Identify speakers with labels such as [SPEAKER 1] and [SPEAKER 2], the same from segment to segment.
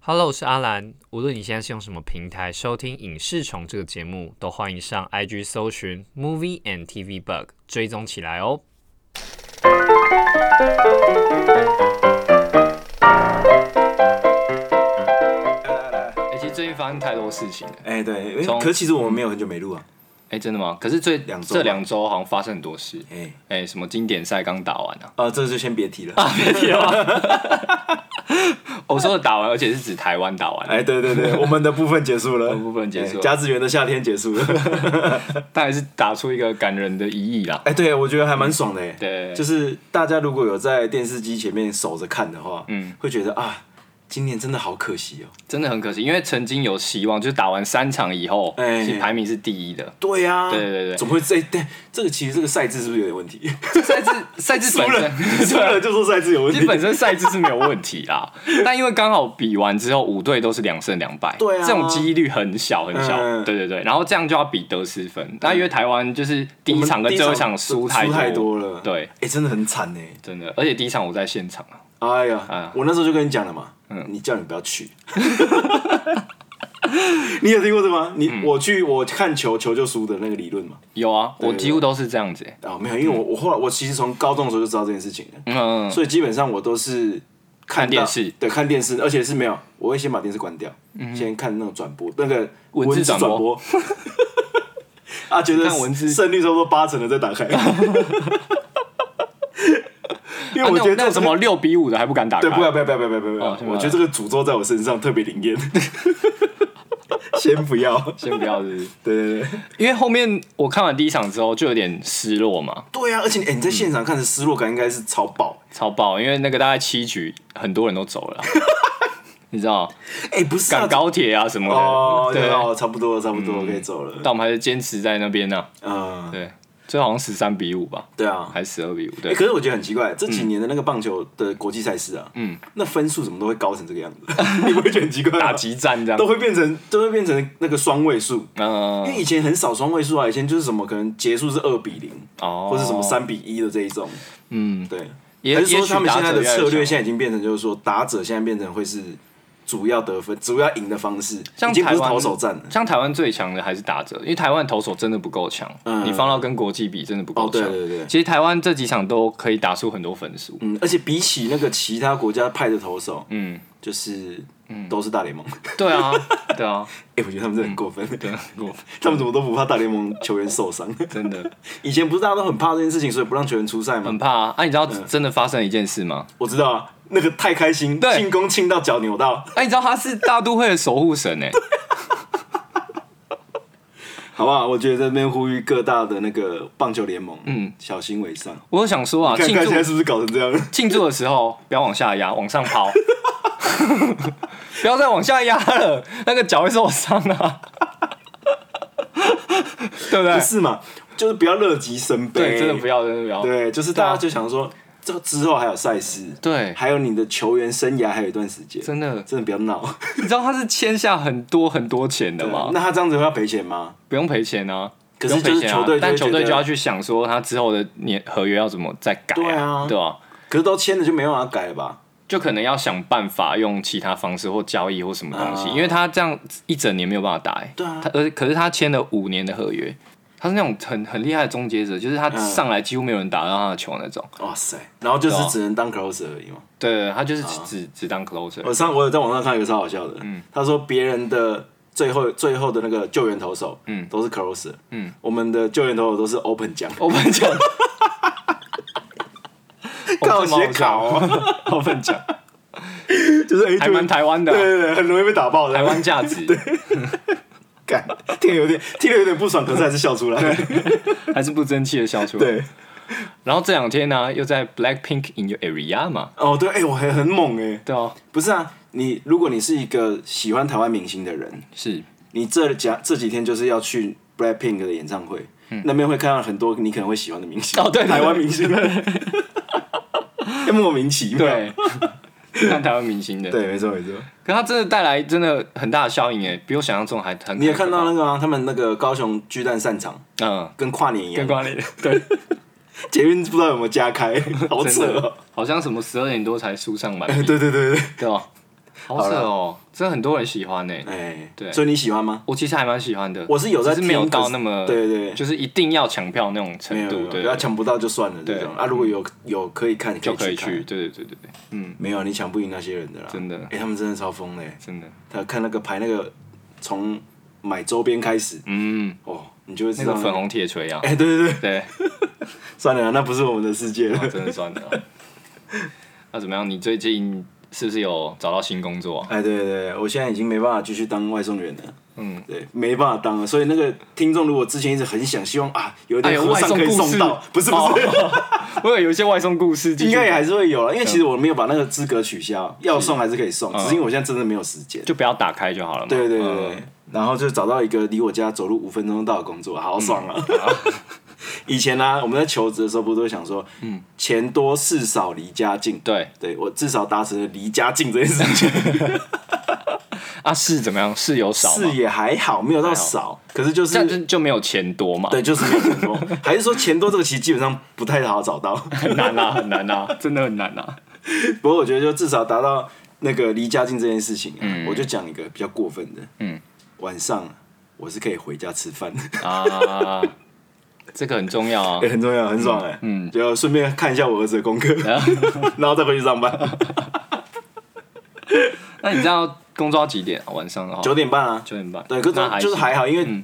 [SPEAKER 1] Hello，我是阿兰。无论你现在是用什么平台收听《影视虫》这个节目，都欢迎上 IG 搜寻 Movie and TV Bug 追踪起来哦。
[SPEAKER 2] 哎、其实最近发生太多事情了。
[SPEAKER 3] 哎、对，哎
[SPEAKER 2] 从嗯
[SPEAKER 3] 可是其实我们没有很久没录啊。
[SPEAKER 2] 哎、真的吗？可是最
[SPEAKER 3] 两周吧
[SPEAKER 2] 这两周好像发生很多事。
[SPEAKER 3] 哎、
[SPEAKER 2] 哎、什么经典赛刚打完啊？
[SPEAKER 3] 啊，这个就先别提了。
[SPEAKER 2] 我说的打完，而且是指台湾打完，
[SPEAKER 3] 哎、对对对，我们的部分结束了，
[SPEAKER 2] 我们部分结束了
[SPEAKER 3] 哎甲子园的夏天结束了。
[SPEAKER 2] 但还是打出一个感人的一役啦。
[SPEAKER 3] 哎、对，我觉得还蛮爽的、哎，
[SPEAKER 2] 对
[SPEAKER 3] 就是大家如果有在电视机前面守着看的话，
[SPEAKER 2] 嗯，
[SPEAKER 3] 会觉得啊，今年真的好可惜哦、
[SPEAKER 2] 真的很可惜，因为曾经有希望，就是打完三场以后，
[SPEAKER 3] 哎
[SPEAKER 2] 是排名是第一 的。
[SPEAKER 3] 对呀、啊，
[SPEAKER 2] 对对对
[SPEAKER 3] 怎么会这？对，这个其实这个赛制是不是有点问题？
[SPEAKER 2] 赛制 赛制本
[SPEAKER 3] 输了，输
[SPEAKER 2] 身，
[SPEAKER 3] 了就说赛制 有问
[SPEAKER 2] 其实
[SPEAKER 3] 题。
[SPEAKER 2] 本身赛制是没有问题 啦。但因为刚好比完之后，五队都是两胜两败，
[SPEAKER 3] 对啊
[SPEAKER 2] 这种几率很小很小。
[SPEAKER 3] 嗯
[SPEAKER 2] 对对对，然后这样就要比得失分。那因为台湾就是第一场跟最后一场输
[SPEAKER 3] 太
[SPEAKER 2] 太
[SPEAKER 3] 输
[SPEAKER 2] 多，
[SPEAKER 3] 多了，
[SPEAKER 2] 对，
[SPEAKER 3] 哎、真的很惨呢、
[SPEAKER 2] 真的，而且第一场我在现场啊，
[SPEAKER 3] 哎呀，
[SPEAKER 2] 啊嗯
[SPEAKER 3] 我那时候就跟你讲了嘛，你叫你不要去。 你有听过这吗？你、
[SPEAKER 2] 嗯
[SPEAKER 3] 我去我看球球就输的那个理论嘛？
[SPEAKER 2] 有啊，
[SPEAKER 3] 对
[SPEAKER 2] 我几乎都是这样子、欸。
[SPEAKER 3] 啊、没有，因为我我后来我其实从高中的时候就知道这件事情了，
[SPEAKER 2] 嗯，
[SPEAKER 3] 所以基本上我都是看
[SPEAKER 2] 看
[SPEAKER 3] 到
[SPEAKER 2] 电视嗯
[SPEAKER 3] 对，看电视，而且是没有，我会先把电视关掉，先看那种转播，那个
[SPEAKER 2] 文字
[SPEAKER 3] 字
[SPEAKER 2] 转
[SPEAKER 3] 转
[SPEAKER 2] 播
[SPEAKER 3] 播。 啊，觉得
[SPEAKER 2] 看文字
[SPEAKER 3] 胜率差不多八成的再打开， 因为我
[SPEAKER 2] 啊
[SPEAKER 3] 觉
[SPEAKER 2] 那种
[SPEAKER 3] 得
[SPEAKER 2] 那
[SPEAKER 3] 这
[SPEAKER 2] 种什么六比五的还不敢打开，
[SPEAKER 3] 对，不要不要不要不要不要不
[SPEAKER 2] 哦
[SPEAKER 3] 要！
[SPEAKER 2] 是吗
[SPEAKER 3] 我觉得这个诅咒在我身上特别灵验， 先不要。
[SPEAKER 2] 先不要是不是
[SPEAKER 3] 对对对，
[SPEAKER 2] 因为后面我看完第一场之后就有点失落嘛，
[SPEAKER 3] 对啊！而且你哎，你在现场看的失落感应该是超爆。
[SPEAKER 2] 超爆，因为那个大概七局很多人都走 了啊，你知道，
[SPEAKER 3] 哎，不是啊
[SPEAKER 2] 赶高铁啊什么的，
[SPEAKER 3] 哦，
[SPEAKER 2] 对嗯
[SPEAKER 3] 对哦，差不多了差不多了可以走了。
[SPEAKER 2] 但我们还是坚持在那边呢、
[SPEAKER 3] 嗯，
[SPEAKER 2] 对，最后好像十三比五吧，
[SPEAKER 3] 对啊。
[SPEAKER 2] 还是嗯十二比五？对
[SPEAKER 3] 哎，，可是我觉得很奇怪，这几年的那个棒球的国际赛事啊，嗯，那分数怎么都会高成这个 样子？你不会觉得很奇怪吗？
[SPEAKER 2] 打击战这样
[SPEAKER 3] 都。会变成都会变成那个双位数，
[SPEAKER 2] 嗯
[SPEAKER 3] 因为以前很少双位数啊，以前就是什么可能结束是二比零，
[SPEAKER 2] 哦，
[SPEAKER 3] 或是什么，三比一的这一种。
[SPEAKER 2] 嗯，
[SPEAKER 3] 对，
[SPEAKER 2] 也
[SPEAKER 3] 还是说他们现在的策略现
[SPEAKER 2] 在
[SPEAKER 3] 在已经变成，就是说打者现在变成会是主要得分、主要赢的方式，
[SPEAKER 2] 像
[SPEAKER 3] 已经不
[SPEAKER 2] 台
[SPEAKER 3] 是
[SPEAKER 2] 湾
[SPEAKER 3] 投手战了。
[SPEAKER 2] 像台湾最强的还是打者，因为台湾投手真的不够强，
[SPEAKER 3] 嗯
[SPEAKER 2] 你放到跟国际比真的不够
[SPEAKER 3] 哦对
[SPEAKER 2] 强。
[SPEAKER 3] 对对
[SPEAKER 2] 其实台湾这几场都可以打出很多分 数，
[SPEAKER 3] 嗯，而且比起那个其他国家派的投手，
[SPEAKER 2] 嗯，
[SPEAKER 3] 就是都是大联盟。哎、
[SPEAKER 2] 对啊，对啊，
[SPEAKER 3] 我觉得他们真的很过分，
[SPEAKER 2] 对啊，我
[SPEAKER 3] 他们怎么都不怕大联盟球员受伤？
[SPEAKER 2] 真的
[SPEAKER 3] 以前不是大家都很怕这件事情，所以不让球员出赛吗
[SPEAKER 2] 很？怕啊！啊你知道
[SPEAKER 3] 嗯
[SPEAKER 2] 真的发生了一件事吗？
[SPEAKER 3] 我知道啊，那个太开心，
[SPEAKER 2] 对
[SPEAKER 3] 庆功庆到脚扭到，
[SPEAKER 2] 哎，你知道他是大都会的守护神哎，
[SPEAKER 3] 好不好？我觉得这边呼吁各大的那个棒球联盟，嗯，小心为上。
[SPEAKER 2] 我想说啊，
[SPEAKER 3] 看
[SPEAKER 2] 庆
[SPEAKER 3] 看
[SPEAKER 2] 祝
[SPEAKER 3] 现在是不是搞成这样？
[SPEAKER 2] 庆祝的时候不要往下压，往上抛，不要再往下压了，那个脚会受伤啊，对不对
[SPEAKER 3] 不？是嘛？就是不要乐极生悲，
[SPEAKER 2] 对，真的不要，真啊的不要。
[SPEAKER 3] 对，就是大家就想说，这个之后还有赛事，
[SPEAKER 2] 对
[SPEAKER 3] 还有你的球员生涯还有一段时间，
[SPEAKER 2] 真的，
[SPEAKER 3] 真的不要闹。
[SPEAKER 2] 你知道他是签下很多很多钱的吗？
[SPEAKER 3] 那他这样子会要赔钱吗？
[SPEAKER 2] 不用赔钱啊，
[SPEAKER 3] 可是
[SPEAKER 2] 不用赔
[SPEAKER 3] 就是
[SPEAKER 2] 钱啊
[SPEAKER 3] 球队就会
[SPEAKER 2] 但球队
[SPEAKER 3] 觉
[SPEAKER 2] 就
[SPEAKER 3] 得
[SPEAKER 2] 要去想说他之后的年合约要怎么再改、
[SPEAKER 3] 对啊
[SPEAKER 2] 对吧？
[SPEAKER 3] 可是都签了就没办法改了吧？
[SPEAKER 2] 就可能要想办法用其他方式或交易或什么东西，
[SPEAKER 3] 啊
[SPEAKER 2] 因为他这样一整年没有办法打、欸。
[SPEAKER 3] 对啊
[SPEAKER 2] 他而可是他签了五年的合约，他是那种很很厉害的终结者，就是他
[SPEAKER 3] 嗯
[SPEAKER 2] 上来几乎没有人打到他的球那种。
[SPEAKER 3] 哇塞，然后就是
[SPEAKER 2] 对啊
[SPEAKER 3] 只能当 closer 而已嘛。
[SPEAKER 2] 对对，对他
[SPEAKER 3] 啊
[SPEAKER 2] 就是只、只当 closer
[SPEAKER 3] 我上我有在网上看一个超好笑的，
[SPEAKER 2] 嗯
[SPEAKER 3] 他说别人的最后最后的那个救援投手，嗯，都是 closer，嗯，我们的救援投手都是 open 奖，
[SPEAKER 2] 我们 讲，
[SPEAKER 3] 靠
[SPEAKER 2] 哦这蛮好
[SPEAKER 3] 写考哦
[SPEAKER 2] 笑 的，我们讲，
[SPEAKER 3] 就是哎
[SPEAKER 2] 还蛮台湾的啊
[SPEAKER 3] 对对 对，很容易被打爆的，
[SPEAKER 2] 台湾价值
[SPEAKER 3] 干，听得有点听得有点不爽，可是还是笑出 来，
[SPEAKER 2] 还是不争气的笑出来。
[SPEAKER 3] 对。
[SPEAKER 2] 然后这两天呢、又在 Blackpink in your area 嘛，
[SPEAKER 3] 哦，对，哎、我很很猛哎、
[SPEAKER 2] 对哦，
[SPEAKER 3] 不是啊，你如果你是一个喜欢台湾明星的人，
[SPEAKER 2] 是
[SPEAKER 3] 你这家这几天就是要去 Blackpink 的演唱会，那边会看到很多你可能会喜欢的明星
[SPEAKER 2] 嗯哦对对对
[SPEAKER 3] 台湾明 星，哎莫名其妙，
[SPEAKER 2] 对，
[SPEAKER 3] 啊
[SPEAKER 2] 看台湾明星的，
[SPEAKER 3] 对，没错没错。
[SPEAKER 2] 可他真的带来真的很大的效应诶，比我想象中还很。
[SPEAKER 3] 你也看到那个啊吗？他们那个高雄巨蛋散场
[SPEAKER 2] 嗯，
[SPEAKER 3] 跟跨年一
[SPEAKER 2] 跟
[SPEAKER 3] 样，
[SPEAKER 2] 管理 对，
[SPEAKER 3] 捷运不知道有没有加开，好扯
[SPEAKER 2] 真的
[SPEAKER 3] 哦。
[SPEAKER 2] 好像什么十二点多才输上满，
[SPEAKER 3] 对对对对，
[SPEAKER 2] 对吧？啊好扯哦，真的很多人喜欢呢。
[SPEAKER 3] 哎，
[SPEAKER 2] 对
[SPEAKER 3] 所以你喜欢吗？
[SPEAKER 2] 我其实还蛮喜欢的，
[SPEAKER 3] 我是有在
[SPEAKER 2] 只是没有
[SPEAKER 3] 听可
[SPEAKER 2] 到
[SPEAKER 3] 是
[SPEAKER 2] 那么
[SPEAKER 3] 对对对
[SPEAKER 2] 就是一定要抢票那种
[SPEAKER 3] 没
[SPEAKER 2] 程
[SPEAKER 3] 有，没
[SPEAKER 2] 度，
[SPEAKER 3] 有
[SPEAKER 2] 对
[SPEAKER 3] 不，要抢不到就算了这种啊。如果有有可以看，你
[SPEAKER 2] 就可以
[SPEAKER 3] 去看啊
[SPEAKER 2] 去，。对对对对对，嗯，
[SPEAKER 3] 没有，你抢不赢那些人的啦。
[SPEAKER 2] 真的
[SPEAKER 3] 哎、他们真的超疯的欸。
[SPEAKER 2] 真的，
[SPEAKER 3] 他看那个排那个，从买周边开始，
[SPEAKER 2] 嗯，
[SPEAKER 3] 哦，你就会知
[SPEAKER 2] 那
[SPEAKER 3] 道
[SPEAKER 2] 个粉。红铁锤啊，
[SPEAKER 3] 哎、对对对，
[SPEAKER 2] 对，
[SPEAKER 3] 算了啦，那不是我们的世界了。
[SPEAKER 2] 真的算的 啊。那怎么样？你最近是不是有找到新工作啊？
[SPEAKER 3] 哎，对对对，我现在已经没办法继续当外送员了。
[SPEAKER 2] 嗯，
[SPEAKER 3] 对，没办法当了。所以那个听众如果之前一直很想，希望啊有一
[SPEAKER 2] 哎
[SPEAKER 3] 点
[SPEAKER 2] 呦
[SPEAKER 3] 和尚可以
[SPEAKER 2] 外送故
[SPEAKER 3] 送
[SPEAKER 2] 事哦
[SPEAKER 3] 到，不是不是，
[SPEAKER 2] 我有有一些外送故事，
[SPEAKER 3] 应该也还是会有了。
[SPEAKER 2] 嗯
[SPEAKER 3] 因为其实我没有把那个资格取消，要送还是可以送，只是因为我现在真的没有时间。
[SPEAKER 2] 就不要打开就好了嘛。
[SPEAKER 3] 对对对
[SPEAKER 2] 嗯
[SPEAKER 3] 对，然后就找到一个离我家走路五分钟到的工作，好爽啊！
[SPEAKER 2] 嗯
[SPEAKER 3] 以前呢、我们在求职的时候，不都会想说，嗯，钱多事少离家近。
[SPEAKER 2] 对
[SPEAKER 3] 对我至少达成了离家近这件事情，
[SPEAKER 2] 啊，是怎么样？是有少
[SPEAKER 3] 是
[SPEAKER 2] 吗？
[SPEAKER 3] 也还好，没有到少，可是就
[SPEAKER 2] 这样就是就没有钱多嘛？
[SPEAKER 3] 对，就是没有钱多，还是说钱多这个其实基本上不太好找到。
[SPEAKER 2] 很难啊，很难啊，真的很难啊。
[SPEAKER 3] 不过我觉得就至少达到那个离家近这件事情、啊，我就讲一个比较过分的，
[SPEAKER 2] 嗯，
[SPEAKER 3] 晚上我是可以回家吃饭的。
[SPEAKER 2] 啊，这个很重要啊
[SPEAKER 3] 欸，。 很重要，很爽哎、嗯，就顺便看一下我儿子的 功课，
[SPEAKER 2] 哦
[SPEAKER 3] 然后再回去上班。
[SPEAKER 2] 那你知道工作到几点啊？晚上的话
[SPEAKER 3] 九点半啊，
[SPEAKER 2] 九点半。
[SPEAKER 3] 对，可
[SPEAKER 2] 那
[SPEAKER 3] 是就是还好，因为
[SPEAKER 2] 嗯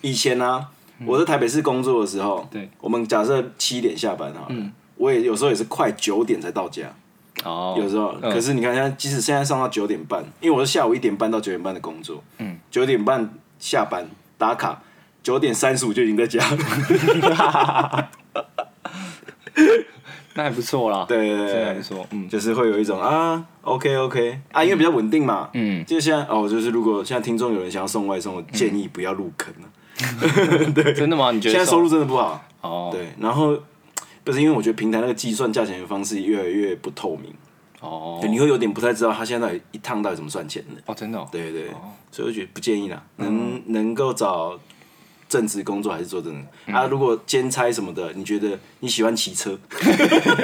[SPEAKER 3] 以前呢、啊，我在台北市工作的时候，
[SPEAKER 2] 对，嗯
[SPEAKER 3] 我们假设七点下班好了，我也有时候也是快九点才到家，
[SPEAKER 2] 哦，
[SPEAKER 3] 有时候。
[SPEAKER 2] 嗯
[SPEAKER 3] 可是你看，现在即使现在上到九点半，因为我是下午一点半到九点半的工作，嗯，九点半下班打卡，九点三十五就已经在家了。
[SPEAKER 2] 那还不错啦。
[SPEAKER 3] 对对对
[SPEAKER 2] 这
[SPEAKER 3] 对
[SPEAKER 2] 个还不错。嗯，
[SPEAKER 3] 就是会有一种啊，OK OK 啊，因为比较稳定嘛，
[SPEAKER 2] 嗯
[SPEAKER 3] 就现在哦，就是如果现在听众有人想要送外送，我建议不要入坑了、
[SPEAKER 2] 嗯真的吗？你觉得
[SPEAKER 3] 现在收入真的不好，
[SPEAKER 2] 哦
[SPEAKER 3] 对，然后不是因为我觉得平台那个计算价钱的方式越来越不透明，
[SPEAKER 2] 哦
[SPEAKER 3] 对你会有点不太知道他现在到底一趟到底怎么算钱的，
[SPEAKER 2] 哦，真的哦。嗯
[SPEAKER 3] 对对对，所以我觉得不建议啦，能、能够找正职工作还是做正职、
[SPEAKER 2] 嗯
[SPEAKER 3] 啊，如果兼差什么的，你觉得你喜欢骑 车，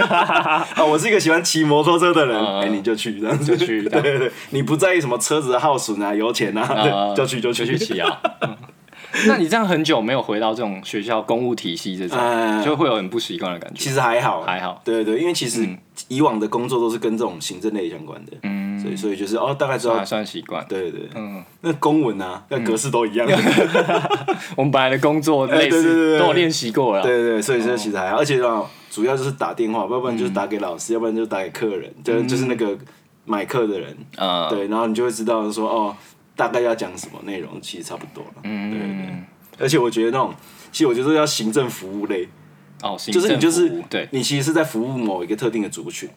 [SPEAKER 3] 啊，我是一个喜欢骑摩托车的人，
[SPEAKER 2] 嗯嗯
[SPEAKER 3] 哎、你就去这样子
[SPEAKER 2] 就去这
[SPEAKER 3] 对
[SPEAKER 2] 样
[SPEAKER 3] 对对，你不在意什么车子的耗损啊、油钱啊，
[SPEAKER 2] 啊
[SPEAKER 3] 对就去就
[SPEAKER 2] 就
[SPEAKER 3] 去
[SPEAKER 2] 去 骑啊。嗯那你这样很久没有回到这种学校公务体系这
[SPEAKER 3] 哎
[SPEAKER 2] 种，就会有很不习惯的感
[SPEAKER 3] 其
[SPEAKER 2] 觉。
[SPEAKER 3] 实还好，
[SPEAKER 2] 还好嗯
[SPEAKER 3] 对对，因为其实以往的工作都是跟这种行政类相关的，嗯，所以所以就是哦，大概知道
[SPEAKER 2] 还，算习惯。
[SPEAKER 3] 对对对，
[SPEAKER 2] 嗯，
[SPEAKER 3] 那公文啊，那格式都一样，
[SPEAKER 2] 我们本来的工作类
[SPEAKER 3] 哎对对对
[SPEAKER 2] 似
[SPEAKER 3] 对
[SPEAKER 2] 都有练习过了。
[SPEAKER 3] 对对对，所以这其实还好，
[SPEAKER 2] 哦
[SPEAKER 3] 而且啊，主要就是打电话，要不然就是打给老
[SPEAKER 2] 嗯
[SPEAKER 3] 师，要不然就是打给客人，就是就是那个买课的人，
[SPEAKER 2] 啊，
[SPEAKER 3] 对，然后你就会知道说哦，大概要讲什么内容，其实差不多了，嗯，对对对，而且我觉得那种，其实我觉得要行政服务类，
[SPEAKER 2] 哦，行
[SPEAKER 3] 就是你
[SPEAKER 2] 政
[SPEAKER 3] 就是
[SPEAKER 2] 服务对，
[SPEAKER 3] 你其实是在服务某一个特定的族群，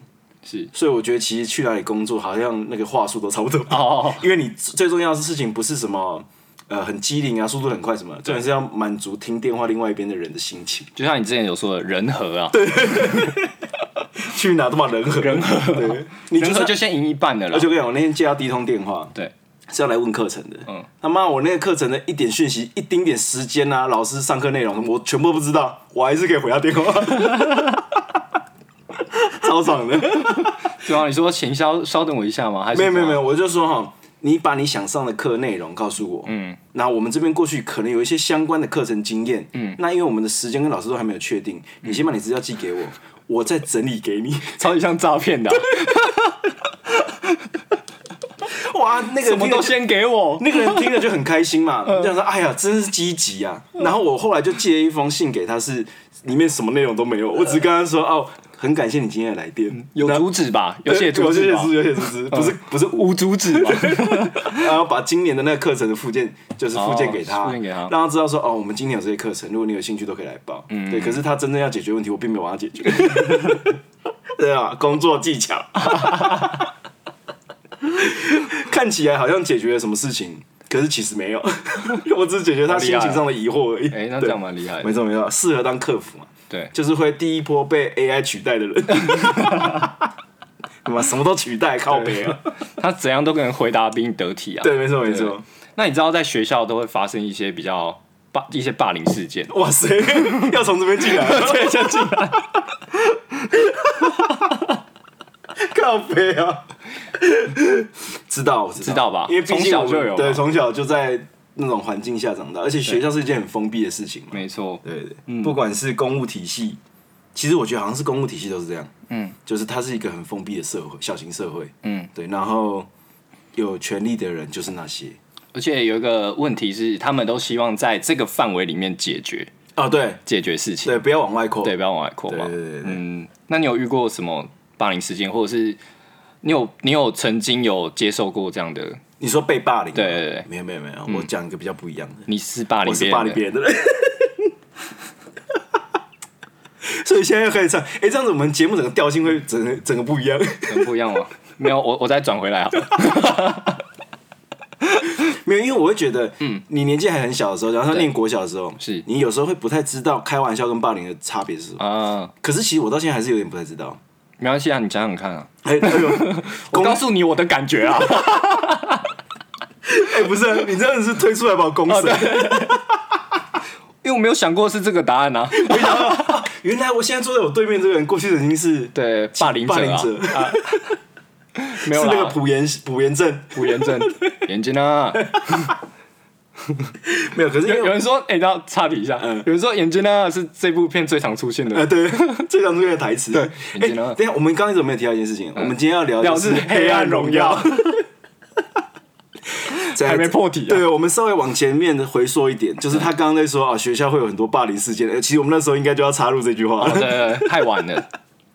[SPEAKER 2] 是
[SPEAKER 3] 所以我觉得其实去哪里工作，好像那个话术都差不多，
[SPEAKER 2] 哦，
[SPEAKER 3] 因为你最重要的事情不是什么。呃，很机灵啊，速度很快，什么？重点是要满足听电话另外一边的人的心情。
[SPEAKER 2] 就像你之前有说的人和啊，
[SPEAKER 3] 去哪都把人和人和，对，你就
[SPEAKER 2] 人
[SPEAKER 3] 是
[SPEAKER 2] 和就先赢一半的了
[SPEAKER 3] 我
[SPEAKER 2] 啦。
[SPEAKER 3] 就跟你讲，我那天接到第一通电话
[SPEAKER 2] 对，
[SPEAKER 3] 是要来问课程的，
[SPEAKER 2] 嗯
[SPEAKER 3] 他妈我那个课程的一点讯息、一丁点时间啊，老师上课内容我全部都不知道，我还是可以回他电话，超爽的。
[SPEAKER 2] 对啊，你说请稍稍等我一下吗？还是
[SPEAKER 3] 没有没有
[SPEAKER 2] 怎
[SPEAKER 3] 没
[SPEAKER 2] 么样
[SPEAKER 3] 有，我就说哈，你把你想上的课内容告诉我，嗯，那我们这边过去可能有一些相关的课程经验，嗯，那因为我们的时间跟老师都还没有确定，你先把你资料寄给我，我再整理给你。
[SPEAKER 2] 超级像诈骗的啊，
[SPEAKER 3] 哇，那个
[SPEAKER 2] 什么啊
[SPEAKER 3] 听着
[SPEAKER 2] 都先给我。
[SPEAKER 3] 那个人听了就很开心 嘛，就想说：“哎呀，真是积极啊！”然后我后来就寄了一封信给他是，里面什么内容都没有，我只跟他说：“哦，很感谢你今天的来电。”
[SPEAKER 2] 有
[SPEAKER 3] 然后
[SPEAKER 2] 主旨吧？有写
[SPEAKER 3] 有
[SPEAKER 2] 主
[SPEAKER 3] 嗯谢
[SPEAKER 2] 旨
[SPEAKER 3] 谢
[SPEAKER 2] 吧
[SPEAKER 3] 组？织，有谢组织，不是不是
[SPEAKER 2] 无主旨吧？
[SPEAKER 3] 然后把今年的那个课程的附件，就是附件给他，
[SPEAKER 2] 哦附件给他
[SPEAKER 3] 让他知道说哦，我们今年有这些课程，如果你有兴趣都可以来报。
[SPEAKER 2] 嗯
[SPEAKER 3] 对，可是他真正要解决问题，我并没有帮他解决。 对啊，工作技巧， 看起来好像解决了什么事情，可是其实没有，我只是解决他心情上的疑惑而已。
[SPEAKER 2] 啊哎，那
[SPEAKER 3] 对
[SPEAKER 2] 这样蛮厉害的
[SPEAKER 3] 没。错没错，适合当客服嘛，
[SPEAKER 2] 对，
[SPEAKER 3] 就是会第一波被 AI 取代的 人。 他妈什么都取代，靠北啊！
[SPEAKER 2] 他怎样都可能回答比你得体啊。
[SPEAKER 3] 对，没错没错。
[SPEAKER 2] 那你知道在学校都会发生一些比较霸一些霸凌事件？
[SPEAKER 3] 哇塞， 要从这边进来，
[SPEAKER 2] 对，像进来，
[SPEAKER 3] 靠背啊！知道，我知道，
[SPEAKER 2] 知道吧
[SPEAKER 3] 因为毕
[SPEAKER 2] 从
[SPEAKER 3] 竟
[SPEAKER 2] 小
[SPEAKER 3] 我们
[SPEAKER 2] 就有
[SPEAKER 3] 对，
[SPEAKER 2] 嘛
[SPEAKER 3] 从小就在那种环境下长大，而且学校是一件很封闭的事情嘛。
[SPEAKER 2] 没错，
[SPEAKER 3] 对对，
[SPEAKER 2] 嗯
[SPEAKER 3] 对不管是公务体系，其实我觉得好像是公务体系都是这样，
[SPEAKER 2] 嗯，
[SPEAKER 3] 就是它是一个很封闭的社会，小型社会，
[SPEAKER 2] 嗯，
[SPEAKER 3] 对，然后有权利的人就是那些，
[SPEAKER 2] 而且有一个问题是，他们都希望在这个范围里面解决
[SPEAKER 3] 哦，对
[SPEAKER 2] 解决事情，
[SPEAKER 3] 对，不要往外扩，
[SPEAKER 2] 对，不要往外扩
[SPEAKER 3] 对
[SPEAKER 2] 嘛。
[SPEAKER 3] 对对对，
[SPEAKER 2] 嗯，那你有遇过什么霸凌事件，或者是你有你有曾经有接受过这样的？
[SPEAKER 3] 你说被霸凌吗，
[SPEAKER 2] 对对对
[SPEAKER 3] 没有没有没有，我讲一个比较不一样的，
[SPEAKER 2] 你是霸凌
[SPEAKER 3] 我
[SPEAKER 2] 嗯
[SPEAKER 3] 是
[SPEAKER 2] 别人的？
[SPEAKER 3] 霸凌别人的人。 所以现在又开始唱，哎、这样子我们节目整个调性会整个整个不一样。
[SPEAKER 2] 很不一样吗？哦没有，我我再转回来好了。
[SPEAKER 3] 没有，因为我会觉得，嗯，你年纪还很小的时候，然后他念国小的时候，
[SPEAKER 2] 是
[SPEAKER 3] 你有时候会不太知道开玩笑跟霸凌的差别是什么。
[SPEAKER 2] 啊，
[SPEAKER 3] 可是其实我到现在还是有点不太知 道。
[SPEAKER 2] 没关系啊，你想想看啊。
[SPEAKER 3] 哎、哎呦，
[SPEAKER 2] 我
[SPEAKER 3] 公
[SPEAKER 2] 告诉你我的感 觉啊，
[SPEAKER 3] 哎、不是啊、你真的是推出来把我公审。
[SPEAKER 2] 哦因为我没有想过是这个答案啊。
[SPEAKER 3] 原来我现在坐在我对面这个人，过去曾经是
[SPEAKER 2] 对，霸凌者、啊，
[SPEAKER 3] 霸凌者
[SPEAKER 2] 啊，没有
[SPEAKER 3] 是
[SPEAKER 2] 啦，
[SPEAKER 3] 那个朴妍朴妍正，
[SPEAKER 2] 朴妍正，眼睛啊，
[SPEAKER 3] 没有。可是 因
[SPEAKER 2] 有有
[SPEAKER 3] 为
[SPEAKER 2] 人说，哎、欸，要插题一下，
[SPEAKER 3] 嗯
[SPEAKER 2] 有人说眼睛啊是这部片最常出现的，
[SPEAKER 3] 呃，对， 最常出现的台词。对，哎、
[SPEAKER 2] 你知道
[SPEAKER 3] 等一下，我们刚刚一直没有提到一件事情，我
[SPEAKER 2] 嗯
[SPEAKER 3] 们今天要聊
[SPEAKER 2] 表
[SPEAKER 3] 的
[SPEAKER 2] 示
[SPEAKER 3] 是《。
[SPEAKER 2] 《黑暗荣耀》
[SPEAKER 3] 在
[SPEAKER 2] 还没破题啊
[SPEAKER 3] 对，我们稍微往前面的回溯一点，就是他刚刚在说啊，学校会有很多霸凌事件，呃其实我们那时候应该就要插入这句话
[SPEAKER 2] 哦
[SPEAKER 3] 了。
[SPEAKER 2] 对，太晚了，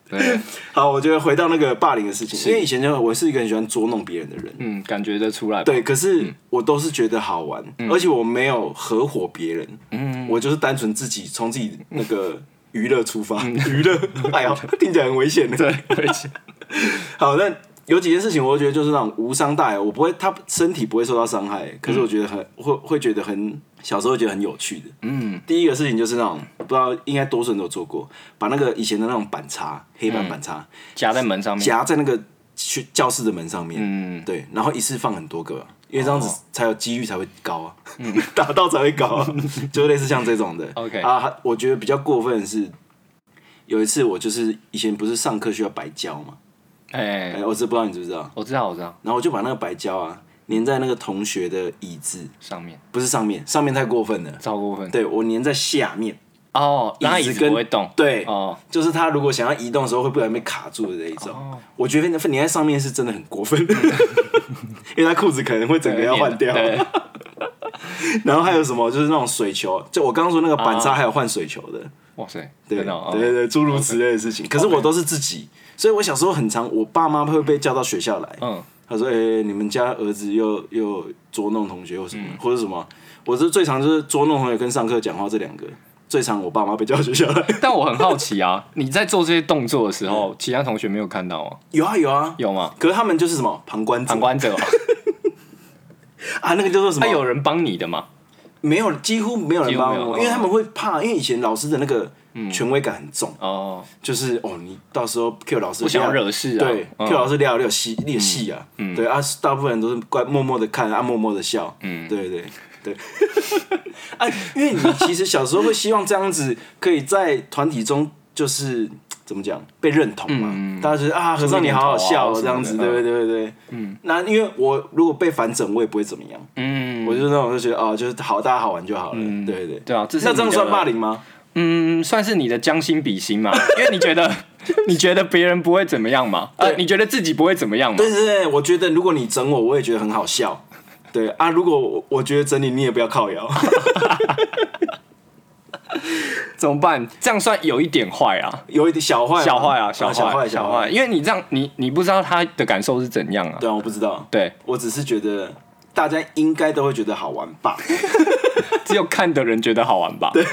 [SPEAKER 2] 对，
[SPEAKER 3] 好，我觉得回到那个霸凌的事情，因为以前就我是一个很喜欢捉弄别人的人，
[SPEAKER 2] 嗯，感觉得出来吧，
[SPEAKER 3] 对，可是我都是觉得好玩，
[SPEAKER 2] 嗯
[SPEAKER 3] 而且我没有合伙别人，我就是单纯自己从自己那个娱乐出发， 娱 乐，哎呀，听起来很危险的。
[SPEAKER 2] 嗯对，我也是
[SPEAKER 3] 好，那有几件事情，我觉得就是那种无伤大雅，我不会，他身体不会受到伤害，可是我觉得很、会会觉得很小时候觉得很有趣的。嗯，第一个事情就是那种不知道应该多数人都有做过，把那个以前的那种板擦，黑板板擦、
[SPEAKER 2] 夹在门上面，
[SPEAKER 3] 夹在那个去教室的门上面。
[SPEAKER 2] 嗯，哦
[SPEAKER 3] 对，然后一次放很多个，因为这样子才有几率才会高啊， 打到才会高啊， 就类似像这种的。
[SPEAKER 2] 嗯 OK
[SPEAKER 3] 啊，还我觉得比较过分的是，有一次我就是以前不是上课需要白胶嘛，
[SPEAKER 2] 哎、
[SPEAKER 3] 哎，我是不知道你知不知道，
[SPEAKER 2] 我知道，我知道，
[SPEAKER 3] 然后我就把那个白胶啊粘在那个同学的椅子，
[SPEAKER 2] 上面
[SPEAKER 3] 不是上面，上面太过分了，
[SPEAKER 2] 超过分，
[SPEAKER 3] 对我粘在下面，
[SPEAKER 2] 哦，然后椅
[SPEAKER 3] 椅子
[SPEAKER 2] 子
[SPEAKER 3] 跟
[SPEAKER 2] 不会动，
[SPEAKER 3] 对，
[SPEAKER 2] 哦，
[SPEAKER 3] 就是他如果想要移动的时候，会不然被卡住的那一种。我觉得那粘在上面是真的很过 分，因为他裤子可能会整个要换掉。
[SPEAKER 2] 对，
[SPEAKER 3] 然后还有什么，就是那种水球，就我刚刚说那个
[SPEAKER 2] 啊
[SPEAKER 3] 板擦，还有换水球的，
[SPEAKER 2] 哇塞，
[SPEAKER 3] 对
[SPEAKER 2] 真的哦，
[SPEAKER 3] 对对对，诸如此类的事情。可是我都是自己，所以我小时候很常，我爸妈会被叫到学校来，
[SPEAKER 2] 嗯，
[SPEAKER 3] 他说：“哎、你们家儿子又又捉弄同学或什么，
[SPEAKER 2] 嗯
[SPEAKER 3] 或者什么。”我是最常就是捉弄同学跟上课讲话这两个，最常我爸妈被叫到学校来。
[SPEAKER 2] 但我很好奇啊，你在做这些动作的时候，其他同学 没有看到吗？
[SPEAKER 3] 有啊有啊，
[SPEAKER 2] 有吗？
[SPEAKER 3] 可是他们就是什么旁观者
[SPEAKER 2] 旁观者哦，
[SPEAKER 3] 啊，那个叫做什么？
[SPEAKER 2] 他有人帮你的吗？
[SPEAKER 3] 没有？几乎没有人帮
[SPEAKER 2] 几乎没有哦嗯
[SPEAKER 3] 我，因为他们会怕，因为以前老师的那个权威感很重，
[SPEAKER 2] 哦，
[SPEAKER 3] 就是哦，你到时候 Q 老师
[SPEAKER 2] 不想要
[SPEAKER 3] 料
[SPEAKER 2] 惹事啊。
[SPEAKER 3] 对、
[SPEAKER 2] 嗯
[SPEAKER 3] Q 老师聊聊戏练戏啊，对啊，大部分人都是乖默默的看，啊默默的笑，嗯，对对对， 啊，因为你其实小时候会希望这样子可以在团体中就是怎么讲被认同嘛，
[SPEAKER 2] 嗯
[SPEAKER 3] 大家觉得啊和尚你好好笑、哦
[SPEAKER 2] 出一点头啊
[SPEAKER 3] 这样子，
[SPEAKER 2] 什么
[SPEAKER 3] 对
[SPEAKER 2] 的
[SPEAKER 3] 对对对，嗯，那因为我如果被反整我也不会怎么样，
[SPEAKER 2] 嗯
[SPEAKER 3] 我就是那种就觉得哦就是好大家好玩就好了，对对对，
[SPEAKER 2] 对啊这是
[SPEAKER 3] 那这样
[SPEAKER 2] 你的
[SPEAKER 3] 算霸凌吗？
[SPEAKER 2] 嗯，算是你的将心比心嘛， 因为你觉得你觉得别人不会怎么样嘛，呃，
[SPEAKER 3] 对
[SPEAKER 2] 你觉得自己不会怎么样嘛
[SPEAKER 3] 对，对对，我觉得如果你整我，我也觉得很好笑。对啊，如果我我觉得整你，你也不要靠摇。
[SPEAKER 2] 怎么办？这样算有一点坏啊，
[SPEAKER 3] 有一点小坏嘛，
[SPEAKER 2] 小坏啊，
[SPEAKER 3] 小
[SPEAKER 2] 坏，
[SPEAKER 3] 小
[SPEAKER 2] 小
[SPEAKER 3] 坏，小坏。
[SPEAKER 2] 因为你这样，你你不知道他的感受是怎样啊。
[SPEAKER 3] 对啊，我不知道，
[SPEAKER 2] 对，
[SPEAKER 3] 我只是觉得大家应该都会觉得好玩吧，
[SPEAKER 2] 只有看的人觉得好玩吧。对，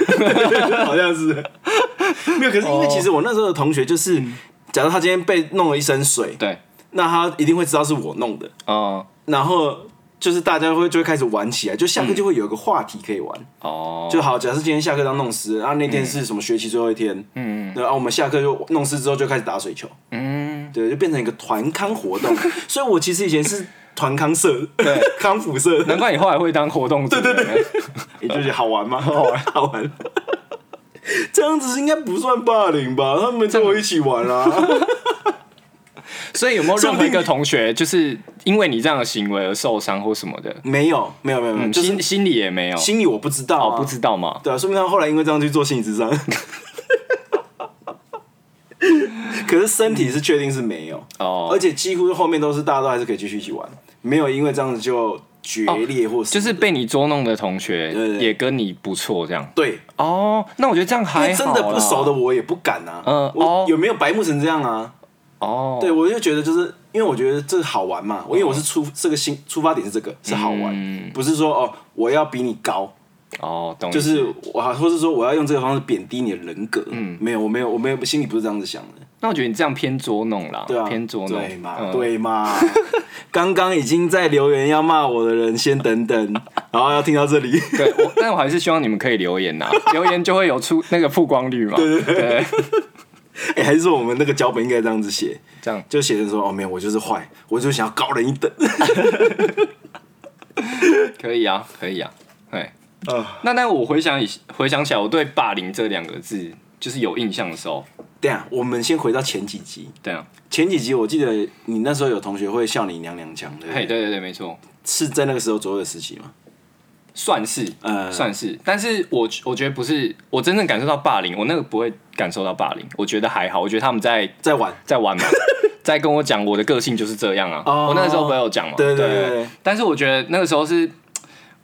[SPEAKER 3] 好像是。 没有，可是因为其实我那时候的同学就是，
[SPEAKER 2] 哦
[SPEAKER 3] 假如他今天被弄了一身水，
[SPEAKER 2] 对，
[SPEAKER 3] 那他一定会知道是我弄的，
[SPEAKER 2] 哦
[SPEAKER 3] 然后就是大家会就会开始玩起来，就
[SPEAKER 2] 嗯
[SPEAKER 3] 下课就会有一个话题可以玩。
[SPEAKER 2] 哦，
[SPEAKER 3] 就好，假设今天下课当弄湿，然后那
[SPEAKER 2] 嗯
[SPEAKER 3] 天是什么学期最后一天，嗯，然后我们下课就弄湿之后就开始打水球，
[SPEAKER 2] 嗯，
[SPEAKER 3] 对，就变成一个团康活动。所以我其实以前是团康社的，
[SPEAKER 2] 对
[SPEAKER 3] 康复社的，
[SPEAKER 2] 难怪你后来会当活动组。对对对，
[SPEAKER 3] 也就是好玩吗？好玩， 好玩。这样子应该不算霸凌吧？他们跟我一起玩啊。
[SPEAKER 2] 所以有没有任
[SPEAKER 3] 说不
[SPEAKER 2] 何一
[SPEAKER 3] 定
[SPEAKER 2] 个同学就是因为你这样的行为而受伤或什么的？
[SPEAKER 3] 没有，没有，没有，没有，
[SPEAKER 2] 嗯，
[SPEAKER 3] 就是
[SPEAKER 2] 心心里也没有，
[SPEAKER 3] 心里我不知道、
[SPEAKER 2] 哦
[SPEAKER 3] 啊，
[SPEAKER 2] 不知道嘛？
[SPEAKER 3] 对啊，说明他后来因为这样去做心理 智商。可是身体是确定是没有，
[SPEAKER 2] 哦，
[SPEAKER 3] 而且几乎后面都是大家都还是可以继续一起玩，没有因为这样子就决裂或什
[SPEAKER 2] 哦就
[SPEAKER 3] 么的
[SPEAKER 2] 是被你捉弄的同学
[SPEAKER 3] 对对对
[SPEAKER 2] 也跟你不错这样。
[SPEAKER 3] 对，
[SPEAKER 2] 哦，那我觉得这样
[SPEAKER 3] 因
[SPEAKER 2] 还
[SPEAKER 3] 为
[SPEAKER 2] 好
[SPEAKER 3] 真
[SPEAKER 2] 啦
[SPEAKER 3] 的不熟的我也不敢啊。
[SPEAKER 2] 嗯哦
[SPEAKER 3] 我有没有白目成这样啊？
[SPEAKER 2] 哦，
[SPEAKER 3] 对，我就觉得就是因为我觉得这好玩嘛，我因为我是出这个心出发点是这个是好玩
[SPEAKER 2] 嗯，
[SPEAKER 3] 不是说哦我要比你高，
[SPEAKER 2] 哦，懂意
[SPEAKER 3] 就
[SPEAKER 2] 思，
[SPEAKER 3] 是我好，或是说我要用这个方式贬低你的人格。嗯，没有，我没有，我没有，心里不是这样子想的。
[SPEAKER 2] 那我觉得你这样偏捉弄啦，
[SPEAKER 3] 对啊，
[SPEAKER 2] 哦偏捉弄，
[SPEAKER 3] 对嘛，
[SPEAKER 2] 嗯，
[SPEAKER 3] 对嘛。刚刚已经在留言要骂我的人，先等 等，然后要听到这里。
[SPEAKER 2] 对，我但我还是希望你们可以留 言呐，留言就会有出那个曝光率嘛，对对，
[SPEAKER 3] 哎、还是说我们那个脚本应该这样子写，
[SPEAKER 2] 这样
[SPEAKER 3] 就写成说哦，没有，我就是坏，我就想要高人一等。
[SPEAKER 2] 可以啊，可以啊，对。
[SPEAKER 3] 啊，
[SPEAKER 2] 那那我回想以回想起来，我对“霸凌”这两个字就是有印象的时候，
[SPEAKER 3] 对啊，我们先回到前几集，
[SPEAKER 2] 对啊，
[SPEAKER 3] 前几集我记得你那时候有同学会笑你娘娘腔，对不
[SPEAKER 2] 嘿，
[SPEAKER 3] 对？
[SPEAKER 2] 对对对，没错，
[SPEAKER 3] 是在那个时候左右的时期吗？
[SPEAKER 2] 算是，
[SPEAKER 3] 呃
[SPEAKER 2] 算是，但是我我觉得不是，我真正感受到霸凌，我那个不会感受到霸凌，我觉得还好，我觉得他们在
[SPEAKER 3] 在玩，
[SPEAKER 2] 在玩 嘛，在跟我讲我的个性就是这样啊，
[SPEAKER 3] 哦
[SPEAKER 2] 我那个时候不是有讲嘛，
[SPEAKER 3] 对对
[SPEAKER 2] 对
[SPEAKER 3] 对对
[SPEAKER 2] 但是我觉得那个时候是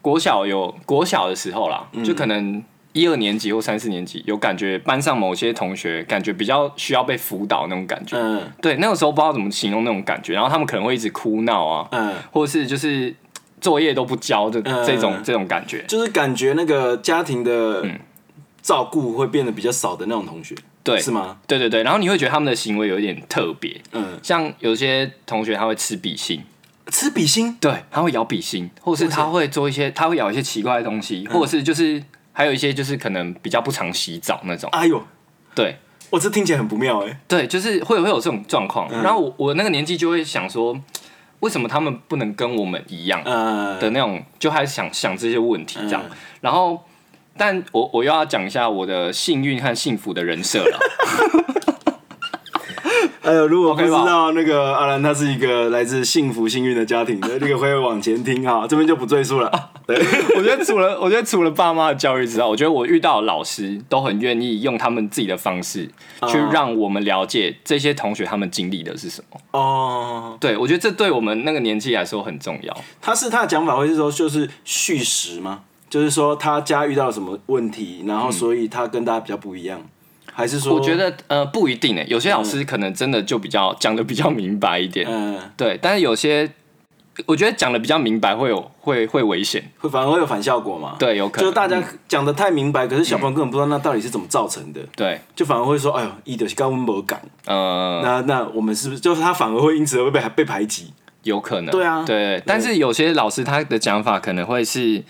[SPEAKER 2] 国小有国小的时候啦，
[SPEAKER 3] 嗯
[SPEAKER 2] 就可能。一二年级或三四年级，有感觉班上某些同学感觉比较需要被辅导那种感觉，
[SPEAKER 3] 嗯
[SPEAKER 2] 对，那个时候不知道怎么形容那种感觉，然后他们可能会一直哭闹啊，
[SPEAKER 3] 嗯。
[SPEAKER 2] 或者是就是嘖作业都不交的
[SPEAKER 3] 嗯
[SPEAKER 2] 这种、这种感觉。
[SPEAKER 3] 就是感觉那个家庭的
[SPEAKER 2] 嗯
[SPEAKER 3] 照顾会变得比较少的那种同学，
[SPEAKER 2] 对，
[SPEAKER 3] 是吗？
[SPEAKER 2] 对对对，然后你会觉得他们的行为有一点特别，
[SPEAKER 3] 嗯，
[SPEAKER 2] 像有些同学他会吃笔芯，
[SPEAKER 3] 吃笔芯，
[SPEAKER 2] 对，他会咬笔芯，或者是嗯他会做一些，他会咬一些奇怪的东西，或者是就是还有一些就是可能比较不常洗澡那种，
[SPEAKER 3] 哎呦，
[SPEAKER 2] 对。
[SPEAKER 3] 我这听起来很不妙哎、
[SPEAKER 2] 对，就是会会有这种状况，然后我我那个年纪就会想说，嘖为什么他们不能跟我们一样？
[SPEAKER 3] 呃，
[SPEAKER 2] 的那种，就还想想这些问题这样。
[SPEAKER 3] 嗯
[SPEAKER 2] 然后，但我我又要讲一下我的幸运和幸福的人设了。
[SPEAKER 3] 哎呦，如果不
[SPEAKER 2] OK
[SPEAKER 3] 知
[SPEAKER 2] 吧
[SPEAKER 3] 道那个阿兰，他是一个来自幸福幸运的家庭的，那个 会往前听哈，这边就不赘述了。对，
[SPEAKER 2] 我觉得除了 我觉得除了爸妈的教育之外，我觉得我遇到的老师都很愿意用他们自己的方式
[SPEAKER 3] 啊
[SPEAKER 2] 去让我们了解这些同学他们经历的是什么。
[SPEAKER 3] 哦，
[SPEAKER 2] 对我觉得这对我们那个年纪来说很重要。
[SPEAKER 3] 他是他的讲法会是说就是叙实吗？就是说他家遇到了什么问题，然后所以他跟大家比较不一样，还是说
[SPEAKER 2] 嗯我觉得呃不一定诶、有些老师可能真的就比较讲的比较明白一点，
[SPEAKER 3] 嗯、
[SPEAKER 2] 对，但是有些。我觉得讲的比较明白会有会会危险，
[SPEAKER 3] 会反而会有反效果嘛？
[SPEAKER 2] 对有可能嗯
[SPEAKER 3] 就是大家讲的太明白，可是小朋友根本不知道那到底是怎么造成的，
[SPEAKER 2] 对，
[SPEAKER 3] 就反而会说：“哎呦，一的是高温没感。
[SPEAKER 2] 呃，
[SPEAKER 3] 那那我们是不是就是他反而会因此而被被排挤？
[SPEAKER 2] 有可能，
[SPEAKER 3] 对啊
[SPEAKER 2] 对。但是有些老师他的讲法可能会是，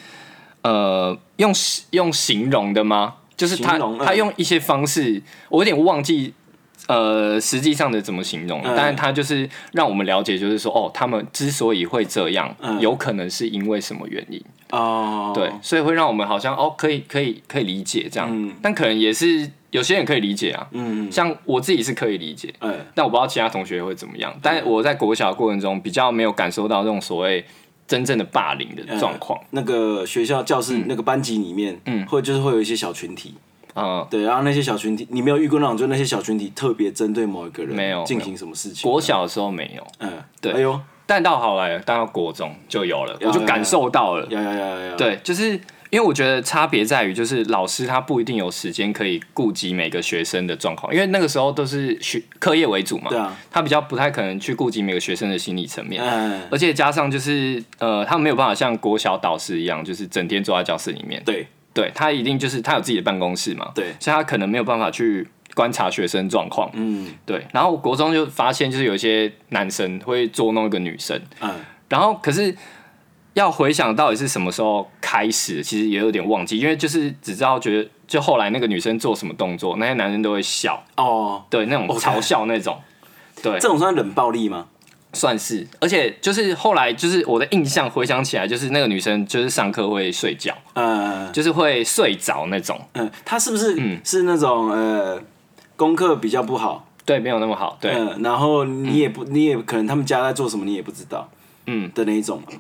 [SPEAKER 2] 呃，用用形容的吗？就是他
[SPEAKER 3] 形容嗯
[SPEAKER 2] 他用一些方式，我有点忘记，呃，实际上的怎么形容，
[SPEAKER 3] 嗯
[SPEAKER 2] 但是他就是让我们了解，就是说，哦，他们之所以会这样，
[SPEAKER 3] 嗯
[SPEAKER 2] 有可能是因为什么原因，
[SPEAKER 3] 哦，
[SPEAKER 2] 对，所以会让我们好像哦，可以可以可以理解这样，
[SPEAKER 3] 嗯
[SPEAKER 2] 但可能也是有些人可以理解啊，
[SPEAKER 3] 嗯，
[SPEAKER 2] 像我自己是可以理解，
[SPEAKER 3] 哎，
[SPEAKER 2] 但我不知道其他同学会怎么样。但我在国小的过程中比较没有感受到这种所谓真正的霸凌的状况。
[SPEAKER 3] 呃那个学校教室、那个班级里面，嗯，会就是会有一些小群体，
[SPEAKER 2] 嗯，
[SPEAKER 3] 对，然后那些小群体，你没有遇过那种，就那些小群体特别针对某一个人，
[SPEAKER 2] 没有
[SPEAKER 3] 进行什么事情？
[SPEAKER 2] 国，小的时候没有，
[SPEAKER 3] 嗯，
[SPEAKER 2] 对
[SPEAKER 3] 哎呦，
[SPEAKER 2] 但到后来但到国中就有了，
[SPEAKER 3] 有
[SPEAKER 2] 我就感受到了。
[SPEAKER 3] 呀呀呀呀呀，，
[SPEAKER 2] 对，就是因为我觉得差别在于，就是老师他不一定有时间可以顾及每个学生的状况，因为那个时候都是学课业为主嘛
[SPEAKER 3] 对，啊，
[SPEAKER 2] 他比较不太可能去顾及每个学生的心理层面。
[SPEAKER 3] 嗯，
[SPEAKER 2] 而且加上就是，呃，他们没有办法像国小导师一样，就是整天坐在教室里面。
[SPEAKER 3] 对
[SPEAKER 2] 对他一定就是他有自己的办公室嘛，
[SPEAKER 3] 对，
[SPEAKER 2] 所以他可能没有办法去观察学生状况。
[SPEAKER 3] 嗯
[SPEAKER 2] 对，然后国中就发现就是有一些男生会捉弄一个女生，
[SPEAKER 3] 嗯，
[SPEAKER 2] 然后可是要回想到底是什么时候开始，其实也有点忘记，因为就是只知道觉得就后来那个女生做什么动作，那些男生都会笑，
[SPEAKER 3] 哦，
[SPEAKER 2] 对那种
[SPEAKER 3] OK
[SPEAKER 2] 嘲笑那种。对
[SPEAKER 3] 这，种算冷暴力吗？
[SPEAKER 2] 算是，而且就是后来就是我的印象回想起来，就是那个女生就是上课会睡觉，
[SPEAKER 3] 嗯
[SPEAKER 2] 就是会睡着那种。
[SPEAKER 3] 呃嗯，他是不是是那种呃功课比较不好，
[SPEAKER 2] 对，没有那么好，对，
[SPEAKER 3] 嗯，然后你也不，你也可能他们家在做什么，你也不知道，嗯的那一种嘛。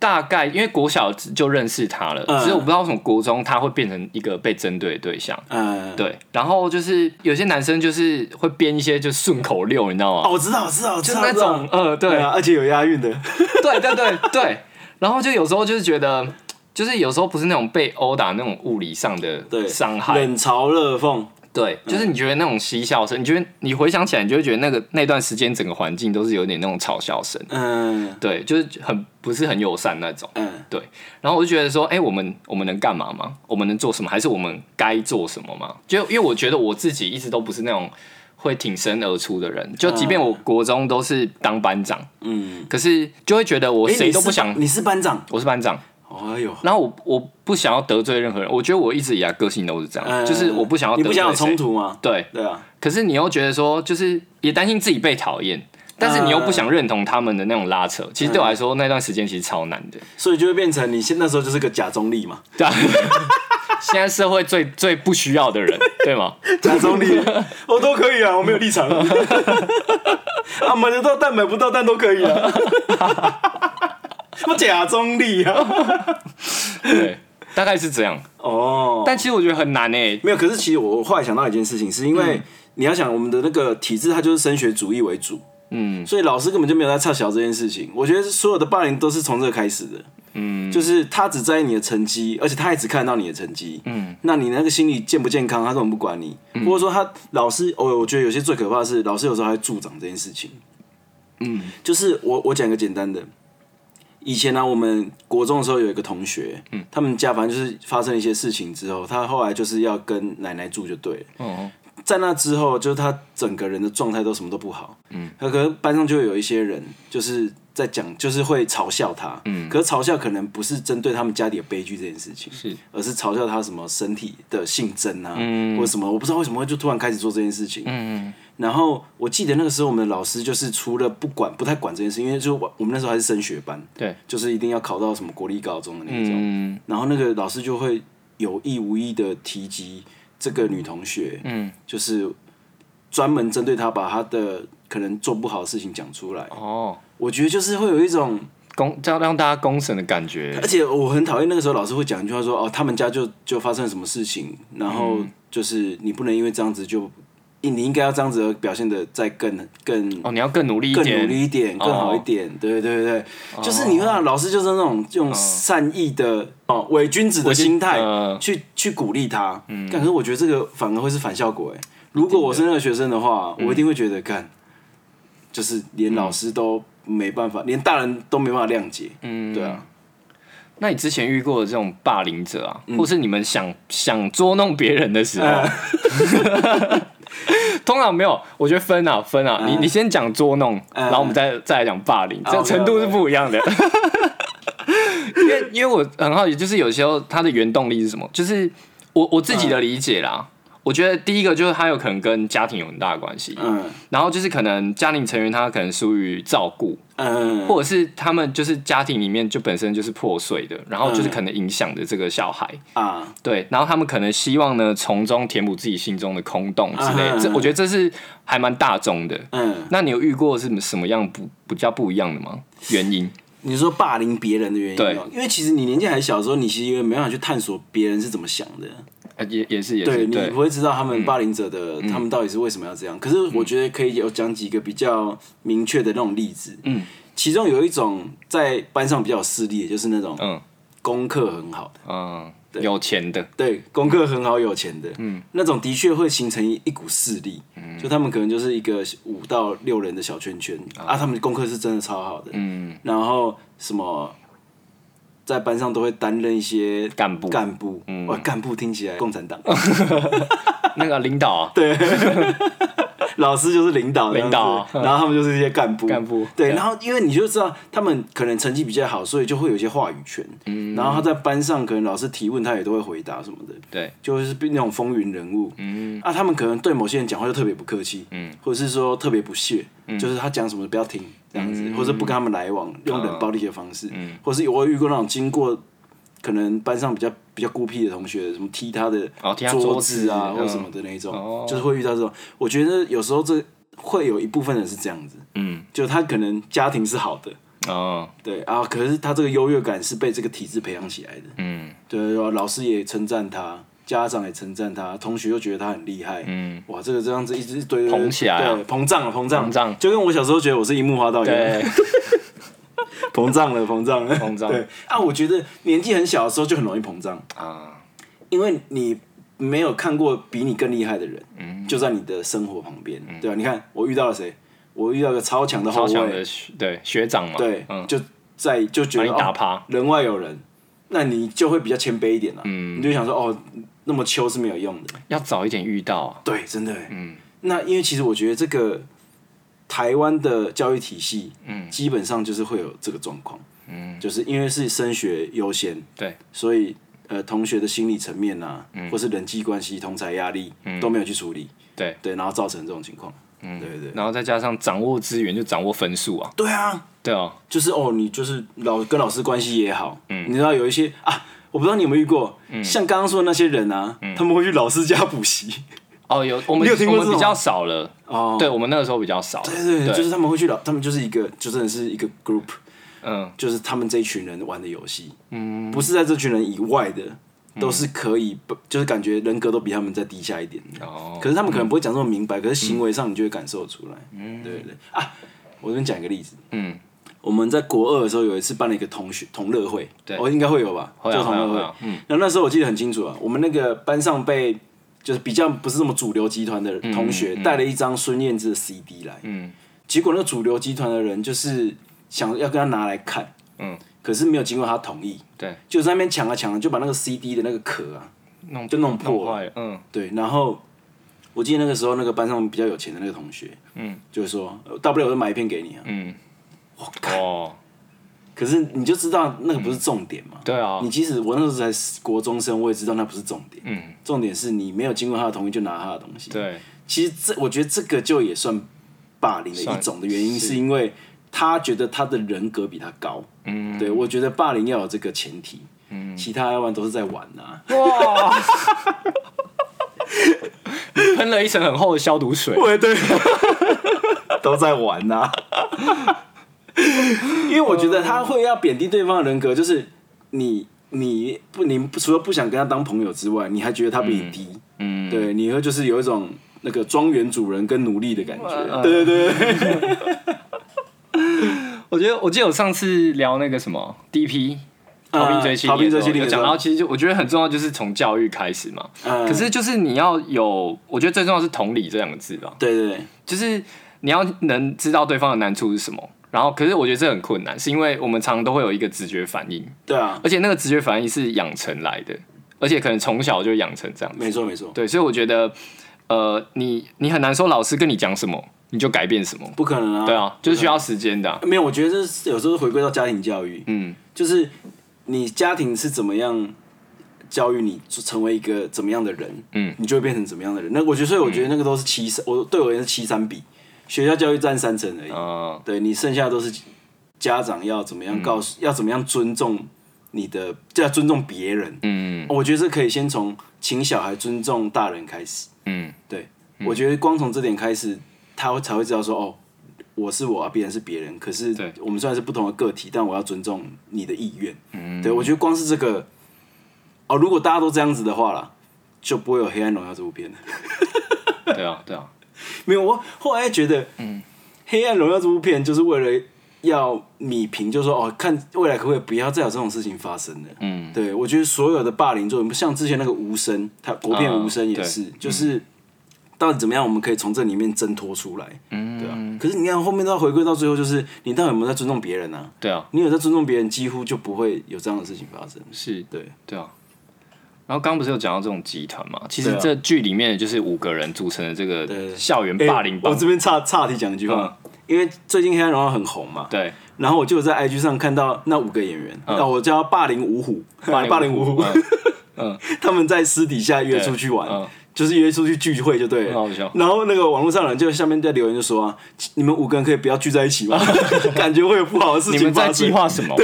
[SPEAKER 2] 大概因为国小就认识他了，
[SPEAKER 3] 嗯
[SPEAKER 2] 只是我不知道为什么国中他会变成一个被针对的对象。
[SPEAKER 3] 嗯，
[SPEAKER 2] 对，然后就是有些男生就是会编一些就顺口溜，你知道吗？
[SPEAKER 3] 哦，我知道，我知道，我知
[SPEAKER 2] 就
[SPEAKER 3] 道
[SPEAKER 2] 是那
[SPEAKER 3] 我知道
[SPEAKER 2] 种呃，对
[SPEAKER 3] 对啊，而且有押韵的，
[SPEAKER 2] 对对对对，然后就有时候就是觉得，就是有时候不是那种被殴打那种物理上
[SPEAKER 3] 对，嗯
[SPEAKER 2] 的伤害，
[SPEAKER 3] 冷嘲热讽，
[SPEAKER 2] 对，就是你觉得那种嬉笑声，你觉得你回想起来，你就会觉得那个那段时间整个环境都是有点那种嘲笑声，
[SPEAKER 3] 嗯
[SPEAKER 2] 对，就是很不是很友善那种。
[SPEAKER 3] 嗯
[SPEAKER 2] 对，然后我就觉得说，哎、我们我们能干嘛吗？我们能做什么？还是我们该做什么吗？就因为我觉得我自己一直都不是那种会挺身而出的人，就即便我国中都是当班长，
[SPEAKER 3] 嗯，
[SPEAKER 2] 可是就会觉得我
[SPEAKER 3] 诶
[SPEAKER 2] 谁都
[SPEAKER 3] 你是
[SPEAKER 2] 不想，哦
[SPEAKER 3] 班你是班长，
[SPEAKER 2] 我是班长，
[SPEAKER 3] 哎呦，
[SPEAKER 2] 然后我我不想要得罪任何人，我觉得我一直以来个性都是这样，
[SPEAKER 3] 嗯
[SPEAKER 2] 就是我不想要
[SPEAKER 3] 你
[SPEAKER 2] 得
[SPEAKER 3] 不
[SPEAKER 2] 罪
[SPEAKER 3] 想有
[SPEAKER 2] 谁
[SPEAKER 3] 冲，突吗？
[SPEAKER 2] 对，
[SPEAKER 3] 对啊，
[SPEAKER 2] 可是你又觉得说，就是也担心自己被讨厌。但是你又不
[SPEAKER 3] 嗯
[SPEAKER 2] 想认同他们的那种拉扯，其实对我来说那段时间其实超难的。
[SPEAKER 3] 所以就会变成你现那时候就是个假中立 嘛，
[SPEAKER 2] 对啊， 现在社会最最不需要的人，对吗？
[SPEAKER 3] 假中立，我都可以啊，我没有立 场，啊，买得到蛋买不到蛋都可以 啊，我假中立啊，
[SPEAKER 2] 对，大概是这样。
[SPEAKER 3] 哦，
[SPEAKER 2] 但其实我觉得很难欸诶、
[SPEAKER 3] 没有，可是其实我后来想到一件事情，是因为你要想我们的那个体制，它就是升学主义为主，
[SPEAKER 2] 嗯，
[SPEAKER 3] 所以老师根本就没有在插小这件事情。我觉得所有的霸凌都是从这个开始的，嗯，就是他只在意你的成绩，而且他也只看到你的成绩，嗯，那你那个心理健不健康，他根本不管你，或者说他老师，哦，我觉得有些最可怕的是老师有时候还会助长这件事情，嗯，就是我我讲一个简单的。以前呢、我们国中的时候有一个同学，嗯，他们家反正就是发生了一些事情之后，他后来就是要跟奶奶住就对了，
[SPEAKER 2] 哦，
[SPEAKER 3] 在那之后，就是他整个人的状态都什么都不好。嗯，可能班上就会有一些人就是在讲，就是会嘲笑他。嗯，可是嘲笑可能不是针对他们家里的悲剧这件事情，
[SPEAKER 2] 是
[SPEAKER 3] 而是嘲笑他什么身体的性征啊，或者什么，我不知道为什么会就突然开始做这件事情。
[SPEAKER 2] 嗯，
[SPEAKER 3] 然后我记得那个时候我们的老师就是除了不管不太管这件事，因为就我我们那时候还是升学班，
[SPEAKER 2] 对，
[SPEAKER 3] 就是一定要考到什么国立高中的那种。
[SPEAKER 2] 嗯，
[SPEAKER 3] 然后那个老师就会有意无意的提及这个女同学，
[SPEAKER 2] 嗯，
[SPEAKER 3] 就是专门针对她，把她的可能做不好的事情讲出来。
[SPEAKER 2] 哦，
[SPEAKER 3] 我觉得就是会有一种，
[SPEAKER 2] 公这样让大家公审的感觉
[SPEAKER 3] 而，且我很讨厌那个时候老师会讲一句话说，哦，他们家就就发生了什么事情，然后
[SPEAKER 2] 嗯
[SPEAKER 3] 就是你不能因为这样子就，你应该要这样子而表现的再更更
[SPEAKER 2] 哦，你要更努力一
[SPEAKER 3] 更
[SPEAKER 2] 点，
[SPEAKER 3] 努力一点，
[SPEAKER 2] 哦
[SPEAKER 3] 更好一点，对对对，就是你会让老师就是那种用善意的哦伪君子的心态
[SPEAKER 2] 嗯
[SPEAKER 3] 去去鼓励他，嗯，可是我觉得这个反而会是反效果哎。如果我是那个学生的话，我一定会觉得干，就是连老师都没办法，连大人都没办法谅解，嗯，对啊，
[SPEAKER 2] 那你之前遇过的这种霸凌者啊，
[SPEAKER 3] 嗯
[SPEAKER 2] 或是你们想想捉弄别人的时候，
[SPEAKER 3] 嗯
[SPEAKER 2] 通常没有，我觉得分啊分啊，你你先讲捉弄，然后我们再再来讲霸凌，这
[SPEAKER 3] 嗯啊 OK，OK
[SPEAKER 2] 程度是不一样 的。因为因为我很好奇，就是有时候它的原动力是什么？就是我我自己的理解啦，我觉得第一个就是它有可能跟家庭有很大的关系，
[SPEAKER 3] 嗯
[SPEAKER 2] 然后就是可能家庭成员他可能疏于照顾，
[SPEAKER 3] 嗯，
[SPEAKER 2] 或者是他们就是家庭里面就本身就是破碎的，然后就是可能影响着这个小孩，
[SPEAKER 3] 啊，
[SPEAKER 2] 对，然后他们可能希望呢从中填补自己心中的空洞之类
[SPEAKER 3] 嗯嗯
[SPEAKER 2] 的，
[SPEAKER 3] 嗯
[SPEAKER 2] 这我觉得这是还蛮大众的。
[SPEAKER 3] 嗯，
[SPEAKER 2] 那你有遇过是什么样不比较不一样的吗？原因？
[SPEAKER 3] 你说霸凌别人的原因哦，
[SPEAKER 2] 对
[SPEAKER 3] 因为其实你年纪还小的时候，你其实也没办法去探索别人是怎么想的，
[SPEAKER 2] 呃也也是也
[SPEAKER 3] 对
[SPEAKER 2] 是
[SPEAKER 3] 你
[SPEAKER 2] 对
[SPEAKER 3] 不，会知道他们霸凌者的、他们到底是为什么要这样。可是我觉得可以有讲几个比较明确的那种例子。
[SPEAKER 2] 嗯，
[SPEAKER 3] 其中有一种在班上比较有势力的，就是那种
[SPEAKER 2] 嗯
[SPEAKER 3] 功课很好的，
[SPEAKER 2] 嗯，有钱的，
[SPEAKER 3] 对，功课很好有钱的，嗯，那种的确会形成一股势力。嗯，就他们可能就是一个五到六人的小圈圈、啊，他们功课是真的超好的，
[SPEAKER 2] 嗯，
[SPEAKER 3] 然后什么。在班上都会担任一些
[SPEAKER 2] 干部
[SPEAKER 3] 干部，哇，干部听起来共产党，
[SPEAKER 2] 那个领导啊，
[SPEAKER 3] 对， 老师就是领导这样子，
[SPEAKER 2] 领导
[SPEAKER 3] 然后他们就是一些干部，
[SPEAKER 2] 干部
[SPEAKER 3] 对，
[SPEAKER 2] 对
[SPEAKER 3] 然后因为你就知道他们可能成绩比较好，所以就会有一些话语权，嗯，然后他在班上可能老师提问，他也都会回答什么的，
[SPEAKER 2] 对，
[SPEAKER 3] 就是那种风云人物，嗯，啊，他们可能对某些人讲话就特别不客气，嗯，或者是说特别不屑，
[SPEAKER 2] 嗯
[SPEAKER 3] 就是他讲什么不要
[SPEAKER 2] 嗯
[SPEAKER 3] 听这样子，或者不跟他们来往，用冷暴力的方式，嗯，或是我有遇过那种经过可能班上比较比较孤僻的同学，什么踢他的
[SPEAKER 2] 哦踢他
[SPEAKER 3] 桌
[SPEAKER 2] 桌子
[SPEAKER 3] 啊，或
[SPEAKER 2] 嗯
[SPEAKER 3] 什么的那一种，
[SPEAKER 2] 哦
[SPEAKER 3] 就是会遇到这种。我觉得有时候这会有一部分人是这样子，
[SPEAKER 2] 嗯，
[SPEAKER 3] 就他可能家庭是好的，
[SPEAKER 2] 哦，
[SPEAKER 3] 对啊，可是他这个优越感是被这个体制培养起来的，
[SPEAKER 2] 嗯
[SPEAKER 3] 对，啊老师也称赞他，家长也称赞他，同学又觉得他很厉害，
[SPEAKER 2] 嗯，
[SPEAKER 3] 哇，这个这样子一直一堆
[SPEAKER 2] 膨起来啊
[SPEAKER 3] 对，膨胀了，膨胀，
[SPEAKER 2] 膨胀
[SPEAKER 3] 就跟我小时候觉得我是樱木花道一样
[SPEAKER 2] 对，，
[SPEAKER 3] 膨胀了，膨胀了，
[SPEAKER 2] 膨胀
[SPEAKER 3] 对啊，我觉得年纪很小的时候就很容易膨胀，
[SPEAKER 2] 啊，
[SPEAKER 3] 因为你没有看过比你更厉害的人，
[SPEAKER 2] 嗯
[SPEAKER 3] 就在你的生活旁边，对吧、啊你看我遇到了谁？我遇到个超强的后
[SPEAKER 2] 超强的
[SPEAKER 3] 卫，
[SPEAKER 2] 学对学长嘛，
[SPEAKER 3] 对，
[SPEAKER 2] 嗯，
[SPEAKER 3] 就在就觉
[SPEAKER 2] 把
[SPEAKER 3] 得
[SPEAKER 2] 你打
[SPEAKER 3] 哦
[SPEAKER 2] 趴，
[SPEAKER 3] 人外有人，那你就会比较谦卑一点了、啊
[SPEAKER 2] 嗯
[SPEAKER 3] 你就想说哦，那么秋是没有用的，
[SPEAKER 2] 要早一点遇到啊，
[SPEAKER 3] 对，真的，嗯，那因为其实我觉得这个台湾的教育体系，嗯，基本上就是会有这个状况，嗯，就是因为是升学优先，
[SPEAKER 2] 对，嗯
[SPEAKER 3] 所以呃，同学的心理层面啊，或是人际关系、同才压力、都没有去处理，
[SPEAKER 2] 对
[SPEAKER 3] 对，然后造成这种情况，嗯，对对
[SPEAKER 2] 然后再加上掌握资源就掌握分数啊，
[SPEAKER 3] 对啊，
[SPEAKER 2] 对哦，
[SPEAKER 3] 就是哦，你就是老跟老师关系也好，嗯，你嗯知道有一些啊，我不知道你有没有遇过，像刚刚说的那些人啊，他们会去老师家补习，
[SPEAKER 2] 哦有我们
[SPEAKER 3] 你有听过
[SPEAKER 2] 我们
[SPEAKER 3] 这种
[SPEAKER 2] 比较少了，
[SPEAKER 3] 哦，
[SPEAKER 2] 对我们那个时候比较少了，
[SPEAKER 3] 对对对，就是他们会去老，他们就是一个就真的是一个 group，
[SPEAKER 2] 嗯
[SPEAKER 3] 就是他们这一群人玩的游戏，嗯，不是在这群人以外的，都是可以，不就是感觉人格都比他们再低下一点的。
[SPEAKER 2] 哦
[SPEAKER 3] 可是他们可能不会讲这么明白，可是行为上你就会感受出来。嗯，对对对啊，我这边讲一个例子。
[SPEAKER 2] 嗯，
[SPEAKER 3] 我们在国二的时候有一次办了一个同学同乐会，
[SPEAKER 2] 对
[SPEAKER 3] 我、应该会有吧，
[SPEAKER 2] 会啊
[SPEAKER 3] 就同乐
[SPEAKER 2] 会
[SPEAKER 3] 会
[SPEAKER 2] 啊会啊。嗯，
[SPEAKER 3] 然后那时候我记得很清楚啊，我们那个班上被就是比较不是那么主流集团的同学带了一张孙燕姿的 CD 来，
[SPEAKER 2] 嗯，
[SPEAKER 3] 结果那个主流集团的人就是想要跟他拿来看，
[SPEAKER 2] 嗯，
[SPEAKER 3] 可是没有经过他同意，
[SPEAKER 2] 对，
[SPEAKER 3] 就在那边抢啊抢啊，就把那个 CD 的那个壳啊，
[SPEAKER 2] 弄
[SPEAKER 3] 就弄破
[SPEAKER 2] 弄
[SPEAKER 3] 了
[SPEAKER 2] 坏了， 嗯
[SPEAKER 3] 对，然后我记得那个时候那个班上比较有钱的那个同学，嗯，就是说呃大不了我就买一片给你啊，
[SPEAKER 2] 嗯，
[SPEAKER 3] 我靠，
[SPEAKER 2] 哦，
[SPEAKER 3] 可是你就知道那个不是重点嘛，
[SPEAKER 2] 对啊
[SPEAKER 3] 你，即使我那时候才国中生，我也知道那不是重点，
[SPEAKER 2] 嗯，
[SPEAKER 3] 重点是你没有经过他的同意就拿他的东西，
[SPEAKER 2] 对，
[SPEAKER 3] 其实这我觉得这个就也算霸凌的一种的原因，
[SPEAKER 2] 算
[SPEAKER 3] 是因为他觉得他的人格比他高。嗯，对，我觉得霸凌要有这个前提。嗯，其他要不然都是在玩啊。
[SPEAKER 2] 哇，喷了一层很厚的消毒水，
[SPEAKER 3] 对对， 都在玩啊。 因为我觉得他会要贬低对方的人格，就是你你不你不除了不想跟他当朋友之外，你还觉得他比你低。
[SPEAKER 2] 嗯，
[SPEAKER 3] 对，你会就是有一种那个庄园主人跟奴隶的感
[SPEAKER 2] 嗯
[SPEAKER 3] 觉。对对对对，
[SPEAKER 2] 我觉得，我记得我上次聊那个什么 DP 逃兵追星，
[SPEAKER 3] 呃逃兵追星
[SPEAKER 2] 有
[SPEAKER 3] 的时
[SPEAKER 2] 讲
[SPEAKER 3] 候
[SPEAKER 2] 到，其实就我觉得很重要，就是从教育开始嘛。
[SPEAKER 3] 嗯
[SPEAKER 2] 可是就是你要有，我觉得最重要是同理这两个字吧，
[SPEAKER 3] 对对对。
[SPEAKER 2] 就是你要能知道对方的难处是什么。然后，可是我觉得这很困难，是因为我们常常都会有一个直觉反应，
[SPEAKER 3] 对啊，
[SPEAKER 2] 而且那个直觉反应是养成来的，而且可能从小就养成这样子。
[SPEAKER 3] 没错没错，
[SPEAKER 2] 对，所以我觉得，呃，你你很难说老师跟你讲什么你就改变什么，
[SPEAKER 3] 不可能啊。
[SPEAKER 2] 对啊，就是需要时间的啊、
[SPEAKER 3] 没有，我觉得这是有时候回归到家庭教育，
[SPEAKER 2] 嗯，
[SPEAKER 3] 就是你家庭是怎么样教育你成为一个怎么样的人，
[SPEAKER 2] 嗯，
[SPEAKER 3] 你就会变成怎么样的人。那我觉得，所以我觉得那个都是七三，我对我而言是七三比，学校教育占三成而已，
[SPEAKER 2] 嗯
[SPEAKER 3] 对你剩下的都是家长要怎么样告诉，要怎么样尊重你的，就要尊重别人。哦
[SPEAKER 2] 嗯
[SPEAKER 3] 我觉得这可以先从请小孩尊重大人开始。
[SPEAKER 2] 嗯，
[SPEAKER 3] 对，我觉得光从这点开始，他会才会知道说，哦，我是我啊，别人是别人。可是
[SPEAKER 2] 对
[SPEAKER 3] 我们虽然是不同的个体，但我要尊重你的意愿。
[SPEAKER 2] 嗯
[SPEAKER 3] 对我觉得光是这个，哦，如果大家都这样子的话啦，就不会有《黑暗荣耀》这部片了。
[SPEAKER 2] 对啊对啊，
[SPEAKER 3] 没有，我后来觉得，
[SPEAKER 2] 嗯
[SPEAKER 3] 黑暗荣耀》这部片就是为了要米平，就说哦，看未来可不可以不要再有这种事情发生了。
[SPEAKER 2] 嗯
[SPEAKER 3] 对，我觉得所有的霸凌作品，像之前那个无声，他国片
[SPEAKER 2] 啊
[SPEAKER 3] 无声也是，就是到底怎么样，我们可以从这里面挣脱出来，嗯，对啊。可是你看后面到回归到最后，就是你到底有没有在尊重别人啊？
[SPEAKER 2] 对啊
[SPEAKER 3] 你有在尊重别人，几乎就不会有这样的事情发生。
[SPEAKER 2] 是，
[SPEAKER 3] 对，
[SPEAKER 2] 对啊。然后刚刚不是有讲到这种集团嘛？其
[SPEAKER 3] 对
[SPEAKER 2] 实
[SPEAKER 3] 啊
[SPEAKER 2] 这剧里面就是五个人组成的这个
[SPEAKER 3] 对
[SPEAKER 2] 校园霸凌嗯
[SPEAKER 3] 欸
[SPEAKER 2] 帮
[SPEAKER 3] 我，这边岔岔题讲一句话，因为最近《黑暗荣耀》很红嘛，
[SPEAKER 2] 对，
[SPEAKER 3] 然后我就有在 IG 上看到那五个演员，那、我叫他霸凌五 虎，霸霸凌五虎，
[SPEAKER 2] 嗯
[SPEAKER 3] 他们在私底下约
[SPEAKER 2] 对
[SPEAKER 3] 出去玩，
[SPEAKER 2] 嗯
[SPEAKER 3] 就是约出去聚会就对了。
[SPEAKER 2] 很好笑
[SPEAKER 3] 然后那个网络上的人就下面在留言就说啊，你们五个人可以不要聚在一起 吗？感觉会有不好的事
[SPEAKER 2] 你
[SPEAKER 3] 情
[SPEAKER 2] 们
[SPEAKER 3] 发
[SPEAKER 2] 在
[SPEAKER 3] 生
[SPEAKER 2] 计。划什么？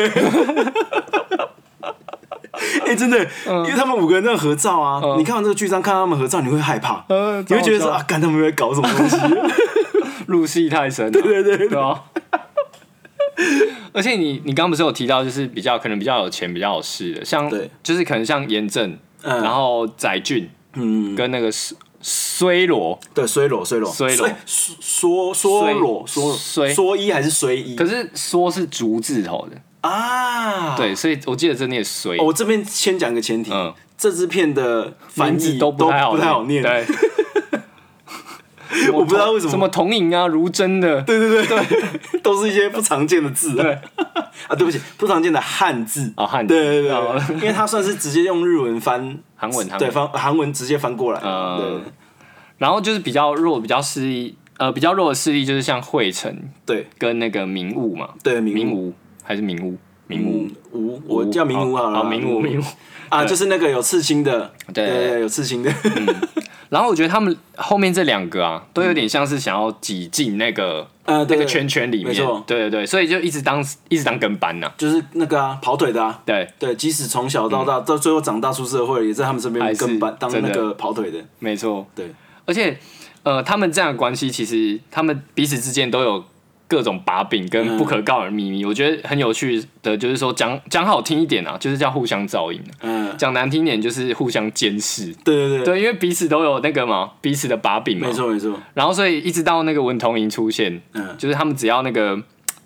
[SPEAKER 3] 哎，真的，
[SPEAKER 2] 嗯
[SPEAKER 3] 因为他们五个人在合照啊，你看完这个剧章，看到他们合照，你会害怕，
[SPEAKER 2] 嗯
[SPEAKER 3] 你会觉得
[SPEAKER 2] 超
[SPEAKER 3] 说
[SPEAKER 2] 好笑
[SPEAKER 3] 啊，干他们在搞什么东 西？
[SPEAKER 2] 入戏太深了，对对对对啊。 而且你你刚刚不是有提到，就是比较可能比较有钱、比较有势的，像
[SPEAKER 3] 对
[SPEAKER 2] 就是可能像严正，
[SPEAKER 3] 嗯
[SPEAKER 2] 然后载俊
[SPEAKER 3] 嗯，
[SPEAKER 2] 跟那个衰衰罗，
[SPEAKER 3] 对，衰裸，衰裸，
[SPEAKER 2] 衰裸
[SPEAKER 3] 衰缩缩裸，缩
[SPEAKER 2] 衰
[SPEAKER 3] 缩衣还是衰衣
[SPEAKER 2] 可是说是竹字头的，
[SPEAKER 3] 啊？
[SPEAKER 2] 对，所以我记得这念衰，
[SPEAKER 3] 哦，我这边先讲个前提
[SPEAKER 2] 嗯，
[SPEAKER 3] 这支片的
[SPEAKER 2] 名
[SPEAKER 3] 翻
[SPEAKER 2] 字
[SPEAKER 3] 译
[SPEAKER 2] 都
[SPEAKER 3] 不
[SPEAKER 2] 太好，
[SPEAKER 3] 太好念，
[SPEAKER 2] 对，
[SPEAKER 3] 我不知道为什
[SPEAKER 2] 什
[SPEAKER 3] 么
[SPEAKER 2] 么同影啊、如真的，对对
[SPEAKER 3] 都是一些不常见的字啊。
[SPEAKER 2] 对
[SPEAKER 3] 啊，对不起，不常见的汉字
[SPEAKER 2] 啊汉字
[SPEAKER 3] 对对对
[SPEAKER 2] 哦
[SPEAKER 3] 对，因为它算是直接用日文翻
[SPEAKER 2] 韩文韩文
[SPEAKER 3] 对翻韩文直接翻过来，
[SPEAKER 2] 嗯
[SPEAKER 3] 对
[SPEAKER 2] 然后就是比较弱、比较势力，呃，比较弱的势力就是像惠城
[SPEAKER 3] 对
[SPEAKER 2] 跟那个明悟嘛，
[SPEAKER 3] 对，
[SPEAKER 2] 明
[SPEAKER 3] 明
[SPEAKER 2] 悟还是明悟，明悟，
[SPEAKER 3] 嗯吴，我叫明武好了，
[SPEAKER 2] 明悟明悟。
[SPEAKER 3] 啊，就是那个有刺青的，
[SPEAKER 2] 对
[SPEAKER 3] 对，有刺青的，
[SPEAKER 2] 然后我觉得他们后面这两个啊，都有点像是想要挤进那个
[SPEAKER 3] 呃，
[SPEAKER 2] 那
[SPEAKER 3] 对
[SPEAKER 2] 个圈，圈里面
[SPEAKER 3] 没错，
[SPEAKER 2] 对对对，所以就一直当一直当跟班呐，
[SPEAKER 3] 对就是那个啊，跑腿的啊。
[SPEAKER 2] 对，
[SPEAKER 3] 对，即使从小到大，到最后长大出社会，也在他们身
[SPEAKER 2] 嗯还
[SPEAKER 3] 边
[SPEAKER 2] 是
[SPEAKER 3] 跟班当
[SPEAKER 2] 真的
[SPEAKER 3] 那个跑腿的，
[SPEAKER 2] 没错，
[SPEAKER 3] 对，
[SPEAKER 2] 而且呃，他们这样的关系，其实他们彼此之间都有各种把柄
[SPEAKER 3] 嗯
[SPEAKER 2] 跟不可告人秘密。我觉得很有趣的，就是说讲讲好听一点啊，就是叫互相照应；
[SPEAKER 3] 嗯，
[SPEAKER 2] 讲难听一点，就是互相监视。
[SPEAKER 3] 对对对，
[SPEAKER 2] 对，因为哦彼此都有那个嘛，彼此的把柄嘛
[SPEAKER 3] 没。错没错，
[SPEAKER 2] 然后，所以一直到那个文童营出现，
[SPEAKER 3] 嗯
[SPEAKER 2] 就是他们只要那个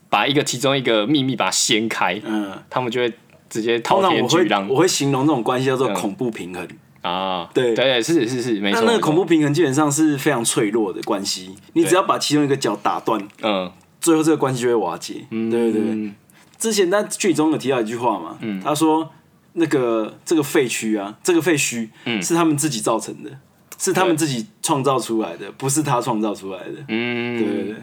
[SPEAKER 2] 把一个其中一个秘密把它掀开，
[SPEAKER 3] 嗯。
[SPEAKER 2] 他们就会直接
[SPEAKER 3] 通
[SPEAKER 2] 滔
[SPEAKER 3] 常
[SPEAKER 2] 天
[SPEAKER 3] 我
[SPEAKER 2] 巨
[SPEAKER 3] 会
[SPEAKER 2] 浪
[SPEAKER 3] 我会形容这种关系叫做
[SPEAKER 2] 嗯
[SPEAKER 3] 恐怖平衡，
[SPEAKER 2] 啊！
[SPEAKER 3] 对
[SPEAKER 2] 对，是是是，没
[SPEAKER 3] 那
[SPEAKER 2] 错。
[SPEAKER 3] 那个
[SPEAKER 2] 没错
[SPEAKER 3] 恐怖，平衡基本上是非常脆弱的关系，你只要把其中一个角打断，
[SPEAKER 2] 嗯，
[SPEAKER 3] 最后这个关系就会瓦解。对对对。
[SPEAKER 2] 嗯
[SPEAKER 3] 之前在剧中有提到一句话嘛，他说那个这个废墟啊，这个废墟
[SPEAKER 2] 嗯
[SPEAKER 3] 是他们自己造成的，是他们
[SPEAKER 2] 对
[SPEAKER 3] 自己创造出来的，不是他创造出来的。
[SPEAKER 2] 嗯，
[SPEAKER 3] 对对对，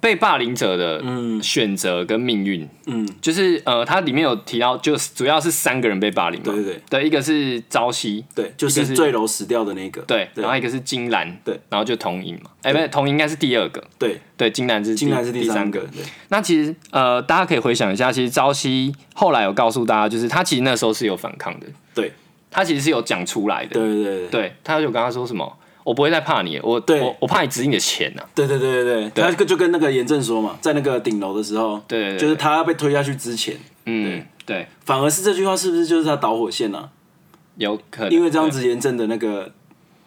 [SPEAKER 2] 被霸凌者的选择跟命运，
[SPEAKER 3] 嗯，
[SPEAKER 2] 就是呃，它里面有提到，就是主要是三个人被霸凌嘛，
[SPEAKER 3] 对对对
[SPEAKER 2] 对，一个是朝夕，
[SPEAKER 3] 对，就
[SPEAKER 2] 一个是
[SPEAKER 3] 是坠楼死掉的那个。
[SPEAKER 2] 对，
[SPEAKER 3] 对
[SPEAKER 2] 然后一个是金兰，
[SPEAKER 3] 对，
[SPEAKER 2] 然后就童影嘛，哎，不是童影应该是第二个，
[SPEAKER 3] 对，
[SPEAKER 2] 对，金兰是
[SPEAKER 3] 竟然是
[SPEAKER 2] 第
[SPEAKER 3] 第三
[SPEAKER 2] 三
[SPEAKER 3] 个
[SPEAKER 2] 个。。
[SPEAKER 3] 对
[SPEAKER 2] 那其实呃，大家可以回想一下，其实朝夕后来有告诉大家，就是他其实那时候是有反抗的，
[SPEAKER 3] 对
[SPEAKER 2] 他其实是有讲出来的，
[SPEAKER 3] 对对对
[SPEAKER 2] 对，他就跟他说什么，我不会再怕你了，我
[SPEAKER 3] 对
[SPEAKER 2] 我我怕你只是你的钱啊呐，
[SPEAKER 3] 对对对对对，他就跟那个严正说嘛，在那个顶楼的时候，
[SPEAKER 2] 对对对
[SPEAKER 3] 就是他要被推下去之前，
[SPEAKER 2] 嗯，对，
[SPEAKER 3] 反而是这句话是不是就是他导火线啊？
[SPEAKER 2] 有可能
[SPEAKER 3] 因为这样
[SPEAKER 2] 对
[SPEAKER 3] 子严正的那个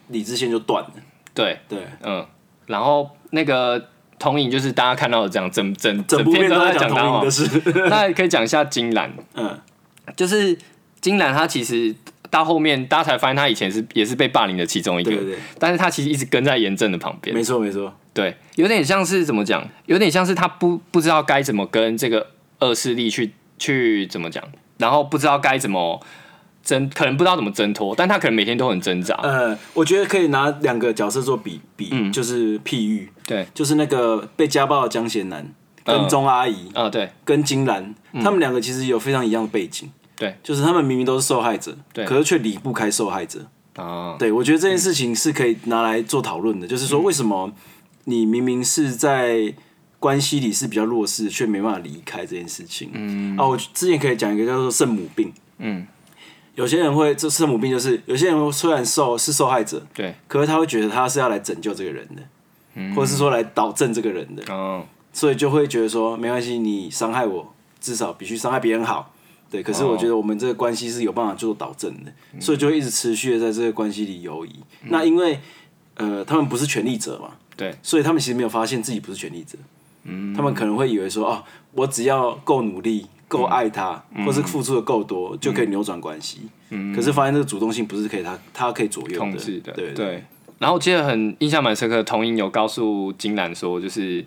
[SPEAKER 3] 理智线就断了。
[SPEAKER 2] 对。
[SPEAKER 3] 对，
[SPEAKER 2] 嗯，然后那个同影就是大家看到的这样，整整
[SPEAKER 3] 整部
[SPEAKER 2] 片
[SPEAKER 3] 片
[SPEAKER 2] 都
[SPEAKER 3] 都
[SPEAKER 2] 在
[SPEAKER 3] 在讲
[SPEAKER 2] 他
[SPEAKER 3] 同
[SPEAKER 2] 嘛
[SPEAKER 3] 影的。事。
[SPEAKER 2] 那也可以讲一下金兰，
[SPEAKER 3] 嗯，
[SPEAKER 2] 就是金兰她其实到后面大家才发现她以前是也是被霸凌的其中一个，
[SPEAKER 3] 对对对
[SPEAKER 2] 但是她其实一直跟在严正的旁边
[SPEAKER 3] 没，错没错，
[SPEAKER 2] 对，有点像是怎么讲，有点像是她不不知道该怎么跟这个恶势力去去怎么讲，然后不知道该怎么。挣可能不知道怎么挣脱，但她可能每天都很挣扎。
[SPEAKER 3] 呃，我觉得可以拿两个角色做比比，
[SPEAKER 2] 嗯
[SPEAKER 3] 就是譬喻，
[SPEAKER 2] 对，
[SPEAKER 3] 就是那个被家暴的江贤南
[SPEAKER 2] 嗯
[SPEAKER 3] 跟钟阿姨
[SPEAKER 2] 啊、对，
[SPEAKER 3] 跟金兰，他们两个其实有非常一样的背景。
[SPEAKER 2] 对，
[SPEAKER 3] 就是他们明明都是受害者，
[SPEAKER 2] 对
[SPEAKER 3] 可是却离不开受害者。
[SPEAKER 2] 啊，
[SPEAKER 3] 对，我觉得这件事情是可以拿来做讨论的，就是说
[SPEAKER 2] 嗯
[SPEAKER 3] 为什么你明明是在关系里是比较弱势，却没办法离开这件事情。嗯，啊，我之前可以讲一个叫做圣母病。
[SPEAKER 2] 嗯，
[SPEAKER 3] 有些人会这圣母病就是有些人虽然受是受害者，
[SPEAKER 2] 对，
[SPEAKER 3] 可是他会觉得他是要来拯救这个人的，或者是说来导正这个人的，
[SPEAKER 2] 嗯，
[SPEAKER 3] 所以就会觉得说没关系，你伤害我，至少比去伤害别人好。对，可是
[SPEAKER 2] 哦嗯
[SPEAKER 3] 我觉得我们这个关系是有办法做导正的，所以就会一直持续的在这个关系里游移。那因为呃，他们不是权力者嘛，
[SPEAKER 2] 对，
[SPEAKER 3] 所以他们其实没有发现自己不是权力者。嗯，他们可能会以为说，哦，我只要够努力、够爱他，
[SPEAKER 2] 嗯
[SPEAKER 3] 或是付出的够多，就可以扭转关系。嗯，可是发现这个主动性不是可以他他可以左右的，
[SPEAKER 2] 控制的，
[SPEAKER 3] 对
[SPEAKER 2] 然后我记得很印象蛮深刻，童英有告诉金兰说，就是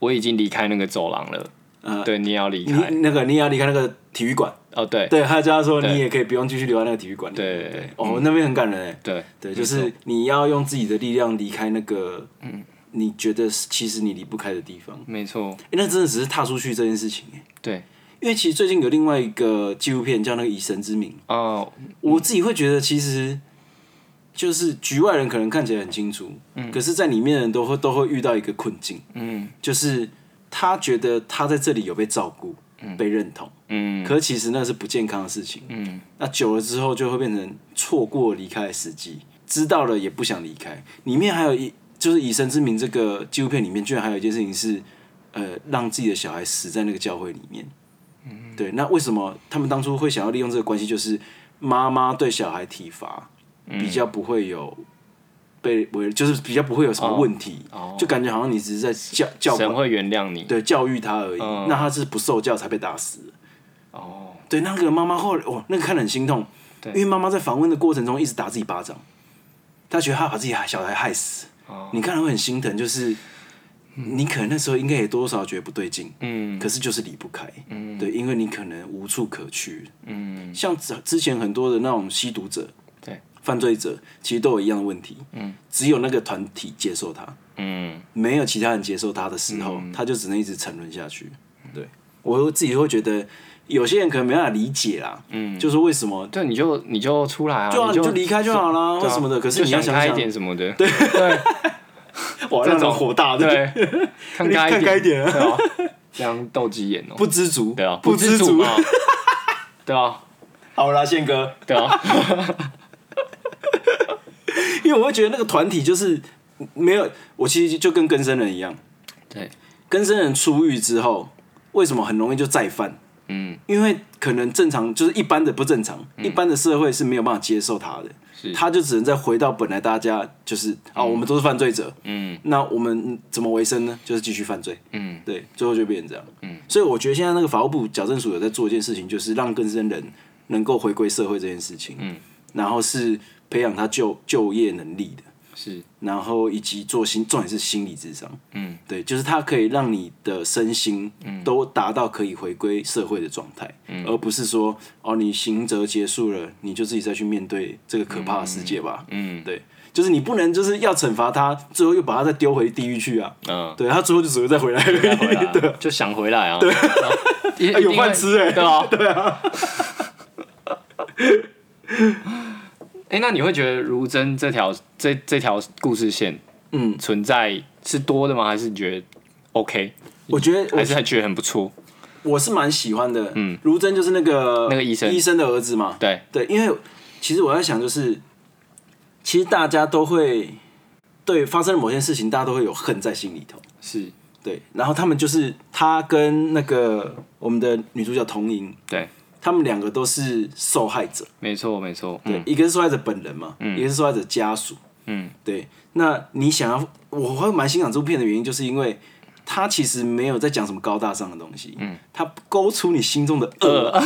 [SPEAKER 2] 我已经离开那个走廊了，
[SPEAKER 3] 呃
[SPEAKER 2] 对，你也要离
[SPEAKER 3] 你
[SPEAKER 2] 开。
[SPEAKER 3] 那个你也要离开那个体育馆，
[SPEAKER 2] 哦，对，
[SPEAKER 3] 对，他叫他说
[SPEAKER 2] 对
[SPEAKER 3] 你也可以不用继续留在那个体育馆里。
[SPEAKER 2] 对嗯对对
[SPEAKER 3] 对，哦，那边很感人哎。
[SPEAKER 2] 对，
[SPEAKER 3] 对，就是你要用自己的力量离开那个，
[SPEAKER 2] 嗯
[SPEAKER 3] 你觉得是其实你离不开的地方。
[SPEAKER 2] 没错，
[SPEAKER 3] 哎，那真的只是踏出去这件事情哎。
[SPEAKER 2] 对，
[SPEAKER 3] 因为其实最近有另外一个纪录片叫那个《以神之名》，
[SPEAKER 2] 哦，
[SPEAKER 3] 我自己会觉得其实就是局外人可能看起来很清楚，可是在里面的人都会都会遇到一个困境，
[SPEAKER 2] 嗯，
[SPEAKER 3] 就是他觉得他在这里有被照顾，被认同。
[SPEAKER 2] 嗯，
[SPEAKER 3] 可是其实那是不健康的事情。嗯，那久了之后就会变成错过离开的时机，知道了也不想离开。里面还有一就是《以身之名》这个纪录片里面，居然还有一件事情是，呃，让自己的小孩死在那个教会里面。嗯，对。那为什么他们当初会想要利用这个关系，就是妈妈对小孩体罚，比较不会有。被为就是比较不会有什么问题，就感觉好像你只是在教教
[SPEAKER 2] 神
[SPEAKER 3] 管
[SPEAKER 2] 会原谅你。
[SPEAKER 3] 对教育他而已。那他是不受教才被打死的。
[SPEAKER 2] 哦，
[SPEAKER 3] 对，那个妈妈后来哇，那个看得很心痛，因为妈妈在访问的过程中一直打自己巴掌，她觉得她把自己小孩害死，你看了会很心疼，就是。你可能那时候应该也多少觉得不对劲，嗯，可是就是离不开，嗯，对，因为你可能无处可去，嗯，像之之前很多的那种吸毒者，
[SPEAKER 2] 对，
[SPEAKER 3] 犯罪者其实都有一样的问题，嗯，只有那个团体接受他，
[SPEAKER 2] 嗯，
[SPEAKER 3] 没有其他人接受他的时候，他就只能一直沉沦下去。对我自己会觉得，有些人可能没办法理解啦，嗯，就是为什么。
[SPEAKER 2] 啊对，你就你就出来啊，
[SPEAKER 3] 对啊，你
[SPEAKER 2] 就
[SPEAKER 3] 就离开就好啦，或
[SPEAKER 2] 对啊
[SPEAKER 3] 什么的。可是
[SPEAKER 2] 就
[SPEAKER 3] 你要
[SPEAKER 2] 想
[SPEAKER 3] 想
[SPEAKER 2] 开一
[SPEAKER 3] 想，
[SPEAKER 2] 点什么的，对对
[SPEAKER 3] 哇，让
[SPEAKER 2] 这
[SPEAKER 3] 人
[SPEAKER 2] 种
[SPEAKER 3] 火大，对，
[SPEAKER 2] 对， 看开
[SPEAKER 3] 看开一点
[SPEAKER 2] 一点，
[SPEAKER 3] 啊
[SPEAKER 2] 对啊，这样斗鸡眼哦，
[SPEAKER 3] 不知足，
[SPEAKER 2] 对啊，
[SPEAKER 3] 不
[SPEAKER 2] 知
[SPEAKER 3] 足
[SPEAKER 2] 嘛。，对啊，
[SPEAKER 3] 好啦，宪哥，
[SPEAKER 2] 对啊，
[SPEAKER 3] 因为我会觉得那个团体就是没有，我其实就跟更生人一样，
[SPEAKER 2] 对，
[SPEAKER 3] 跟生人出狱之后，为什么很容易就再犯？
[SPEAKER 2] 嗯，
[SPEAKER 3] 因为可能正常就是一般的不正常，一般的社会是没有办法接受他的，
[SPEAKER 2] 是，
[SPEAKER 3] 他就只能再回到本来大家就是啊，我们都是犯罪者，
[SPEAKER 2] 嗯
[SPEAKER 3] 那我们怎么为生呢？就是继续犯罪，
[SPEAKER 2] 嗯
[SPEAKER 3] 对，最后就变成这样。
[SPEAKER 2] 嗯，
[SPEAKER 3] 所以我觉得现在那个法务部矫正署有在做一件事情，就是让更生人能够回归社会这件事情，
[SPEAKER 2] 嗯，
[SPEAKER 3] 然后是培养他就就业能力的，
[SPEAKER 2] 是，
[SPEAKER 3] 然后以及做心，重点是心理智商，
[SPEAKER 2] 嗯，
[SPEAKER 3] 对，就是它可以让你的身心都达到可以回归社会的状态，
[SPEAKER 2] 嗯
[SPEAKER 3] 而不是说哦，你刑责结束了，你就自己再去面对这个可怕的世界吧。
[SPEAKER 2] 嗯
[SPEAKER 3] 对，就是你不能就是要惩罚他，最后又把他再丢回地狱去啊。
[SPEAKER 2] 嗯，
[SPEAKER 3] 对他最后就只会再回来而已，
[SPEAKER 2] 该回 来啊，就想回来啊，对，一
[SPEAKER 3] 哎有
[SPEAKER 2] 定
[SPEAKER 3] 饭
[SPEAKER 2] 会
[SPEAKER 3] 吃哎
[SPEAKER 2] 对啊， 对啊。 哎，那你会觉得如真这条这这条故事线
[SPEAKER 3] 嗯，
[SPEAKER 2] 存在是多的吗？还是你觉得 OK？
[SPEAKER 3] 我觉得
[SPEAKER 2] 还
[SPEAKER 3] 我
[SPEAKER 2] 是还觉得很不错？
[SPEAKER 3] 我是蛮喜欢的。嗯，如真就是那个
[SPEAKER 2] 那个医生
[SPEAKER 3] 医生的儿子嘛。
[SPEAKER 2] 对，
[SPEAKER 3] 对，因为其实我在想，就是其实大家都会对发生了某件事情，大家都会有恨在心里头。
[SPEAKER 2] 是，
[SPEAKER 3] 对，然后他们就是他跟那个我们的女主角童莹，
[SPEAKER 2] 对，
[SPEAKER 3] 他们两个都是受害者，
[SPEAKER 2] 没错，没错，嗯，
[SPEAKER 3] 一个是受害者本人嘛，一个是受害者家属。
[SPEAKER 2] 嗯，
[SPEAKER 3] 对。那你想要，我会蛮欣赏这部片的原因，就是因为他其实没有在讲什么高大上的东西，嗯，他勾出你心中的恶，
[SPEAKER 2] 呃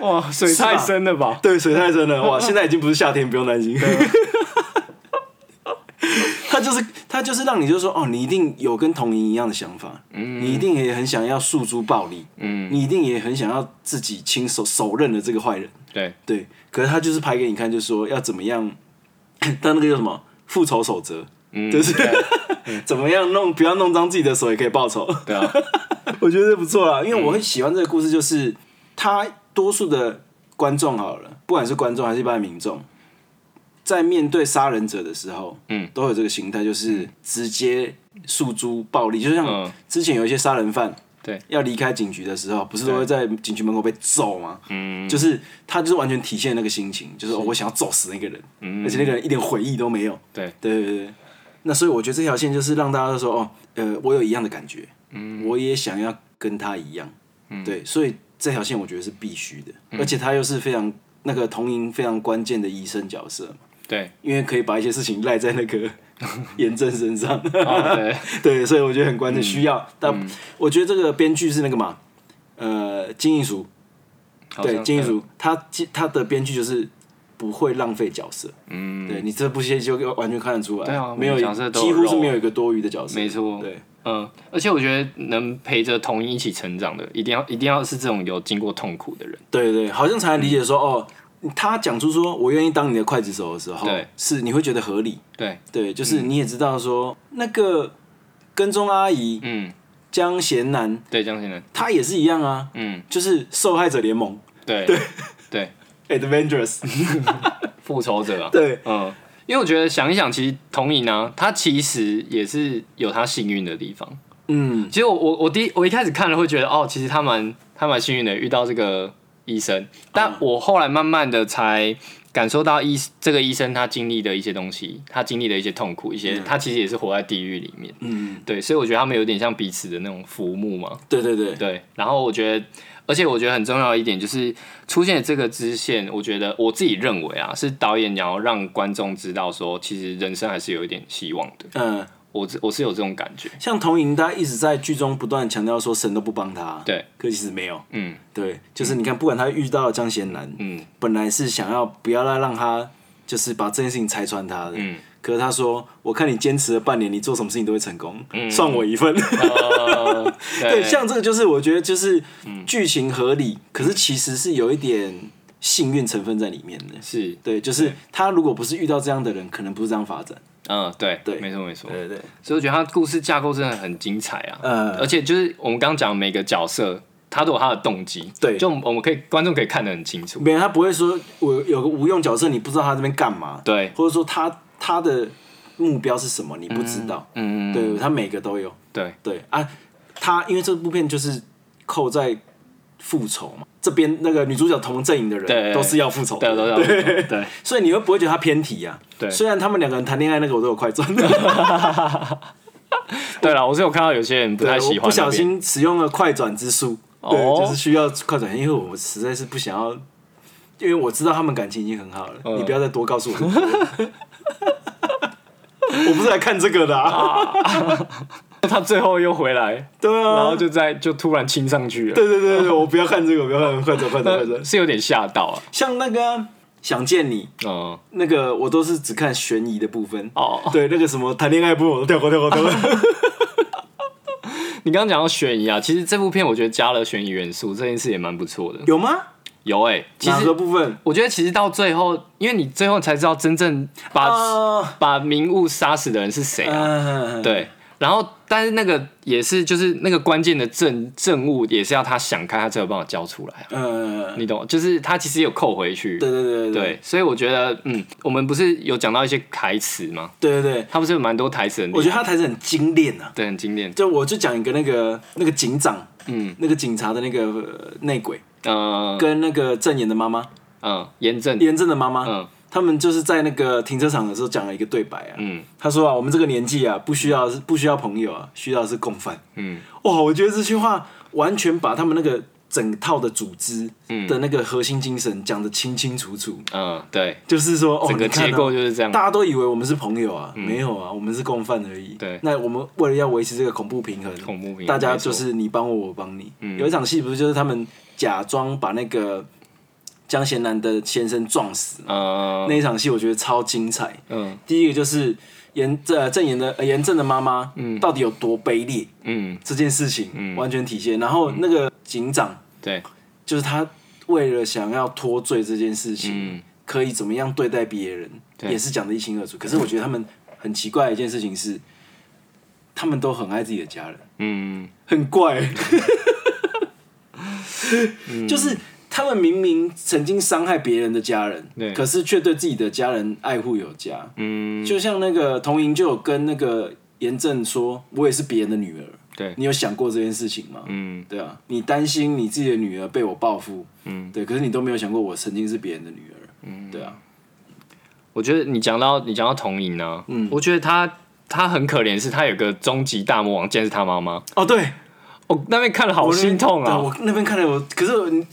[SPEAKER 2] 哇，水
[SPEAKER 3] 太
[SPEAKER 2] 太
[SPEAKER 3] 深
[SPEAKER 2] 深了吧？
[SPEAKER 3] 对，水太深 了，哇，现在已经不是夏天，不用担心。
[SPEAKER 2] 啊
[SPEAKER 3] 他就是他就是让你就说哦，你一定有跟童莹一样的想法，你一定也很想要诉诸暴力，
[SPEAKER 2] 嗯，
[SPEAKER 3] 你一定也很想要自己亲手手刃了这个坏人，
[SPEAKER 2] 对，
[SPEAKER 3] 对。可是他就是拍给你看，就说要怎么样， 但那个叫什么复仇守则，
[SPEAKER 2] 嗯，
[SPEAKER 3] 就是
[SPEAKER 2] 对
[SPEAKER 3] 怎么样弄不要弄脏自己的手也可以报仇。
[SPEAKER 2] 对啊，
[SPEAKER 3] 我觉得不错啦，因为我很喜欢这个故事，就是他多数的观众好了，不管是观众还是一般的民众，在面对杀人者的时候，
[SPEAKER 2] 嗯，
[SPEAKER 3] 都有这个心态，就是直接诉诸暴力，就像
[SPEAKER 2] 嗯
[SPEAKER 3] 之前有一些杀人犯。
[SPEAKER 2] 对，
[SPEAKER 3] 要离开警局的时候，不是都会在警局门口被揍吗？嗯，就是他就是完全体现那个心情，就是、哦、我想要揍死那个人，而且那个人一点悔意都没有。
[SPEAKER 2] 嗯对，
[SPEAKER 3] 对对对。那所以我觉得这条线就是让大家都说哦，呃，我有一样的感觉，嗯，我也想要跟他一样，
[SPEAKER 2] 嗯
[SPEAKER 3] 对，所以这条线我觉得是必须的，而且他又是非常那个童莹非常关键的医生角色嘛，
[SPEAKER 2] 对，
[SPEAKER 3] 因为可以把一些事情赖在那个 严正身 上，
[SPEAKER 2] 啊，对，
[SPEAKER 3] 对，所以我觉得很
[SPEAKER 2] 嗯
[SPEAKER 3] 关键，需要。但我觉得这个编剧是那个嘛，呃，金艺淑，
[SPEAKER 2] 好
[SPEAKER 3] 对，
[SPEAKER 2] 像嗯
[SPEAKER 3] 金艺淑，他他的编剧就是不会浪费角色，
[SPEAKER 2] 嗯，
[SPEAKER 3] 对你这部戏就完全看得出来，
[SPEAKER 2] 对啊
[SPEAKER 3] 没有
[SPEAKER 2] 每个角色都有
[SPEAKER 3] 几乎是
[SPEAKER 2] 肉
[SPEAKER 3] 没有一个多余的角色，
[SPEAKER 2] 没错，
[SPEAKER 3] 对，
[SPEAKER 2] 嗯，而且我觉得能陪着童一一起成长的，一定要一定要是这种有经过痛苦的人，
[SPEAKER 3] 对对，好像才能理解
[SPEAKER 2] 嗯
[SPEAKER 3] 说、哦，他讲出说我愿意当你的刽子手的时候
[SPEAKER 2] 对，嗯
[SPEAKER 3] 是你会觉得合理，
[SPEAKER 2] 对，
[SPEAKER 3] 对，就是你也知道说、那个跟踪阿姨
[SPEAKER 2] 嗯，
[SPEAKER 3] 江贤南，
[SPEAKER 2] 对，江先生，
[SPEAKER 3] 他也是一样啊，
[SPEAKER 2] 嗯，
[SPEAKER 3] 就是受害者联盟
[SPEAKER 2] 对，对，
[SPEAKER 3] Adventures，
[SPEAKER 2] 复仇者啊，
[SPEAKER 3] 对，
[SPEAKER 2] 嗯，啊因为我觉得想一想，其实童颖呢，他其实也是有他幸运的地方，
[SPEAKER 3] 嗯，
[SPEAKER 2] 其实我我我第一我一开始看了会觉得哦，其实他蛮他蛮幸运的遇到这个医生，但我后来慢慢的才感受到医这个医生他经历的一些东西，他经历的一些痛苦，一些、他其实也是活在地狱里面，
[SPEAKER 3] 嗯，
[SPEAKER 2] 对，所以我觉得他们有点像彼此的那种浮木嘛，
[SPEAKER 3] 对对对，
[SPEAKER 2] 对，然后我觉得，而且我觉得很重要的一点就是出现这个支线，我觉得我自己认为啊，是导演想要让观众知道说，其实人生还是有一点希望的，
[SPEAKER 3] 嗯，
[SPEAKER 2] 我我是有这种感觉，
[SPEAKER 3] 像童莹，她一直在剧中不断强调说神都不帮她，
[SPEAKER 2] 对，
[SPEAKER 3] 可其实没有，
[SPEAKER 2] 嗯
[SPEAKER 3] 对，就是你看，不管她遇到江贤南，
[SPEAKER 2] 嗯
[SPEAKER 3] 本来是想要不要再让他，就是把这件事情拆穿他的。
[SPEAKER 2] 嗯，
[SPEAKER 3] 可是他说：“我看你坚持了半年，你做什么事情都会成功，算我一份。
[SPEAKER 2] 呃
[SPEAKER 3] 嗯哦对，像这个就是我觉得就是剧情合理，可是其实是有一点幸运成分在里面的。
[SPEAKER 2] 是，
[SPEAKER 3] 对，就是他如果不是遇到这样的人，可能不是这样发展。
[SPEAKER 2] 嗯，对，
[SPEAKER 3] 对
[SPEAKER 2] 没错没错，
[SPEAKER 3] 对，
[SPEAKER 2] 所以我觉得他故事架构真的很精彩啊，
[SPEAKER 3] 嗯
[SPEAKER 2] 而且就是我们刚刚讲每个角色，他都有他的动机，
[SPEAKER 3] 对
[SPEAKER 2] 就我们可以观众可以看得很清楚，
[SPEAKER 3] 别人他不会说我有个无用角色，你不知道他这边干嘛，
[SPEAKER 2] 对，
[SPEAKER 3] 或者说他他的目标是什么，你不知道。
[SPEAKER 2] 嗯，
[SPEAKER 3] 对他每个都有。
[SPEAKER 2] 对，
[SPEAKER 3] 对啊，他因为这部片就是扣在复仇嘛，这边那个女主角同阵营的
[SPEAKER 2] 对
[SPEAKER 3] 人都是要复仇
[SPEAKER 2] 对，
[SPEAKER 3] 的，
[SPEAKER 2] 都对对，
[SPEAKER 3] 所以你会不会觉得他偏题啊？
[SPEAKER 2] 对
[SPEAKER 3] 虽然他们两个人谈恋爱那个我都有快转，
[SPEAKER 2] 对了，我是有看到有些人不太喜
[SPEAKER 3] 我
[SPEAKER 2] 欢那边，
[SPEAKER 3] 不小心使用了快转之术，
[SPEAKER 2] 哦
[SPEAKER 3] 对，就是需要快转，因为我实在是不想要，因为我知道他们感情已经很好了，
[SPEAKER 2] 嗯
[SPEAKER 3] 你不要再多告诉我。我不是来看这个的、 啊，
[SPEAKER 2] 他最后又回来，
[SPEAKER 3] 对
[SPEAKER 2] 然
[SPEAKER 3] 啊
[SPEAKER 2] 后，就在就突然亲上去了，
[SPEAKER 3] 对对对对，我不要看这个，我不要看，快转快转快转
[SPEAKER 2] 呃，是有点吓到啊。
[SPEAKER 3] 像那个啊、想见你》，
[SPEAKER 2] 嗯，
[SPEAKER 3] 那个我都是只看悬疑的部分。
[SPEAKER 2] 哦，
[SPEAKER 3] 对，那个什么谈恋爱部分我都跳过跳过跳过。
[SPEAKER 2] 你刚刚讲到悬疑啊，其实这部片我觉得加了悬疑元素，这件事也蛮不错的。
[SPEAKER 3] 有吗？
[SPEAKER 2] 有哎、其
[SPEAKER 3] 哪个
[SPEAKER 2] 实
[SPEAKER 3] 部分？
[SPEAKER 2] 我觉得其实到最后，因为你最后才知道真正把、
[SPEAKER 3] 啊，
[SPEAKER 2] 把明悟杀死的人是谁啊。
[SPEAKER 3] 嗯，
[SPEAKER 2] 对，然后但是那个也是就是那个关键的证证物也是要他想开，他才有办法交出来啊。
[SPEAKER 3] 嗯，
[SPEAKER 2] 你懂？就是他其实有扣回去。
[SPEAKER 3] 对对对
[SPEAKER 2] 对，所以我觉得，嗯，我们不是有讲到一些台词吗？
[SPEAKER 3] 对对对，
[SPEAKER 2] 他不是有蛮多台词很厉害，
[SPEAKER 3] 我觉得他台词很精炼啊。
[SPEAKER 2] 对很经典。
[SPEAKER 3] 就我就讲一个那个那个警长，
[SPEAKER 2] 嗯，
[SPEAKER 3] 那个警察的那个呃内鬼，
[SPEAKER 2] 呃，
[SPEAKER 3] 跟那个郑言的妈妈，
[SPEAKER 2] 嗯，严正，
[SPEAKER 3] 严正的妈妈，
[SPEAKER 2] 嗯
[SPEAKER 3] 他们就是在那个停车场的时候讲了一个对白啊。
[SPEAKER 2] 嗯
[SPEAKER 3] 他说啊，我们这个年纪啊，不需要不需要朋友啊，需要的是共犯。
[SPEAKER 2] 嗯，
[SPEAKER 3] 哇，我觉得这句话完全把他们那个整套的组织的那个核心精神讲得清清楚楚，
[SPEAKER 2] 嗯，对，
[SPEAKER 3] 就是说，哦，
[SPEAKER 2] 整个
[SPEAKER 3] 你看啊
[SPEAKER 2] 结构就是这样嗯
[SPEAKER 3] 大家都以为我们是朋友啊，没有啊，我们是共犯而已。
[SPEAKER 2] 对
[SPEAKER 3] 那我们为了要维持这个恐怖平衡，
[SPEAKER 2] 恐怖平衡嗯
[SPEAKER 3] 大家
[SPEAKER 2] 没错
[SPEAKER 3] 就是你帮我，我帮你。有一场戏不是就是他们假装把那个江贤南的先生撞死，
[SPEAKER 2] 呃
[SPEAKER 3] 那，一场戏我觉得超精彩。
[SPEAKER 2] 嗯
[SPEAKER 3] 第一个就是严呃郑言的呃严正的妈妈，到底有多卑劣？
[SPEAKER 2] 嗯，
[SPEAKER 3] 这件事情完全体现。然后那个警长
[SPEAKER 2] 对，
[SPEAKER 3] 就是他为了想要脱罪这件事情，
[SPEAKER 2] 嗯
[SPEAKER 3] 可以怎么样对待别人，
[SPEAKER 2] 对
[SPEAKER 3] 也是讲的一清二楚。可是我觉得他们很奇怪的一件事情是，他们都很爱自己的家人，
[SPEAKER 2] 嗯，
[SPEAKER 3] 很怪、
[SPEAKER 2] 嗯
[SPEAKER 3] 就是。他们明明曾经伤害别人的家人
[SPEAKER 2] 对，
[SPEAKER 3] 可是却对自己的家人爱护有加。嗯，就像那个童莹就有跟那个严正说：“我也是别人的女儿。”
[SPEAKER 2] 对，
[SPEAKER 3] 你有想过这件事情吗？
[SPEAKER 2] 嗯，
[SPEAKER 3] 对啊，你担心你自己的女儿被我报复，嗯，对，可是你都没有想过我曾经是别人的女儿，嗯，对啊，
[SPEAKER 2] 我觉得你讲到你讲到童影呢，
[SPEAKER 3] 嗯
[SPEAKER 2] 我觉得他他很可怜，是他有个终极大魔王，竟然是他妈妈，
[SPEAKER 3] 哦，对，
[SPEAKER 2] 哦，那边看了好
[SPEAKER 3] 我那边
[SPEAKER 2] 心痛
[SPEAKER 3] 对
[SPEAKER 2] 啊，
[SPEAKER 3] 我那边看了我，可是你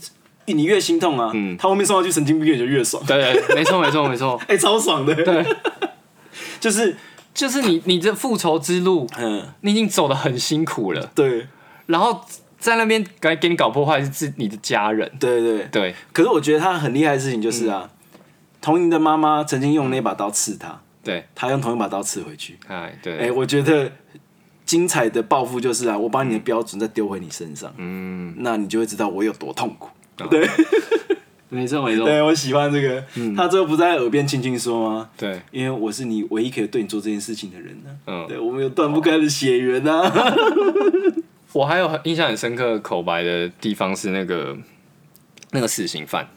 [SPEAKER 3] 你越心痛啊，
[SPEAKER 2] 嗯
[SPEAKER 3] 他后面送到去神经病院就越爽，
[SPEAKER 2] 对，对没错没错没错，
[SPEAKER 3] 哎、超爽的，
[SPEAKER 2] 对，
[SPEAKER 3] 就是，
[SPEAKER 2] 就是你你这复仇之路，
[SPEAKER 3] 嗯，
[SPEAKER 2] 你已经走得很辛苦了，
[SPEAKER 3] 对，
[SPEAKER 2] 然后在那边给给你搞破坏是自你的家人，
[SPEAKER 3] 对对对，
[SPEAKER 2] 对
[SPEAKER 3] 可是我觉得他很厉害的事情就是啊，
[SPEAKER 2] 嗯
[SPEAKER 3] 童莹的妈妈曾经用那把刀刺他，
[SPEAKER 2] 对，
[SPEAKER 3] 他用同一把刀刺回去，
[SPEAKER 2] 哎
[SPEAKER 3] 哎、
[SPEAKER 2] 对，
[SPEAKER 3] 我觉得精彩的报复就是啊，我把你的标准再丢回你身上，嗯，那你就会知道我有多痛苦。对，
[SPEAKER 2] 没错没错
[SPEAKER 3] 对我喜欢这个。
[SPEAKER 2] 嗯
[SPEAKER 3] 他最后不是在耳边轻轻说吗？
[SPEAKER 2] 对，
[SPEAKER 3] 因为我是你唯一可以对你做这件事情的人呢、
[SPEAKER 2] 嗯
[SPEAKER 3] 对，我们有断不开的血缘啊。
[SPEAKER 2] 我还有很印象很深刻的口白的地方是那个那个死刑犯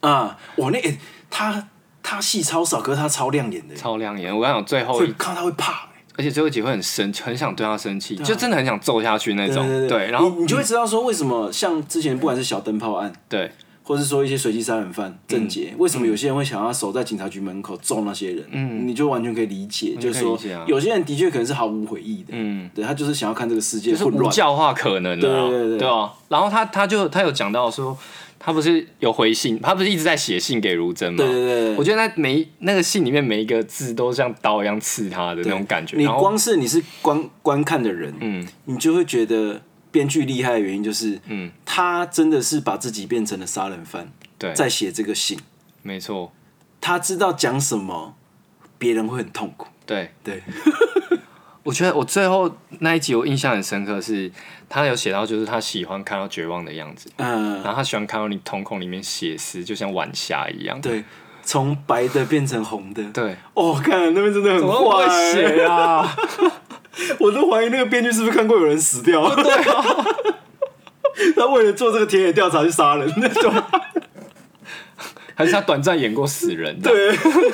[SPEAKER 3] 啊，我那、欸他他戏超少，可是他超亮眼的、
[SPEAKER 2] 超亮眼，我刚讲最后
[SPEAKER 3] 会
[SPEAKER 2] 一
[SPEAKER 3] 看到他会怕、欸
[SPEAKER 2] 而且最后一集会很生，很想对他生气，就真的很想揍下去那种。
[SPEAKER 3] 啊对
[SPEAKER 2] 然后嗯
[SPEAKER 3] 你你就会知道说为什么像之前不管是小灯泡案，
[SPEAKER 2] 对
[SPEAKER 3] 或是说一些随机杀人犯、郑
[SPEAKER 2] 嗯
[SPEAKER 3] 杰，为什么有些人会想要守在警察局门口揍那些人？嗯，你就完全可以理解，就是说
[SPEAKER 2] 理解啊
[SPEAKER 3] 有些人的确可能是毫无悔意的，嗯，对他就是想要看这个世界
[SPEAKER 2] 就是
[SPEAKER 3] 混
[SPEAKER 2] 无
[SPEAKER 3] 乱，
[SPEAKER 2] 教化可能的啊，
[SPEAKER 3] 对对对对
[SPEAKER 2] 啊。然后他他就他有讲到说，他不是有回信，他不是一直在写信给如真吗？
[SPEAKER 3] 对对对对
[SPEAKER 2] 我觉得那每一那个信里面每一个字都像刀一样刺他的那种感觉。
[SPEAKER 3] 你
[SPEAKER 2] 然后
[SPEAKER 3] 光是你是观观看的人，嗯，你就会觉得编剧厉害的原因就是，嗯，他真的是把自己变成了杀人犯，
[SPEAKER 2] 对，
[SPEAKER 3] 在写这个信，
[SPEAKER 2] 没错，
[SPEAKER 3] 他知道讲什么，别人会很痛苦。
[SPEAKER 2] 对。
[SPEAKER 3] 对，
[SPEAKER 2] 我觉得我最后那一集我印象很深刻是，他有写到就是他喜欢看到绝望的样子，
[SPEAKER 3] 嗯、
[SPEAKER 2] 然后他喜欢看到你瞳孔里面血丝，就像晚霞一样。
[SPEAKER 3] 对，从白的变成红的，
[SPEAKER 2] 对，
[SPEAKER 3] 哦，看那边真的
[SPEAKER 2] 怎么
[SPEAKER 3] 很
[SPEAKER 2] 会
[SPEAKER 3] 坏、
[SPEAKER 2] 写啊？
[SPEAKER 3] 我都怀疑那个编剧是不是看过有人死 掉。对啊， 他为了做这个田野调查去杀 人，那种
[SPEAKER 2] 还是他短暂演过死人？对，
[SPEAKER 3] 对，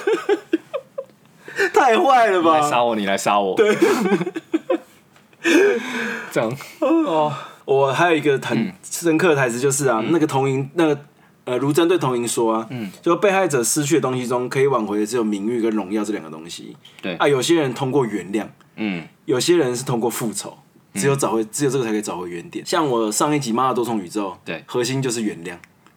[SPEAKER 3] 太坏了
[SPEAKER 2] 来
[SPEAKER 3] 吧？
[SPEAKER 2] 杀我，你来杀我。对， 这样
[SPEAKER 3] 我还有一个
[SPEAKER 2] 嗯
[SPEAKER 3] 很深刻的台词就是啊，那个童莹，那个呃，卢真对童莹说啊，嗯，就被害者失去的东西中，可以挽回的只有名誉跟荣耀这两个东西。
[SPEAKER 2] 对
[SPEAKER 3] 啊，有些人通过原谅，
[SPEAKER 2] 嗯，
[SPEAKER 3] 有些人是通过复仇，只有找回，只有这个才可以找回原点。像我上一集《妈的多重宇宙》，
[SPEAKER 2] 对
[SPEAKER 3] 核心就是原谅。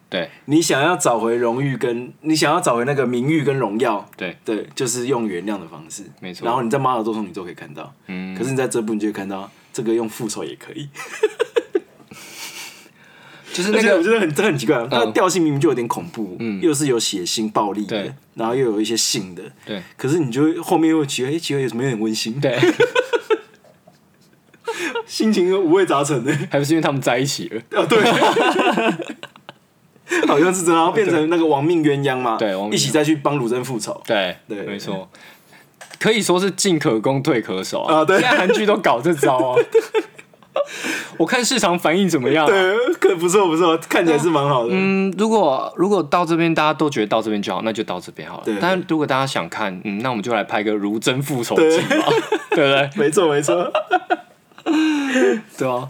[SPEAKER 2] 对
[SPEAKER 3] 你想要找回荣誉跟你想要找回那个名誉跟荣耀，
[SPEAKER 2] 对，
[SPEAKER 3] 对，就是用原谅的方式，
[SPEAKER 2] 没错
[SPEAKER 3] 然后你在《妈的多重宇宙》可以看到，嗯，可是你在这部你就会看到这个用复仇也可以。
[SPEAKER 2] 就是
[SPEAKER 3] 而
[SPEAKER 2] 那
[SPEAKER 3] 且我
[SPEAKER 2] 个嗯
[SPEAKER 3] 觉得很这很奇怪，它的调性明明就有点恐怖，又是有血腥、暴力的
[SPEAKER 2] 对，
[SPEAKER 3] 然后又有一些性的，
[SPEAKER 2] 对
[SPEAKER 3] 可是你就会后面又觉得，哎，奇怪，有什么有点温馨，
[SPEAKER 2] 对，
[SPEAKER 3] 心情又五味杂陈的，
[SPEAKER 2] 还不是因为他们在一起了。
[SPEAKER 3] 啊， 对，好像是真的，然后变成那个亡命鸳鸯嘛，
[SPEAKER 2] 对亡命鸳鸯
[SPEAKER 3] 一起再去帮鲁贞复仇，
[SPEAKER 2] 对
[SPEAKER 3] 对
[SPEAKER 2] 没错，可以说是进可攻退可守啊。
[SPEAKER 3] 啊对
[SPEAKER 2] 现在韩剧都搞这招 啊。我看市场反应怎么样、啊。
[SPEAKER 3] 对，可不错不错，看起来是蛮好的，
[SPEAKER 2] 嗯，如果如果到这边大家都觉得到这边就好，那就到这边好了
[SPEAKER 3] 对。
[SPEAKER 2] 但如果大家想看，嗯，那我们就来拍个《如真复仇记
[SPEAKER 3] 对》
[SPEAKER 2] 吧，对不对？
[SPEAKER 3] 没错没错，
[SPEAKER 2] 对啊，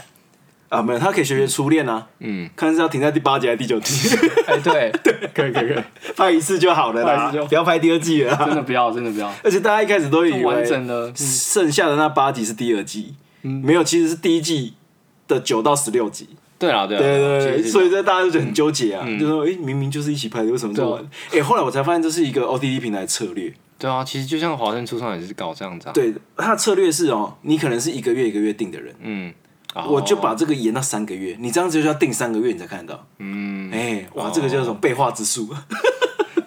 [SPEAKER 3] 啊，没有，他可以学学初恋啊，嗯，看是要停在第八集还是第九集，
[SPEAKER 2] 哎，对，可以可以可以，
[SPEAKER 3] 拍一次就好了
[SPEAKER 2] 拍一
[SPEAKER 3] 啦
[SPEAKER 2] 次就，
[SPEAKER 3] 不要拍第二季了
[SPEAKER 2] 真
[SPEAKER 3] 啦。
[SPEAKER 2] 的不要，真的不要，
[SPEAKER 3] 而且大家一开始都以为
[SPEAKER 2] 完整的嗯
[SPEAKER 3] 剩下的那八集是第二季，没有，其实是第一季的九到十六集。
[SPEAKER 2] 对啦对啦
[SPEAKER 3] 对对对，
[SPEAKER 2] 其实是嗯
[SPEAKER 3] 所以这大家就觉得很纠结啊，就说哎，诶明明就是一起拍的，为什么这么
[SPEAKER 2] 啊
[SPEAKER 3] 晚？哎，后来我才发现这是一个 OTT 平台策略。
[SPEAKER 2] 对啊，其实就像华生出上也是搞这样子啊。
[SPEAKER 3] 对，它的策略是哦，你可能是一个月一个月定的人，
[SPEAKER 2] 嗯，哦
[SPEAKER 3] 我就把这个延到三个月，你这样子就要定三个月你才看得到。
[SPEAKER 2] 嗯，
[SPEAKER 3] 哎，哇，这个叫什么背化之术？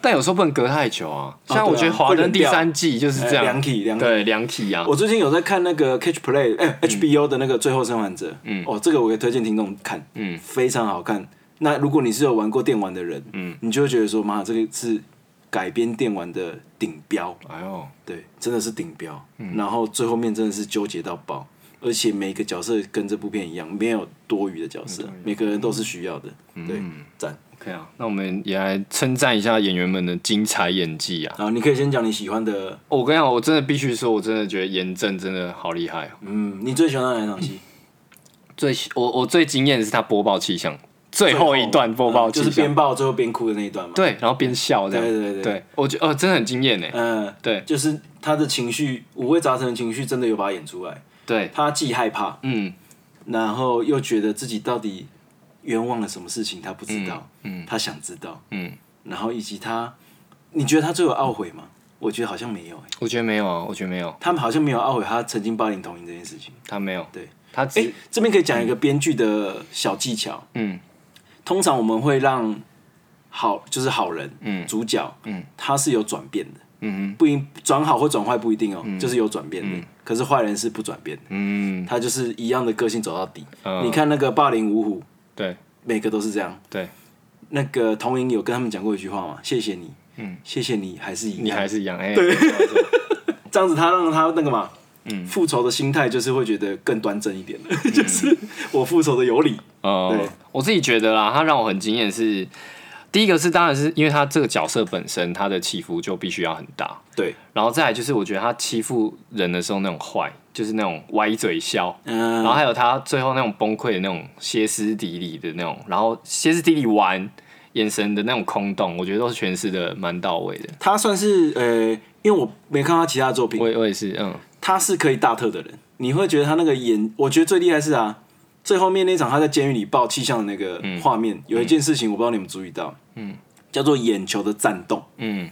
[SPEAKER 2] 但有时候不能隔太久啊。像
[SPEAKER 3] 对啊
[SPEAKER 2] 我觉得华
[SPEAKER 3] 会
[SPEAKER 2] 灯
[SPEAKER 3] 冷
[SPEAKER 2] 第
[SPEAKER 3] 掉
[SPEAKER 2] 三季就是这样，
[SPEAKER 3] 哎凉体凉体
[SPEAKER 2] 对凉体啊。
[SPEAKER 3] 我最近有在看那个 Catch Play，哎、HBO 的那个《最后生还者》，嗯，哦，这个我可以推荐听众看，
[SPEAKER 2] 嗯
[SPEAKER 3] 非常好看。那如果你是有玩过电玩的人，嗯，你就会觉得说，妈，这个是改编电玩的顶标，
[SPEAKER 2] 哎呦，
[SPEAKER 3] 对，真的是顶标。然后最后面真的是纠结到爆，而且每个角色跟这部片一样，没有多余的嗯角色，每个人都是需要的，对，赞。
[SPEAKER 2] 可以啊。那我们也来称赞一下演员们的精彩演技啊。
[SPEAKER 3] 然后你可以先讲你喜欢的，
[SPEAKER 2] 我跟你讲，我真的必须说，我真的觉得严正真的好厉害哦。
[SPEAKER 3] 嗯，你最喜欢的哪一场戏？
[SPEAKER 2] 最我我最惊艳的是他播报气象最后一段播报
[SPEAKER 3] 嗯
[SPEAKER 2] 气
[SPEAKER 3] 就是
[SPEAKER 2] 象，
[SPEAKER 3] 边爆最后边哭的那一段嘛。，
[SPEAKER 2] 对，然后边笑这样，
[SPEAKER 3] 对对对对
[SPEAKER 2] 我觉得呃真的很惊艳呢。
[SPEAKER 3] 嗯、
[SPEAKER 2] 对
[SPEAKER 3] 就是他的情绪，五味杂陈的情绪真的有把它演出来。
[SPEAKER 2] 对，
[SPEAKER 3] 他既害怕，
[SPEAKER 2] 嗯，
[SPEAKER 3] 然后又觉得自己到底冤枉了什么事情，他不知道，嗯，他想知道，
[SPEAKER 2] 嗯，
[SPEAKER 3] 然后以及他，你觉得他最后有懊悔吗？我觉得好像没有、欸，
[SPEAKER 2] 我觉得没有啊，我觉得没有，
[SPEAKER 3] 他们好像没有懊悔他曾经霸凌同龄这件事情。
[SPEAKER 2] 他没有，
[SPEAKER 3] 对，
[SPEAKER 2] 他
[SPEAKER 3] 哎、
[SPEAKER 2] 只
[SPEAKER 3] 这边可以讲一个编剧的小技巧，
[SPEAKER 2] 嗯
[SPEAKER 3] 通常我们会让好就是好人，
[SPEAKER 2] 嗯
[SPEAKER 3] 主角，
[SPEAKER 2] 嗯，
[SPEAKER 3] 他是有转变的。
[SPEAKER 2] 嗯
[SPEAKER 3] 不一转好或转坏不一定哦，就是有转变的。可是坏人是不转变的，
[SPEAKER 2] 嗯，
[SPEAKER 3] 他就是一样的个性走到底。
[SPEAKER 2] 嗯
[SPEAKER 3] 你看那个霸凌五虎，
[SPEAKER 2] 对
[SPEAKER 3] 每个都是这样。
[SPEAKER 2] 对，
[SPEAKER 3] 那个童莹有跟他们讲过一句话嘛？谢谢你，嗯，谢谢你，还是一样。
[SPEAKER 2] 你还是一样，哎，对，没错没错
[SPEAKER 3] 这样子，他让他那个嘛，嗯，复仇的心态就是会觉得更端正一点 了，就是我复仇的有理。
[SPEAKER 2] 哦
[SPEAKER 3] 对，
[SPEAKER 2] 我自己觉得啦，他让我很惊艳是，第一个是当然是因为他这个角色本身他的起伏就必须要很大，
[SPEAKER 3] 对，
[SPEAKER 2] 然后再来就是我觉得他欺负人的时候那种坏，就是那种歪嘴笑，
[SPEAKER 3] 嗯
[SPEAKER 2] 然后还有他最后那种崩溃的那种歇斯底里的那种，然后歇斯底里完眼神的那种空洞，我觉得都是诠释的蛮到位的。
[SPEAKER 3] 他算是呃，因为我没看他其他的作
[SPEAKER 2] 我
[SPEAKER 3] 品，
[SPEAKER 2] 也我也是，嗯，
[SPEAKER 3] 他是可以大特的人，你会觉得他那个演，我觉得最厉害是啊，最后面那场他在监狱里爆气象的那个画面，有一件事情我不知道你们注意到，嗯，叫做眼球的颤动，
[SPEAKER 2] 嗯，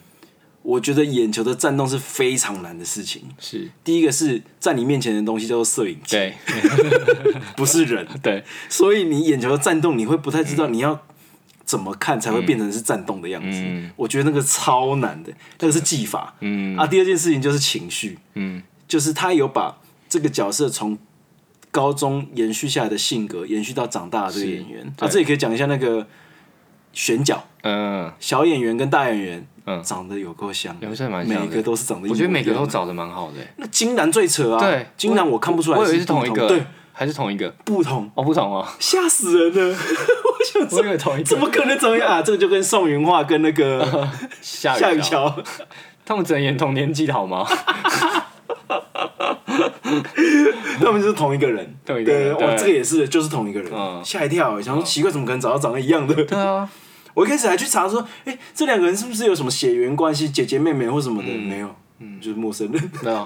[SPEAKER 3] 我觉得眼球的颤动是非常难的事情。
[SPEAKER 2] 是
[SPEAKER 3] 第一个是在你面前的东西叫做摄影机，
[SPEAKER 2] 对
[SPEAKER 3] 不是人，
[SPEAKER 2] 对，
[SPEAKER 3] 所以你眼球的颤动，你会不太知道你要怎么看才会变成是颤动的样子。
[SPEAKER 2] 嗯
[SPEAKER 3] 我觉得那个超难的，那个是技法。
[SPEAKER 2] 嗯
[SPEAKER 3] 啊，第二件事情就是情绪，
[SPEAKER 2] 嗯
[SPEAKER 3] 就是他有把这个角色从高中延续下来的性格延续到长大的这个演员啊，
[SPEAKER 2] 对
[SPEAKER 3] 这里可以讲一下那个选角，
[SPEAKER 2] 嗯，
[SPEAKER 3] 小演员跟大演员，
[SPEAKER 2] 嗯
[SPEAKER 3] 长得有够像的，
[SPEAKER 2] 有些蛮像的
[SPEAKER 3] 每个都是长得一
[SPEAKER 2] 我
[SPEAKER 3] 模一样的，啊
[SPEAKER 2] 觉得每个都找的蛮好的、
[SPEAKER 3] 那金兰最扯啊，
[SPEAKER 2] 对，
[SPEAKER 3] 金兰我看不出来
[SPEAKER 2] 我以为
[SPEAKER 3] 是
[SPEAKER 2] 是同一
[SPEAKER 3] 不
[SPEAKER 2] 个，
[SPEAKER 3] 对，，
[SPEAKER 2] 还是同一个，
[SPEAKER 3] 不同，
[SPEAKER 2] 哦，不同哦，
[SPEAKER 3] 吓死人了， 我想说
[SPEAKER 2] 我以为同一个
[SPEAKER 3] 怎么可能同一个啊？这个就跟宋云画跟那个
[SPEAKER 2] 下
[SPEAKER 3] 夏
[SPEAKER 2] 雨
[SPEAKER 3] 雨乔，
[SPEAKER 2] 他们只能演同年纪的好吗？
[SPEAKER 3] 他们就是同一个人，
[SPEAKER 2] 同一个人
[SPEAKER 3] 对，哇，哦
[SPEAKER 2] 对
[SPEAKER 3] 这个也是，就是同一个
[SPEAKER 2] 嗯
[SPEAKER 3] 人，吓一跳，想说奇怪，怎么可能找到长得一样的？
[SPEAKER 2] 对啊，
[SPEAKER 3] 我一开始还去查说，哎，这两个人是不是有什么血缘关系，姐姐妹妹或什
[SPEAKER 2] 嗯
[SPEAKER 3] 么的？没有，就是陌生人。
[SPEAKER 2] 对啊，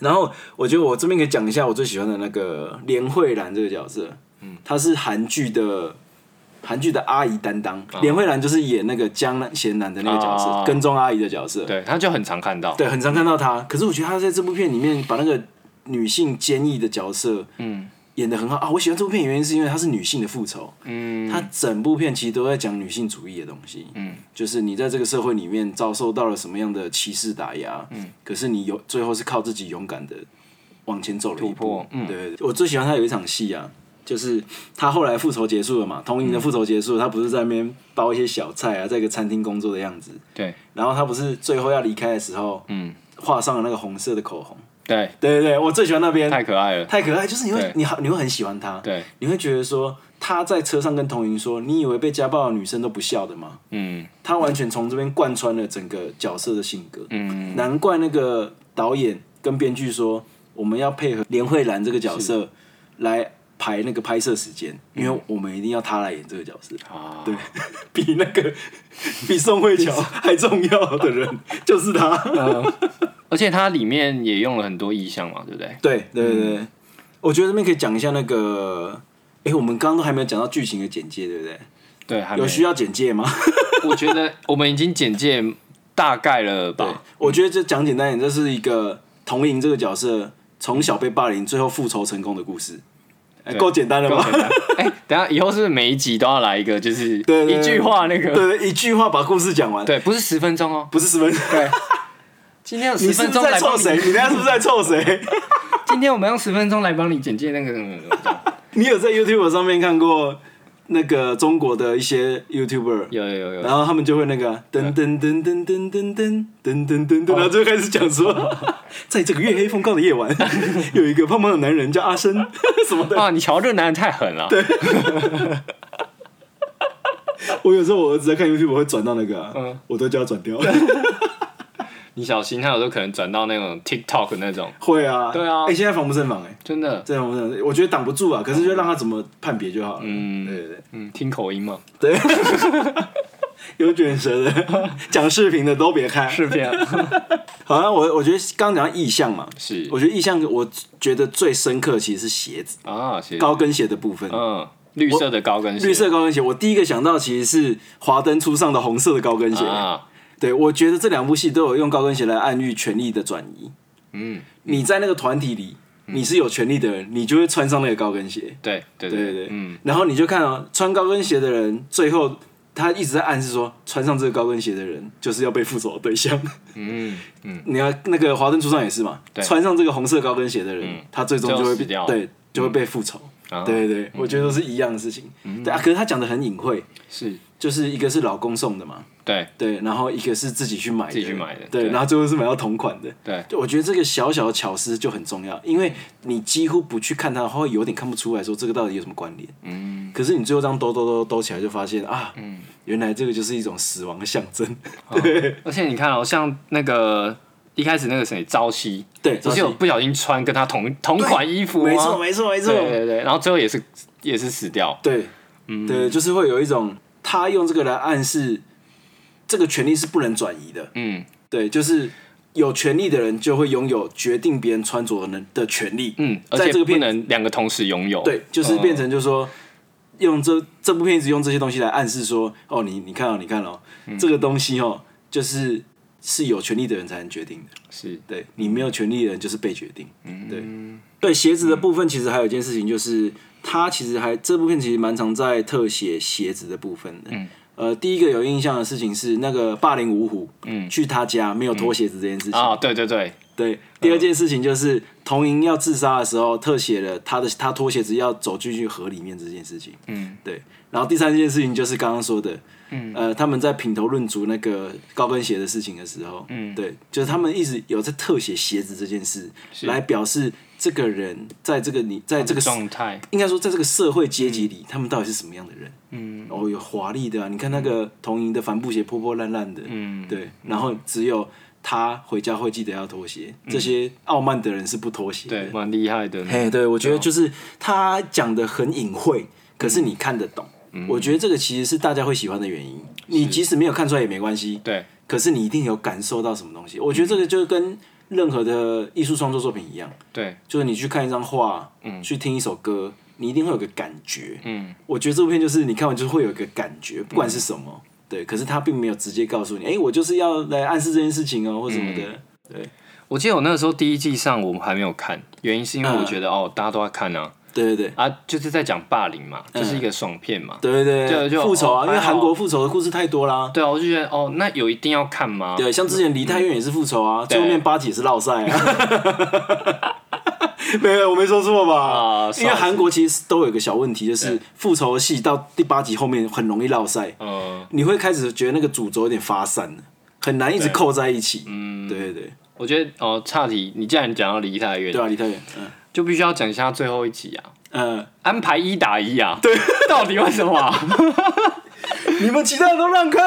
[SPEAKER 3] 然后我觉得我这边可以讲一下我最喜欢的那个连慧兰这个角色，嗯，她是韩剧的韩剧的阿姨担当，连慧兰就是演那个江南贤男的那个角色，
[SPEAKER 2] 啊
[SPEAKER 3] 跟踪阿姨的角色，
[SPEAKER 2] 对，他就很常看到，
[SPEAKER 3] 对，很常看到她。可是我觉得她在这部片里面把那个女性坚毅的角色，
[SPEAKER 2] 嗯
[SPEAKER 3] 演的很好啊。我喜欢这部片的原因是因为它是女性的复仇，
[SPEAKER 2] 嗯，
[SPEAKER 3] 它整部片其实都在讲女性主义的东西，
[SPEAKER 2] 嗯，
[SPEAKER 3] 就是你在这个社会里面遭受到了什么样的歧视打压，嗯，可是你有最后是靠自己勇敢的往前走了一
[SPEAKER 2] 突
[SPEAKER 3] 步
[SPEAKER 2] 破，嗯
[SPEAKER 3] 对对对。我最喜欢他有一场戏啊，就是他后来复仇结束了嘛，童莹
[SPEAKER 2] 嗯
[SPEAKER 3] 的复仇结束了，他不是在那边包一些小菜啊，在一个餐厅工作的样子，
[SPEAKER 2] 对，
[SPEAKER 3] 然后他不是最后要离开的时候，
[SPEAKER 2] 嗯，
[SPEAKER 3] 画上了那个红色的口红，
[SPEAKER 2] 对，
[SPEAKER 3] 对对对，我最喜欢那边
[SPEAKER 2] 太可爱了，
[SPEAKER 3] 太可爱，就是你会
[SPEAKER 2] 对
[SPEAKER 3] 你好你会很喜欢他，
[SPEAKER 2] 对，
[SPEAKER 3] 你会觉得说他在车上跟童莹说：“你以为被家暴的女生都不笑的吗
[SPEAKER 2] 嗯？”
[SPEAKER 3] 他完全从这边贯穿了整个角色的性格，
[SPEAKER 2] 嗯
[SPEAKER 3] 难怪那个导演跟编剧说我们要配合连慧兰这个角色来排那个拍摄时间，因为我们一定要她来演这个角色，
[SPEAKER 2] 嗯啊，
[SPEAKER 3] 对， 比那个比宋慧乔还重要的人就是他。
[SPEAKER 2] 而且它里面也用了很多意象嘛，对不对？
[SPEAKER 3] 对对对
[SPEAKER 2] 嗯
[SPEAKER 3] 对，我觉得这边可以讲一下那个，哎，我们刚刚都还没有讲到剧情的简介，对不对？
[SPEAKER 2] 对，还没
[SPEAKER 3] 有需要简介吗？
[SPEAKER 2] 我觉得我们已经简介大概了吧？
[SPEAKER 3] 我觉得这讲简单一点，这是一个童莹这个角色从小被霸凌，最后复仇成功的故事，哎
[SPEAKER 2] 对
[SPEAKER 3] 够简单了
[SPEAKER 2] 够
[SPEAKER 3] 吧
[SPEAKER 2] 简？单哎、等一下以后是不是每一集都要来一个，就是
[SPEAKER 3] 对对
[SPEAKER 2] 一句话那个，
[SPEAKER 3] 对，一句话把故事讲完，
[SPEAKER 2] 对，不是十分钟哦，
[SPEAKER 3] 不是十分钟。
[SPEAKER 2] 对。今天有
[SPEAKER 3] 你
[SPEAKER 2] 十
[SPEAKER 3] 是
[SPEAKER 2] 分
[SPEAKER 3] 不是
[SPEAKER 2] 钟
[SPEAKER 3] 在
[SPEAKER 2] 来
[SPEAKER 3] 凑
[SPEAKER 2] 帮你
[SPEAKER 3] 谁？你那是不是在凑谁？
[SPEAKER 2] 今天我们用十分钟来帮你简介那个什么什么什么
[SPEAKER 3] 你有在 YouTube 上面看过那个中国的一些 YouTuber？
[SPEAKER 2] 有有有有，
[SPEAKER 3] 然后他们就会那个啊噔噔噔噔噔噔噔噔噔噔噔，
[SPEAKER 2] 哦
[SPEAKER 3] 然后就开始讲 说，在这个月黑风高的夜晚，有一个胖胖的男人叫阿生 什么的。
[SPEAKER 2] 哇，你瞧这个男人太狠了，对，
[SPEAKER 3] 我有时候我儿子在看 YouTube，我会转到那个、啊，
[SPEAKER 2] 嗯
[SPEAKER 3] 我都叫他转掉。
[SPEAKER 2] 你小心，他有时候可能转到那种 TikTok 那种，
[SPEAKER 3] 会啊，
[SPEAKER 2] 对啊
[SPEAKER 3] 哎、现在防不胜防哎、欸，
[SPEAKER 2] 真的，
[SPEAKER 3] 真的防不胜防，我觉得挡不住啊，可是就让他怎么判别就好了。
[SPEAKER 2] 嗯
[SPEAKER 3] 对对
[SPEAKER 2] 嗯，听口音嘛，
[SPEAKER 3] 对，对有卷舌 的，讲视频的都别看。
[SPEAKER 2] 是这样，
[SPEAKER 3] 好像我我觉得刚刚讲到意象嘛，
[SPEAKER 2] 是
[SPEAKER 3] 我觉得意象，我觉得最深刻其实是鞋子，
[SPEAKER 2] 啊，是，
[SPEAKER 3] 高跟鞋的部分。
[SPEAKER 2] 嗯，绿色的高跟鞋，
[SPEAKER 3] 绿色高跟鞋，我第一个想到其实是《华灯初上》的红色的高跟鞋。
[SPEAKER 2] 啊，
[SPEAKER 3] 对，我觉得这两部戏都有用高跟鞋来暗喻权力的转移。
[SPEAKER 2] 嗯，
[SPEAKER 3] 你在那个团体里，你是有权利的人，你就会穿上那个高跟鞋。
[SPEAKER 2] 对对
[SPEAKER 3] 对对对，
[SPEAKER 2] 嗯，
[SPEAKER 3] 然后你就看哦，穿高跟鞋的人，最后他一直在暗示说，穿上这个高跟鞋的人就是要被复仇的对象。
[SPEAKER 2] 嗯 嗯，
[SPEAKER 3] 你看那个《华灯初上》也是嘛，
[SPEAKER 2] 对嗯
[SPEAKER 3] 穿上这个红色高跟鞋的人，他最终就会
[SPEAKER 2] 就死
[SPEAKER 3] 被
[SPEAKER 2] 掉嗯
[SPEAKER 3] 对就会被复仇。
[SPEAKER 2] 啊嗯
[SPEAKER 3] 对对对，我觉得都是一样的事情。对啊，可是他讲的很隐晦，
[SPEAKER 2] 是，
[SPEAKER 3] 就是一个是老公送的嘛，
[SPEAKER 2] 对
[SPEAKER 3] 对，然后一个是自己去买的，
[SPEAKER 2] 自己去买的
[SPEAKER 3] 对，
[SPEAKER 2] 对
[SPEAKER 3] 然后最后是买到同款的。
[SPEAKER 2] 对，
[SPEAKER 3] 就我觉得这个小小的巧思就很重要，因为你几乎不去看它的话，会有点看不出来说这个到底有什么关联。
[SPEAKER 2] 嗯
[SPEAKER 3] 可是你最后这样兜兜兜兜起来，就发现啊，原来这个就是一种死亡的象征。
[SPEAKER 2] 而且你看哦，像那个一开始那个谁朝夕，
[SPEAKER 3] 对，
[SPEAKER 2] 不是有不小心穿跟他同同款衣服吗？
[SPEAKER 3] 没错，没错，没
[SPEAKER 2] 对嗯
[SPEAKER 3] 错，
[SPEAKER 2] 对对，然后最后也是也是死掉，
[SPEAKER 3] 对，对，就是会有一种他用这个来暗示这个权利是不能转移的。
[SPEAKER 2] 嗯
[SPEAKER 3] 对，就是有权利的人就会拥有决定别人穿着的能的权利。
[SPEAKER 2] 嗯，而
[SPEAKER 3] 在
[SPEAKER 2] 且
[SPEAKER 3] 这个
[SPEAKER 2] 不
[SPEAKER 3] 片
[SPEAKER 2] 能两个同时拥有，嗯
[SPEAKER 3] 对，就是变成就是说，用这这部片一直用这些东西来暗示说，哦，你你看哦，你看哦，这个东西哦，就是是有权利的人才能决定的。
[SPEAKER 2] 是
[SPEAKER 3] 对你没有权利的人就是被决定。嗯，对。对鞋子的部分，其实还有一件事情，就是它其实还这部片其实蛮常在特写鞋子的部分的。嗯。呃，第一个有印象的事情是那个霸凌五虎，嗯，去他家没有脱鞋子这件事情。
[SPEAKER 2] 啊，对对对，
[SPEAKER 3] 对，第二件事情就是童莹要自杀的时候，特写了他的他脱鞋子要走进去河里面这件事情。
[SPEAKER 2] 嗯，
[SPEAKER 3] 对。然后第三件事情就是刚刚说的，嗯，呃，他们在品头论足那个高跟鞋的事情的时候，嗯，对，就是他们一直有在特写鞋子这件事，来表示这个人在这个你在这个
[SPEAKER 2] 状态，
[SPEAKER 3] 应该说，在这个社会阶级里，他们到底是什么样的人？嗯，哦，有华丽的啊，你看那个童莹的帆布鞋破破烂烂的，嗯，对，然后只有他回家会记得要脱鞋，这些傲慢的人是不脱鞋
[SPEAKER 2] 对，
[SPEAKER 3] 的。
[SPEAKER 2] 蛮厉害的，
[SPEAKER 3] 嘿，对，我哦觉得就是他讲的很隐晦，可是你看得懂。我觉得这个其实是大家会喜欢的原因。你即使没有看出来也没关系，
[SPEAKER 2] 对，
[SPEAKER 3] 可是你一定有感受到什么东西。我觉得这个就跟任何的艺术创作作品一样，
[SPEAKER 2] 对，
[SPEAKER 3] 就是你去看一张画，嗯，去听一首歌，你一定会有个感觉，嗯，我觉得这部片就是你看完就会有一个感觉，不管是什么，
[SPEAKER 2] 嗯
[SPEAKER 3] 对，可是他并没有直接告诉你，哎、我就是要来暗示这件事情哦、或什么的，
[SPEAKER 2] 嗯我记得我那个时候第一季上我们还没有看，原因是因为
[SPEAKER 3] 嗯
[SPEAKER 2] 我觉得、哦，大家都在看啊，
[SPEAKER 3] 对对对。
[SPEAKER 2] 啊，就是在讲霸凌嘛，
[SPEAKER 3] 嗯
[SPEAKER 2] 就是一个爽片嘛。
[SPEAKER 3] 对对
[SPEAKER 2] 对就
[SPEAKER 3] 复仇啊，
[SPEAKER 2] 哦
[SPEAKER 3] 因为
[SPEAKER 2] 还好
[SPEAKER 3] 韩国复仇的故事太多啦。
[SPEAKER 2] 对啊，我就觉得哦，那有一定要看吗？
[SPEAKER 3] 对，像之前梨泰院也是复仇
[SPEAKER 2] 嗯
[SPEAKER 3] 啊，最后面八姐是落赛啊。 没有，我没说错吧？
[SPEAKER 2] 啊
[SPEAKER 3] 因为
[SPEAKER 2] 算是
[SPEAKER 3] 韩国其实都有一个小问题，就是
[SPEAKER 2] 对
[SPEAKER 3] 复仇戏到第八集后面很容易落赛。
[SPEAKER 2] 嗯，
[SPEAKER 3] 你会开始觉得那个主轴有点发散了，很难一直扣在一起。嗯，对对对，
[SPEAKER 2] 我觉得哦，差题，你既然讲到离太远，
[SPEAKER 3] 对啊，李太远，嗯
[SPEAKER 2] 就必须要讲一下最后一集啊，
[SPEAKER 3] 嗯，
[SPEAKER 2] 安排一打一啊，对， 到底为什 么、啊？
[SPEAKER 3] 你们其他人都让开，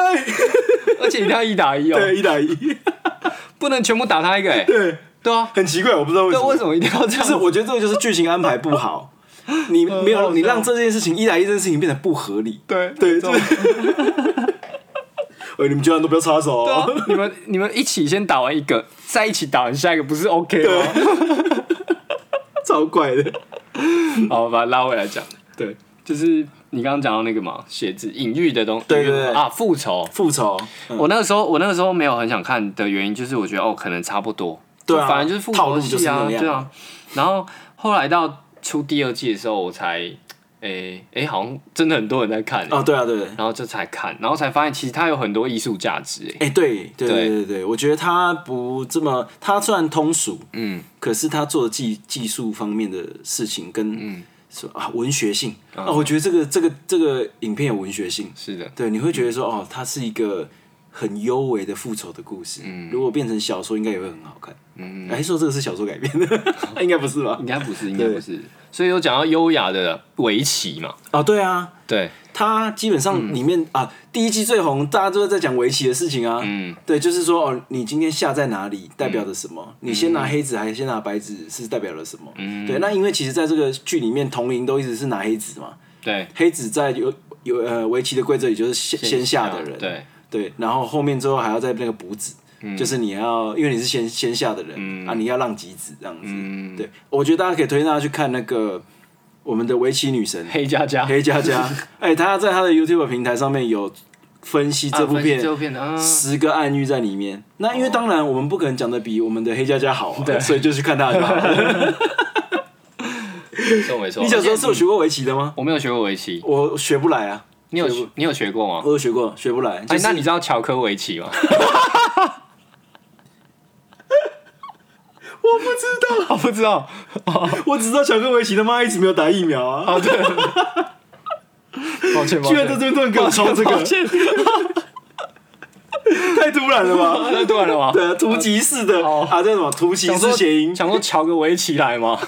[SPEAKER 2] 而且一定要一打一 哦，
[SPEAKER 3] 对，一打一，
[SPEAKER 2] 不能全部打他一个、欸，
[SPEAKER 3] 对，
[SPEAKER 2] 对啊，
[SPEAKER 3] 很奇怪，我不知道为
[SPEAKER 2] 对，
[SPEAKER 3] 什么
[SPEAKER 2] 为，什么一定要这样
[SPEAKER 3] 就是
[SPEAKER 2] 子？
[SPEAKER 3] 我觉得这个就是剧情安排不 好，你没
[SPEAKER 2] 嗯好
[SPEAKER 3] 有
[SPEAKER 2] 笑
[SPEAKER 3] 你让这件事情一打一这件事情变得不合理。
[SPEAKER 2] 对
[SPEAKER 3] 对，就
[SPEAKER 2] 这种
[SPEAKER 3] 是。 哎，你们居然都不要插手
[SPEAKER 2] 对啊
[SPEAKER 3] 哦！，
[SPEAKER 2] 你们你们一起先打完一个，再一起打完下一个，不是 OK 吗？
[SPEAKER 3] 超怪的。
[SPEAKER 2] 啊好，把它拉回来讲，
[SPEAKER 3] 对，
[SPEAKER 2] 就是你刚刚讲到那个嘛，鞋子隐喻的东，
[SPEAKER 3] 对对对
[SPEAKER 2] 啊，复仇，
[SPEAKER 3] 复仇，嗯
[SPEAKER 2] 我那个时候，我那个时候没有很想看的原因，就是我觉得哦，可能差不多，
[SPEAKER 3] 对啊
[SPEAKER 2] 就反正就是复
[SPEAKER 3] 套
[SPEAKER 2] 仇
[SPEAKER 3] 路就是
[SPEAKER 2] 戏
[SPEAKER 3] 那
[SPEAKER 2] 啊，
[SPEAKER 3] 样
[SPEAKER 2] 对啊。然后后来到出第二季的时候，我才，诶、诶、好像真的很多人在看、
[SPEAKER 3] 哦，对啊，对对对。
[SPEAKER 2] 然后这才看，然后才发现其实它有很多艺术价值、诶
[SPEAKER 3] 哎、对对对
[SPEAKER 2] 对
[SPEAKER 3] 对对，我觉得他不这么，他虽然通俗，
[SPEAKER 2] 嗯，
[SPEAKER 3] 可是他做的技技术方面的事情跟嗯说啊文学性啊、我觉得这个这个这个影片有文学性，
[SPEAKER 2] 是的，
[SPEAKER 3] 对，你会觉得说哦，它是一个很优美的复仇的故事，如果变成小说，应该也会很好看。嗯，哎，说这个是小说改编的， 应该不是吧
[SPEAKER 2] 应？该不是，应该不是。所以有讲到优雅的围棋嘛，
[SPEAKER 3] 哦，对啊，
[SPEAKER 2] 对，
[SPEAKER 3] 它基本上里面、啊，第一季最红，大家都在讲围棋的事情啊。
[SPEAKER 2] 嗯，
[SPEAKER 3] 对，就是说哦，你今天下在哪里，代表着什么？你先拿黑子还是先拿白子，是代表了什么？嗯，对。那因为其实在这个剧里面，童林都一直是拿黑子嘛，
[SPEAKER 2] 对，
[SPEAKER 3] 黑子在有有呃围棋的规则里就是先先下的人，
[SPEAKER 2] 对，
[SPEAKER 3] 对，嗯然后后面之后还要在那个补子，就是你要因为你是先先下的人、啊，你要让几子这样子。对，我觉得大家可以推荐大家去看那个我们的围棋女神
[SPEAKER 2] 黑加加，
[SPEAKER 3] 黑佳佳，哎、她在她的 YouTube 平台上面有分析这部
[SPEAKER 2] 啊分析
[SPEAKER 3] 片
[SPEAKER 2] 这部片的啊，
[SPEAKER 3] 十个暗喻在里面。那因为当然我们不可能讲的比我们的黑佳佳好、啊，
[SPEAKER 2] 对
[SPEAKER 3] 所以就去看她就好 了。
[SPEAKER 2] 没错没错。
[SPEAKER 3] 你小时候是有学过围棋的吗？
[SPEAKER 2] 我没有学过围棋，
[SPEAKER 3] 我学不来啊，
[SPEAKER 2] 你有你有学过吗？
[SPEAKER 3] 我有学过，学不来。就
[SPEAKER 2] 哎、
[SPEAKER 3] 是
[SPEAKER 2] 那你知道乔科维奇吗？
[SPEAKER 3] 我不知道，
[SPEAKER 2] 我哦不知道，
[SPEAKER 3] 我只知道小哥围棋他妈一直没有打疫苗啊，
[SPEAKER 2] 哦抱歉，
[SPEAKER 3] 居然在这边突然给我抽这个
[SPEAKER 2] 抱，歉，
[SPEAKER 3] 太突然了吧？
[SPEAKER 2] 太突然了吗？
[SPEAKER 3] 对啊，突击式的
[SPEAKER 2] 哦
[SPEAKER 3] 啊，叫什么突击
[SPEAKER 2] 想
[SPEAKER 3] 式
[SPEAKER 2] 说
[SPEAKER 3] 谐音？
[SPEAKER 2] 想说乔个围棋来吗？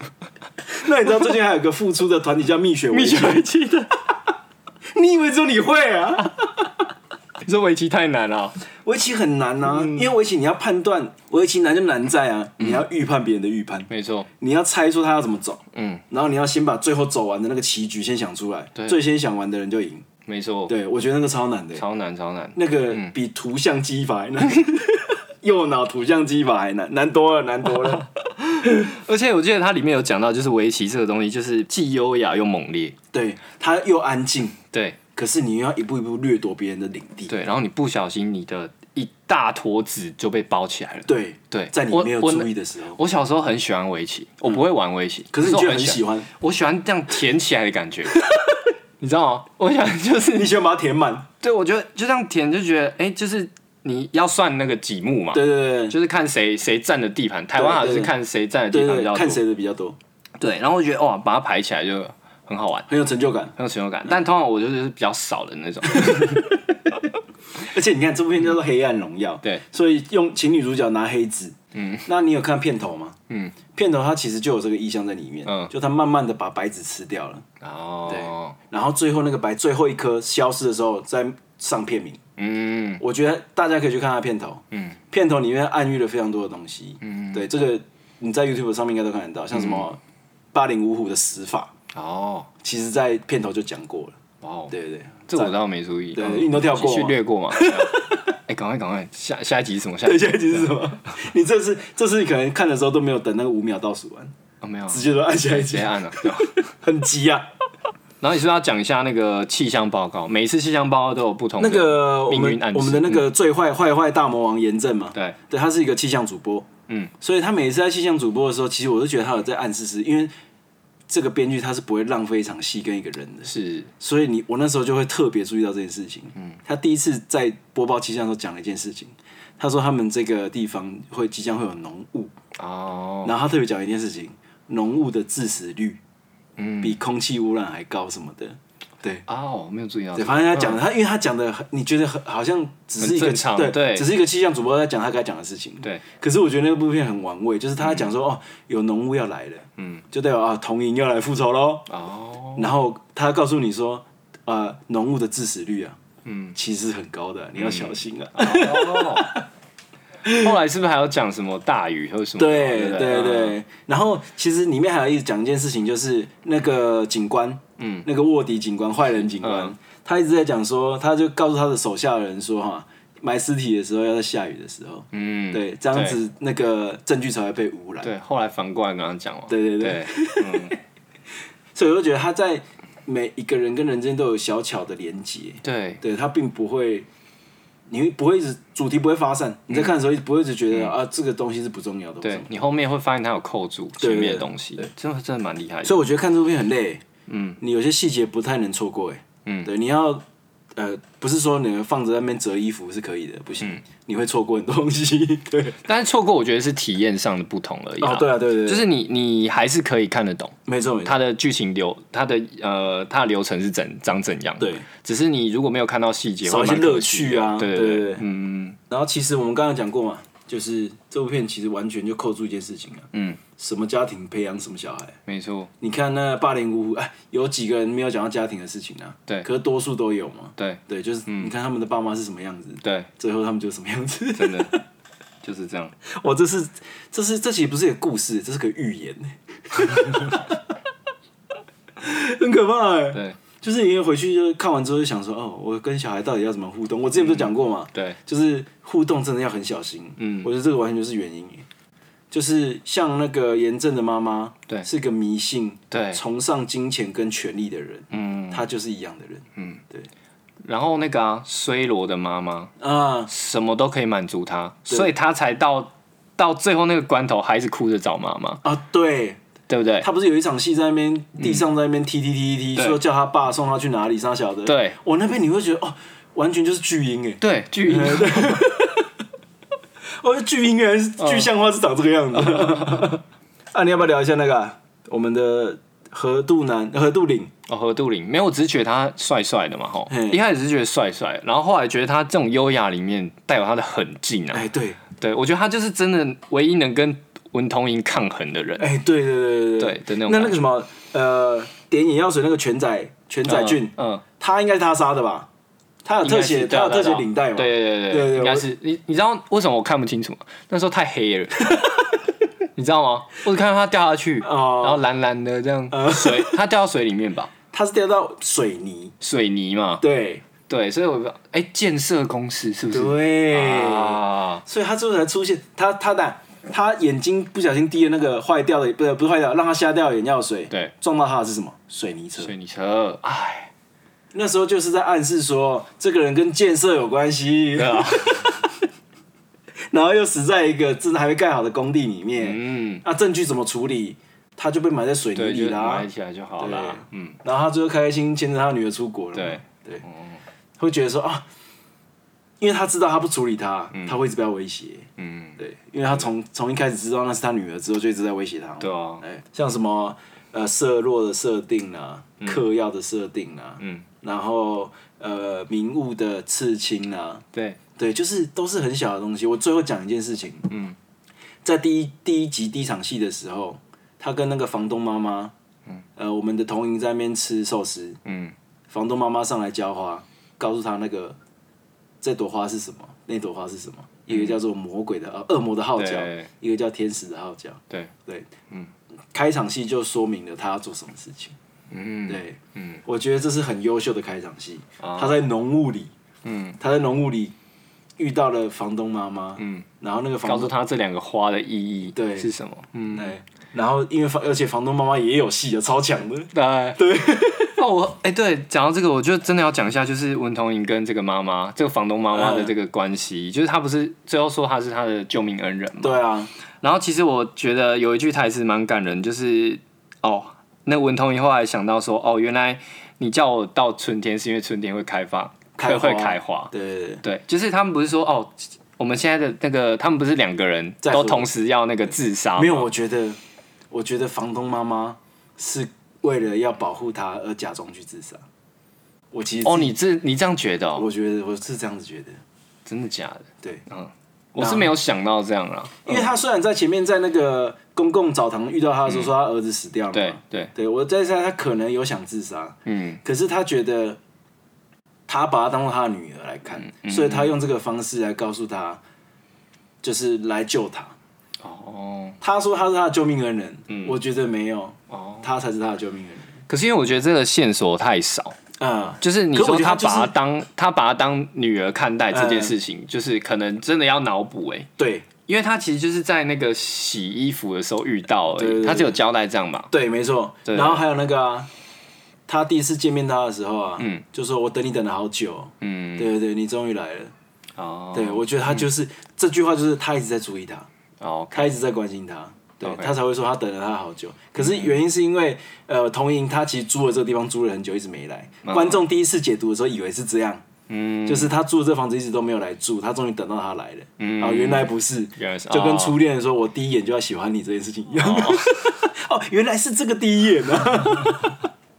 [SPEAKER 3] 那你知道最近还有个复出的团体叫蜜雪围棋
[SPEAKER 2] 围棋的，
[SPEAKER 3] 你以为只有你会啊？
[SPEAKER 2] 你说围棋太难啊了，
[SPEAKER 3] 围棋很难啊，
[SPEAKER 2] 嗯
[SPEAKER 3] 因为围棋你要判断，围棋难就难在啊，你要预判别人的预判，
[SPEAKER 2] 没错，
[SPEAKER 3] 你要猜出他要怎么走，
[SPEAKER 2] 嗯，
[SPEAKER 3] 然后你要先把最后走完的那个棋局先想出来，
[SPEAKER 2] 对
[SPEAKER 3] 最先想完的人就赢。
[SPEAKER 2] 没错，
[SPEAKER 3] 对，我觉得那个超难的，
[SPEAKER 2] 超嗯难超难。
[SPEAKER 3] 那个比图像记忆法还难， 右脑图像记忆法还难，难多了，难多 了。
[SPEAKER 2] 而且我记得它里面有讲到，就是围棋这个东西，就是既优雅又猛烈，
[SPEAKER 3] 对，他又安静，
[SPEAKER 2] 对
[SPEAKER 3] 可是你又要一步一步掠夺别人的领地。
[SPEAKER 2] 对，然后你不小心你的一大坨子就被包起来了。
[SPEAKER 3] 对
[SPEAKER 2] 对
[SPEAKER 3] 在你
[SPEAKER 2] 我
[SPEAKER 3] 没有
[SPEAKER 2] 我
[SPEAKER 3] 注意的时候，
[SPEAKER 2] 我小时候很喜欢围棋，我不会玩围棋，
[SPEAKER 3] 可是你
[SPEAKER 2] 我
[SPEAKER 3] 居然很喜欢，
[SPEAKER 2] 我喜欢这样填起来的 感觉，你知道吗？我想就是
[SPEAKER 3] 你喜欢把它填满。
[SPEAKER 2] 对，我觉得就这样填，就觉得哎、就是你要算那个几目嘛，
[SPEAKER 3] 对对对对
[SPEAKER 2] 就是看谁谁占的地盘，台湾好像
[SPEAKER 3] 对
[SPEAKER 2] 是
[SPEAKER 3] 对
[SPEAKER 2] 看谁占的地
[SPEAKER 3] 对对
[SPEAKER 2] 盘比较
[SPEAKER 3] 对，
[SPEAKER 2] 多
[SPEAKER 3] 看，谁的比较多，
[SPEAKER 2] 对，然后我觉得哇，把它排起来就很好玩，
[SPEAKER 3] 很有成就感。
[SPEAKER 2] 很有成就感。但通常我就是比较少的 那种，
[SPEAKER 3] 而且你看这部片叫做《黑暗荣耀》，
[SPEAKER 2] 对，
[SPEAKER 3] 所以用请女主角拿黑纸。嗯，那你有看片头吗？
[SPEAKER 2] 嗯，
[SPEAKER 3] 片头它其实就有这个意象在里面，
[SPEAKER 2] 嗯
[SPEAKER 3] 就它慢慢的把白纸吃掉了，
[SPEAKER 2] 哦，
[SPEAKER 3] 然后最后那个白最后一颗消失的时候，再上片名。
[SPEAKER 2] 嗯，
[SPEAKER 3] 我觉得大家可以去看它片头，
[SPEAKER 2] 嗯，
[SPEAKER 3] 片头里面暗喻了非常多的东西，嗯，对，这个你在 YouTube 上面应该都看得到，像什
[SPEAKER 2] 嗯
[SPEAKER 3] 么八零五虎的死法，
[SPEAKER 2] 哦，
[SPEAKER 3] 其实在片头就讲过了，
[SPEAKER 2] 哇哦，
[SPEAKER 3] 对对对，
[SPEAKER 2] 这我倒没注意，
[SPEAKER 3] 对
[SPEAKER 2] 嗯
[SPEAKER 3] 你都跳过吗
[SPEAKER 2] 去略过 嘛。对啊哎，赶快赶快，下下一集是什么？下一
[SPEAKER 3] 对，
[SPEAKER 2] 集
[SPEAKER 3] 下一集是什么？你这次这次可能看的时候都没有等那个五秒倒数完，
[SPEAKER 2] 哦，没有啊，
[SPEAKER 3] 直
[SPEAKER 2] 直
[SPEAKER 3] 接都按 下一集
[SPEAKER 2] 接，按了。对啊
[SPEAKER 3] 很急啊。
[SPEAKER 2] 然后你是不是要讲一下那个气象报告？每一次气象报告都有不同的
[SPEAKER 3] 那个我
[SPEAKER 2] 命
[SPEAKER 3] 们
[SPEAKER 2] 运暗示
[SPEAKER 3] 我们的那个最坏坏坏大魔王严正嘛，
[SPEAKER 2] 对
[SPEAKER 3] 嗯对他是一个气象主播，
[SPEAKER 2] 嗯，
[SPEAKER 3] 所以他每次在气象主播的时候，其实我都觉得他有在暗示是因为这个编剧他是不会浪费一场戏跟一个人的，
[SPEAKER 2] 是
[SPEAKER 3] 所以你我那时候就会特别注意到这件事情。嗯，他第一次在播报气象的时候讲了一件事情，他说他们这个地方会即将会有浓雾，
[SPEAKER 2] 哦，
[SPEAKER 3] 然后他特别讲一件事情，浓雾的致死率，嗯，比空气污染还高什么的。对，
[SPEAKER 2] 哦，我没有注意到这
[SPEAKER 3] 对，
[SPEAKER 2] 个。
[SPEAKER 3] 反正他讲的，他因为他讲的，你觉得很好像只是一个
[SPEAKER 2] 嗯很正常
[SPEAKER 3] 对，
[SPEAKER 2] 对
[SPEAKER 3] 只是一个气象主播在讲他该讲的事情。
[SPEAKER 2] 对，嗯
[SPEAKER 3] 可是我觉得那部片很玩味，就是他讲说、哦，有浓雾要来了，嗯，就代表啊，同营要来复仇喽。
[SPEAKER 2] 哦，
[SPEAKER 3] 然后他告诉你说，呃，浓雾的致死率啊，嗯，其实是很高的，你要小心啊。
[SPEAKER 2] 哦 后来是不是还有讲什么大雨或者什么？
[SPEAKER 3] 对
[SPEAKER 2] 不啊
[SPEAKER 3] 对，
[SPEAKER 2] 嗯
[SPEAKER 3] 对，然后其实里面还有一直讲一件事情，就是那个警官，嗯，那个卧底警官、坏人警官，
[SPEAKER 2] 嗯
[SPEAKER 3] 他一直在讲说，他就告诉他的手下的人说，哈，埋尸体的时候要在下雨的时候，
[SPEAKER 2] 嗯，
[SPEAKER 3] 对，这样子那个证据才会被污染。
[SPEAKER 2] 对。后来反过来跟他讲哦嘛。
[SPEAKER 3] 对对
[SPEAKER 2] 对
[SPEAKER 3] 对，所以我就觉得他在每一个人跟人之间都有小巧的连接，
[SPEAKER 2] 对
[SPEAKER 3] 对他并不会。你不会一直主题不会发散，你在看的时候不会一直觉得、啊这个东西是不重要的，
[SPEAKER 2] 嗯对，你后面会发现他有扣住前面的东西
[SPEAKER 3] 对对，
[SPEAKER 2] 真的真的蛮厉害的。
[SPEAKER 3] 所以我觉得看这部片很累，嗯，你有些细节不太能错过，哎，
[SPEAKER 2] 嗯
[SPEAKER 3] 对，你要呃，不是说你放着在那边折衣服是可以的，不行，
[SPEAKER 2] 嗯
[SPEAKER 3] 你会错过很多东西， 对，
[SPEAKER 2] 但是错过，我觉得是体验上的不同而已啦。
[SPEAKER 3] 哦，对啊，对对对，
[SPEAKER 2] 就是你你还是可以看得懂
[SPEAKER 3] 没错没错，
[SPEAKER 2] 它的剧情流，它的呃它的流程是怎长怎样。
[SPEAKER 3] 对，
[SPEAKER 2] 只是你如果没有看到细节，
[SPEAKER 3] 少一些
[SPEAKER 2] 会蛮可
[SPEAKER 3] 乐
[SPEAKER 2] 惜的
[SPEAKER 3] 趣啊
[SPEAKER 2] 对
[SPEAKER 3] 对
[SPEAKER 2] 对
[SPEAKER 3] 对对，
[SPEAKER 2] 嗯，
[SPEAKER 3] 然后其实我们刚刚讲过嘛，就是这部片其实完全就扣住一件事情啊，
[SPEAKER 2] 嗯，
[SPEAKER 3] 什么家庭培养什么小孩，
[SPEAKER 2] 没错，
[SPEAKER 3] 你看那八零五五， 哎，有几个人没有讲到家庭的事情啊？
[SPEAKER 2] 对嗯
[SPEAKER 3] 可是多数都有嘛，
[SPEAKER 2] 对
[SPEAKER 3] 对，就是你看他们的爸妈是什么样子，
[SPEAKER 2] 对，
[SPEAKER 3] 最后他们就是什么样子，
[SPEAKER 2] 真的就是这样。
[SPEAKER 3] 我这是这是这其实不是一个故事，这是个预言， 很可怕哎、
[SPEAKER 2] 对
[SPEAKER 3] 就是你回去就看完之后就想说，哦，我跟小孩到底要怎么互动？我之前不是讲过嘛，
[SPEAKER 2] 嗯对，
[SPEAKER 3] 就是互动真的要很小心。
[SPEAKER 2] 嗯
[SPEAKER 3] 我觉得这个完全就是原因耶，就是像那个严正的妈妈，
[SPEAKER 2] 对
[SPEAKER 3] 是个迷信、
[SPEAKER 2] 对，
[SPEAKER 3] 崇尚金钱跟权力的人，
[SPEAKER 2] 嗯，
[SPEAKER 3] 她就是一样的人
[SPEAKER 2] 然后那个啊，衰罗的妈妈
[SPEAKER 3] 啊。
[SPEAKER 2] 什么都可以满足他，
[SPEAKER 3] 对
[SPEAKER 2] 所以他才到到最后那个关头还是哭着找妈妈，
[SPEAKER 3] 啊，对
[SPEAKER 2] 对不对？
[SPEAKER 3] 他不是有一场戏在那边地上在那边踢踢踢踢踢，
[SPEAKER 2] 对
[SPEAKER 3] 说叫他爸送他去哪里杀小的，
[SPEAKER 2] 对
[SPEAKER 3] 我那边你会觉得哦，完全就是巨婴哎，
[SPEAKER 2] 对，巨婴，
[SPEAKER 3] 哦，巨婴原来是具象化是长这个样子。 啊，你要不要聊一下那个啊我们的河渡南、河渡岭？
[SPEAKER 2] 哦，何杜林没有，我只是觉得他帅帅的嘛，吼
[SPEAKER 3] 嘿，
[SPEAKER 2] 一开始是觉得帅帅，然后后来觉得他这种优雅里面带有他的狠劲啊，
[SPEAKER 3] 哎，对，
[SPEAKER 2] 对我觉得他就是真的唯一能跟文童莹抗衡的人，
[SPEAKER 3] 哎，对对对对
[SPEAKER 2] 对的那种
[SPEAKER 3] 那
[SPEAKER 2] 感
[SPEAKER 3] 那
[SPEAKER 2] 觉
[SPEAKER 3] 个什么，呃，点眼药水那个全仔全仔俊，
[SPEAKER 2] 嗯，嗯
[SPEAKER 3] 他应该是他杀的吧？他有特写，
[SPEAKER 2] 应该是对
[SPEAKER 3] 他
[SPEAKER 2] 啊
[SPEAKER 3] 有特
[SPEAKER 2] 对
[SPEAKER 3] 写
[SPEAKER 2] 啊
[SPEAKER 3] 领带嘛？
[SPEAKER 2] 对对对
[SPEAKER 3] 对对
[SPEAKER 2] 应该
[SPEAKER 3] 我
[SPEAKER 2] 是你。你知道为什么我看不清楚吗？那时候太 黑了，你知道吗？我只看到他掉下去，然
[SPEAKER 3] 哦嗯
[SPEAKER 2] 后蓝蓝的这样，水，他掉到水里面吧，
[SPEAKER 3] 他是掉到水泥。
[SPEAKER 2] 水泥嘛。
[SPEAKER 3] 对
[SPEAKER 2] 对，所以我不知道，哎，建设公司是不是？
[SPEAKER 3] 对，
[SPEAKER 2] 啊，
[SPEAKER 3] 所以他最后才出现，他他的他眼睛不小心滴了那个坏掉的，不是不是坏掉，让他瞎掉的眼药水，
[SPEAKER 2] 对，
[SPEAKER 3] 撞到他的是什么？水泥车。
[SPEAKER 2] 水泥车，哎，
[SPEAKER 3] 那时候就是在暗示说，这个人跟建设有关系，
[SPEAKER 2] 啊
[SPEAKER 3] 然后又死在一个真的还没盖好的工地里面，
[SPEAKER 2] 嗯，
[SPEAKER 3] 那、证据怎么处理？他就被埋在水泥
[SPEAKER 2] 对，
[SPEAKER 3] 里
[SPEAKER 2] 就
[SPEAKER 3] 啦、
[SPEAKER 2] 埋起来就好了
[SPEAKER 3] 对，
[SPEAKER 2] 嗯，
[SPEAKER 3] 然后他最后开开心心牵着他女儿出国了嘛。
[SPEAKER 2] 对哦
[SPEAKER 3] 对，会觉得说啊，因为他知道他不处理他，他会一直被他威胁。
[SPEAKER 2] 嗯，
[SPEAKER 3] 对，因为他从从一开始知道那是他女儿之后，就一直在威胁他嘛。
[SPEAKER 2] 对啊，
[SPEAKER 3] 哎，像什么呃色弱的设定啊，嗑药的设定啊，
[SPEAKER 2] 嗯，
[SPEAKER 3] 然后呃明悟的刺青啊，
[SPEAKER 2] 对，
[SPEAKER 3] 对，就是都是很小的东西。我最后讲一件事情，
[SPEAKER 2] 嗯，
[SPEAKER 3] 在第一第一集第一场戏的时候，他跟那个房东妈妈，嗯，呃，我们的同营在那边吃寿司，
[SPEAKER 2] 嗯，
[SPEAKER 3] 房东妈妈上来浇花，告诉他那个这朵花是什么，那朵花是什么，一个叫做魔鬼的呃恶魔的号角
[SPEAKER 2] 嗯对，
[SPEAKER 3] 一个叫天使的号角，
[SPEAKER 2] 对，
[SPEAKER 3] 对，嗯，开场戏就说明了他要做什么事情，
[SPEAKER 2] 嗯，
[SPEAKER 3] 对，
[SPEAKER 2] 嗯，
[SPEAKER 3] 我觉得这是很优秀的开场戏，
[SPEAKER 2] 啊
[SPEAKER 3] 他在浓雾里，
[SPEAKER 2] 嗯，
[SPEAKER 3] 他在浓雾里遇到了房东妈妈，
[SPEAKER 2] 嗯，
[SPEAKER 3] 然后那个
[SPEAKER 2] 告
[SPEAKER 3] 房东，
[SPEAKER 2] 诉他这两个花的意义
[SPEAKER 3] 对
[SPEAKER 2] 是什么，嗯，
[SPEAKER 3] 对，然后因为房而且房东妈妈也有戏啊，超强的，
[SPEAKER 2] 对对。 哦，我哎、对，讲到这个，我就真的要讲一下，就是文童莹跟这个妈妈，这个房东妈妈
[SPEAKER 3] 嗯
[SPEAKER 2] 的这个关系，就是她不是最后说她是她的救命恩人嘛？
[SPEAKER 3] 对啊，
[SPEAKER 2] 然后其实我觉得有一句台词蛮感人，就是哦，那文童莹后来想到说，哦，原来你叫我到春天是因为春天会开放，
[SPEAKER 3] 开
[SPEAKER 2] 会
[SPEAKER 3] 花
[SPEAKER 2] 会开花，
[SPEAKER 3] 对对对。
[SPEAKER 2] 对，就是他们不是说哦，我们现在的那个，他们不是两个人
[SPEAKER 3] 在
[SPEAKER 2] 都
[SPEAKER 3] 乎
[SPEAKER 2] 同时要那个自杀吗，
[SPEAKER 3] 没有，我觉得，我觉得房东妈妈是为了要保护他而假装去自杀。我其实自
[SPEAKER 2] 哦，
[SPEAKER 3] 己
[SPEAKER 2] 你嗯这你这样觉得哦，
[SPEAKER 3] 我觉得我是这样子觉得，
[SPEAKER 2] 真的假的？嗯
[SPEAKER 3] 对，
[SPEAKER 2] 我是没有想到这样啦。
[SPEAKER 3] 因为他虽然在前面在那个公共澡堂遇到他的时候说他儿子死掉了嘛，
[SPEAKER 2] 嗯对对，
[SPEAKER 3] 对我在猜他可能有想自杀，
[SPEAKER 2] 嗯，
[SPEAKER 3] 可是他觉得他把她当做他的女儿来看，
[SPEAKER 2] 嗯
[SPEAKER 3] 所以他用这个方式来告诉他，就是来救他。
[SPEAKER 2] 哦
[SPEAKER 3] 他说他是他的救命恩人，
[SPEAKER 2] 嗯
[SPEAKER 3] 我觉得没有，
[SPEAKER 2] 哦。
[SPEAKER 3] 他才是他的救命恩人。
[SPEAKER 2] 可是因为我觉得这个线索太少，
[SPEAKER 3] 嗯，
[SPEAKER 2] 就是你
[SPEAKER 3] 可我
[SPEAKER 2] 说
[SPEAKER 3] 觉得
[SPEAKER 2] 他
[SPEAKER 3] 他就是嗯
[SPEAKER 2] 把她当他把她当女儿看待这件事情，就是可能真的要脑补哎，
[SPEAKER 3] 对
[SPEAKER 2] 因为他其实就是在那个洗衣服的时候遇到而
[SPEAKER 3] 对对
[SPEAKER 2] 已，
[SPEAKER 3] 对
[SPEAKER 2] 他只有交代这样嘛。
[SPEAKER 3] 对，没错。
[SPEAKER 2] 对
[SPEAKER 3] 然后还有那个、啊，他第一次见面他的时候啊，
[SPEAKER 2] 嗯
[SPEAKER 3] 就说我等你等了好久哦，
[SPEAKER 2] 嗯，
[SPEAKER 3] 对对对，你终于来了。
[SPEAKER 2] 哦，
[SPEAKER 3] 对，我觉得他就是、这句话，就是他一直在注意他，
[SPEAKER 2] 哦，
[SPEAKER 3] 他一直在关心他。对
[SPEAKER 2] OK 嗯
[SPEAKER 3] 他才会说他等了他好久，可是原因是因为，呃，童莹他其实租了这个地方租了很久，一直没来。观众第一次解读的时候以为是这样，
[SPEAKER 2] 嗯，
[SPEAKER 3] 就是他住的这房子一直都没有来住，他终于等到他来了，
[SPEAKER 2] 嗯
[SPEAKER 3] 然后原来不是，
[SPEAKER 2] 原来是
[SPEAKER 3] 就跟
[SPEAKER 2] 哦
[SPEAKER 3] 初恋说我第一眼就要喜欢你这件事情一样。 哦，原来是这个第一眼啊！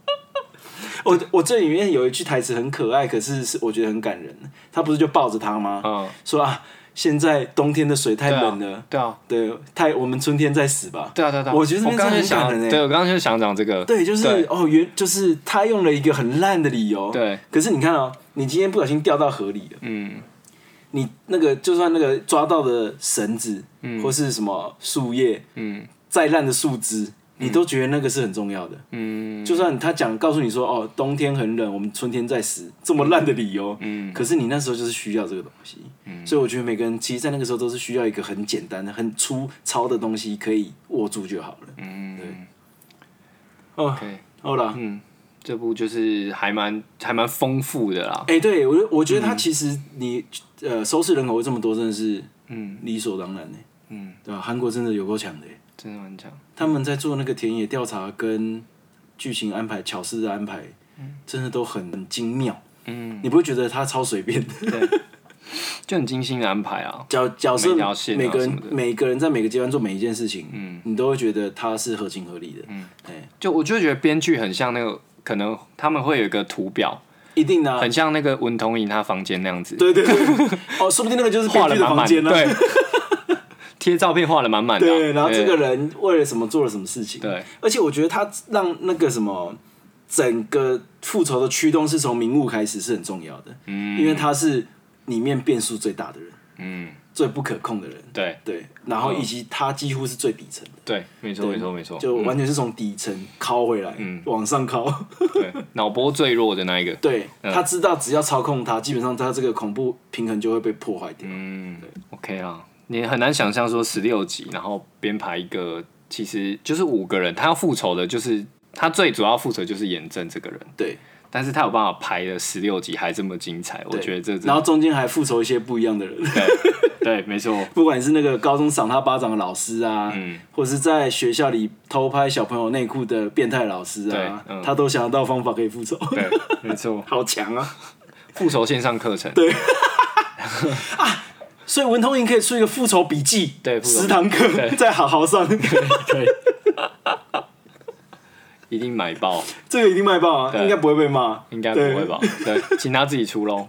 [SPEAKER 3] 我我这里面有一句台词很可爱，可是是我觉得很感人。他不是就抱着他吗？
[SPEAKER 2] 嗯，
[SPEAKER 3] 说啊，现在冬天的水太
[SPEAKER 2] 对啊
[SPEAKER 3] 冷了，
[SPEAKER 2] 对啊，
[SPEAKER 3] 对,、太我们春天再死吧。
[SPEAKER 2] 对啊，对啊，对啊
[SPEAKER 3] 我觉得
[SPEAKER 2] 我
[SPEAKER 3] 那
[SPEAKER 2] 刚刚就
[SPEAKER 3] 边是很
[SPEAKER 2] 想
[SPEAKER 3] 感人，欸
[SPEAKER 2] 对我刚刚就想讲这个，
[SPEAKER 3] 对，就是
[SPEAKER 2] 对
[SPEAKER 3] 哦，原就是他用了一个很烂的理由。
[SPEAKER 2] 对，
[SPEAKER 3] 可是你看哦，你今天不小心掉到河里了，
[SPEAKER 2] 嗯，
[SPEAKER 3] 你那个就算那个抓到的绳子，嗯，或是什么树叶，
[SPEAKER 2] 嗯，
[SPEAKER 3] 再烂的树枝，你都觉得那个是很重要的。
[SPEAKER 2] 嗯，
[SPEAKER 3] 就算他讲告诉你说哦，冬天很冷，我们春天再死，这么烂的理由，
[SPEAKER 2] 嗯，
[SPEAKER 3] 可是你那时候就是需要这个东西，嗯，所以我觉得每个人其实，在那个时候都是需要一个很简单的、很粗糙的东西可以握住就好了。
[SPEAKER 2] 嗯，
[SPEAKER 3] 对哦，
[SPEAKER 2] OK，
[SPEAKER 3] 好了，
[SPEAKER 2] 嗯，这部就是还蛮还蛮丰富的啦。
[SPEAKER 3] 哎、对我我觉得
[SPEAKER 2] 嗯
[SPEAKER 3] 他其实你、呃收视人口会这么多，真的是嗯理所当然呢、
[SPEAKER 2] 嗯，
[SPEAKER 3] 对吧、韩国真的有够强的耶、
[SPEAKER 2] 真的蛮强。
[SPEAKER 3] 他们在做那个田野调查跟剧情安排、巧思的安排，真的都很很精妙。
[SPEAKER 2] 嗯，
[SPEAKER 3] 你不会觉得他超随便的？
[SPEAKER 2] 就很精心的安排啊。
[SPEAKER 3] 角角色
[SPEAKER 2] 每条线啊
[SPEAKER 3] 每个
[SPEAKER 2] 什么
[SPEAKER 3] 人
[SPEAKER 2] 的
[SPEAKER 3] 每个人在每个阶段做每一件事情，嗯，你都会觉得他是合情合理的，嗯，哎，
[SPEAKER 2] 就我就觉得编剧很像那个，可能他们会有一个图表，
[SPEAKER 3] 一定的啊、
[SPEAKER 2] 很像那个文童莹她房间那样子，
[SPEAKER 3] 对对 对，哦，说不定那个就是编
[SPEAKER 2] 画
[SPEAKER 3] 剧的
[SPEAKER 2] 的满
[SPEAKER 3] 房
[SPEAKER 2] 满，
[SPEAKER 3] 间呢、啊，
[SPEAKER 2] 对，贴照片画的满满的啊。
[SPEAKER 3] 对，然后这个人为了什么做了什么事情，
[SPEAKER 2] 对，
[SPEAKER 3] 而且我觉得他让那个什么整个复仇的驱动是从明悟开始是很重要的，嗯，因为他是里面变数最大的人，
[SPEAKER 2] 嗯，
[SPEAKER 3] 最不可控的人，
[SPEAKER 2] 对
[SPEAKER 3] 对，然后以及他几乎是最底层的，
[SPEAKER 2] 对，没错没错没错，嗯
[SPEAKER 3] 就完全是从底层拷回来，往上 拷，
[SPEAKER 2] 对，脑波最弱的那一个，
[SPEAKER 3] 对，
[SPEAKER 2] 嗯
[SPEAKER 3] 他知道只要操控他，基本上他这个恐怖平衡就会被破坏掉，
[SPEAKER 2] 嗯，OK 啊，你很难想象说十六集，然后编排一个，其实就是五个人，他要复仇的就是他最主要复仇就是严正这个人，
[SPEAKER 3] 对，
[SPEAKER 2] 但是他有办法排的十六集还这么精彩，我
[SPEAKER 3] 对
[SPEAKER 2] 觉得这真
[SPEAKER 3] 然后中间还复仇一些不一样的人，
[SPEAKER 2] 对，没错，
[SPEAKER 3] 不管是那个高中赏他巴掌的老师啊，
[SPEAKER 2] 嗯
[SPEAKER 3] 或者是在学校里偷拍小朋友内裤的变态老师啊，
[SPEAKER 2] 对嗯
[SPEAKER 3] 他都想得到方法可以复仇，
[SPEAKER 2] 对，没错，
[SPEAKER 3] 好强啊！
[SPEAKER 2] 复仇线上课程，对
[SPEAKER 3] 所以文通营可以出一个复仇笔记，
[SPEAKER 2] 对复仇笔记
[SPEAKER 3] 十堂课
[SPEAKER 2] 对
[SPEAKER 3] 在好好 上，
[SPEAKER 2] 一定买爆，
[SPEAKER 3] 这个一定卖爆啊，
[SPEAKER 2] 对
[SPEAKER 3] 应该不会被骂，
[SPEAKER 2] 应该不会
[SPEAKER 3] 对
[SPEAKER 2] 吧？？对，请他自己 出喽。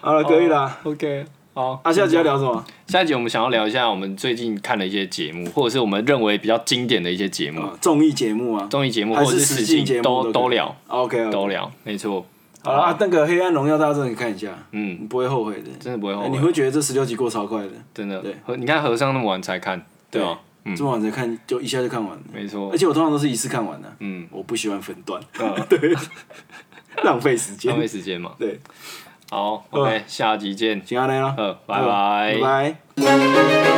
[SPEAKER 3] 好了，可以啦。
[SPEAKER 2] OK，好，
[SPEAKER 3] 啊，下集要聊什么？
[SPEAKER 2] 下一集我们想要聊一下我们最近看的一些节目，或者是我们认为比较经典的一些节目、
[SPEAKER 3] 啊综艺节目啊，
[SPEAKER 2] 综艺节目或
[SPEAKER 3] 还
[SPEAKER 2] 者
[SPEAKER 3] 是
[SPEAKER 2] 实
[SPEAKER 3] 实境节目
[SPEAKER 2] 都
[SPEAKER 3] 可以
[SPEAKER 2] 都聊，。
[SPEAKER 3] OK，
[SPEAKER 2] 都聊，没错，
[SPEAKER 3] 好了啊，那个《黑暗荣耀》大家真的看一下，
[SPEAKER 2] 嗯
[SPEAKER 3] 你不会后悔的，
[SPEAKER 2] 真的不会后悔
[SPEAKER 3] 哎你会觉得这十六集过超快的，
[SPEAKER 2] 真的
[SPEAKER 3] 对。
[SPEAKER 2] 和你看和尚那么晚才看，对啊嗯吧？
[SPEAKER 3] 这么晚才看就一下就看完了，
[SPEAKER 2] 没错
[SPEAKER 3] 而，且我通常都是一次看完的、
[SPEAKER 2] 嗯，
[SPEAKER 3] 我不喜欢分段，
[SPEAKER 2] 嗯
[SPEAKER 3] 对，浪费时
[SPEAKER 2] 浪费
[SPEAKER 3] 间。
[SPEAKER 2] 时间嘛。
[SPEAKER 3] 对，呃
[SPEAKER 2] 好，OK，下集见，
[SPEAKER 3] 行啊，来啦，
[SPEAKER 2] 呃，拜拜
[SPEAKER 3] 拜。拜。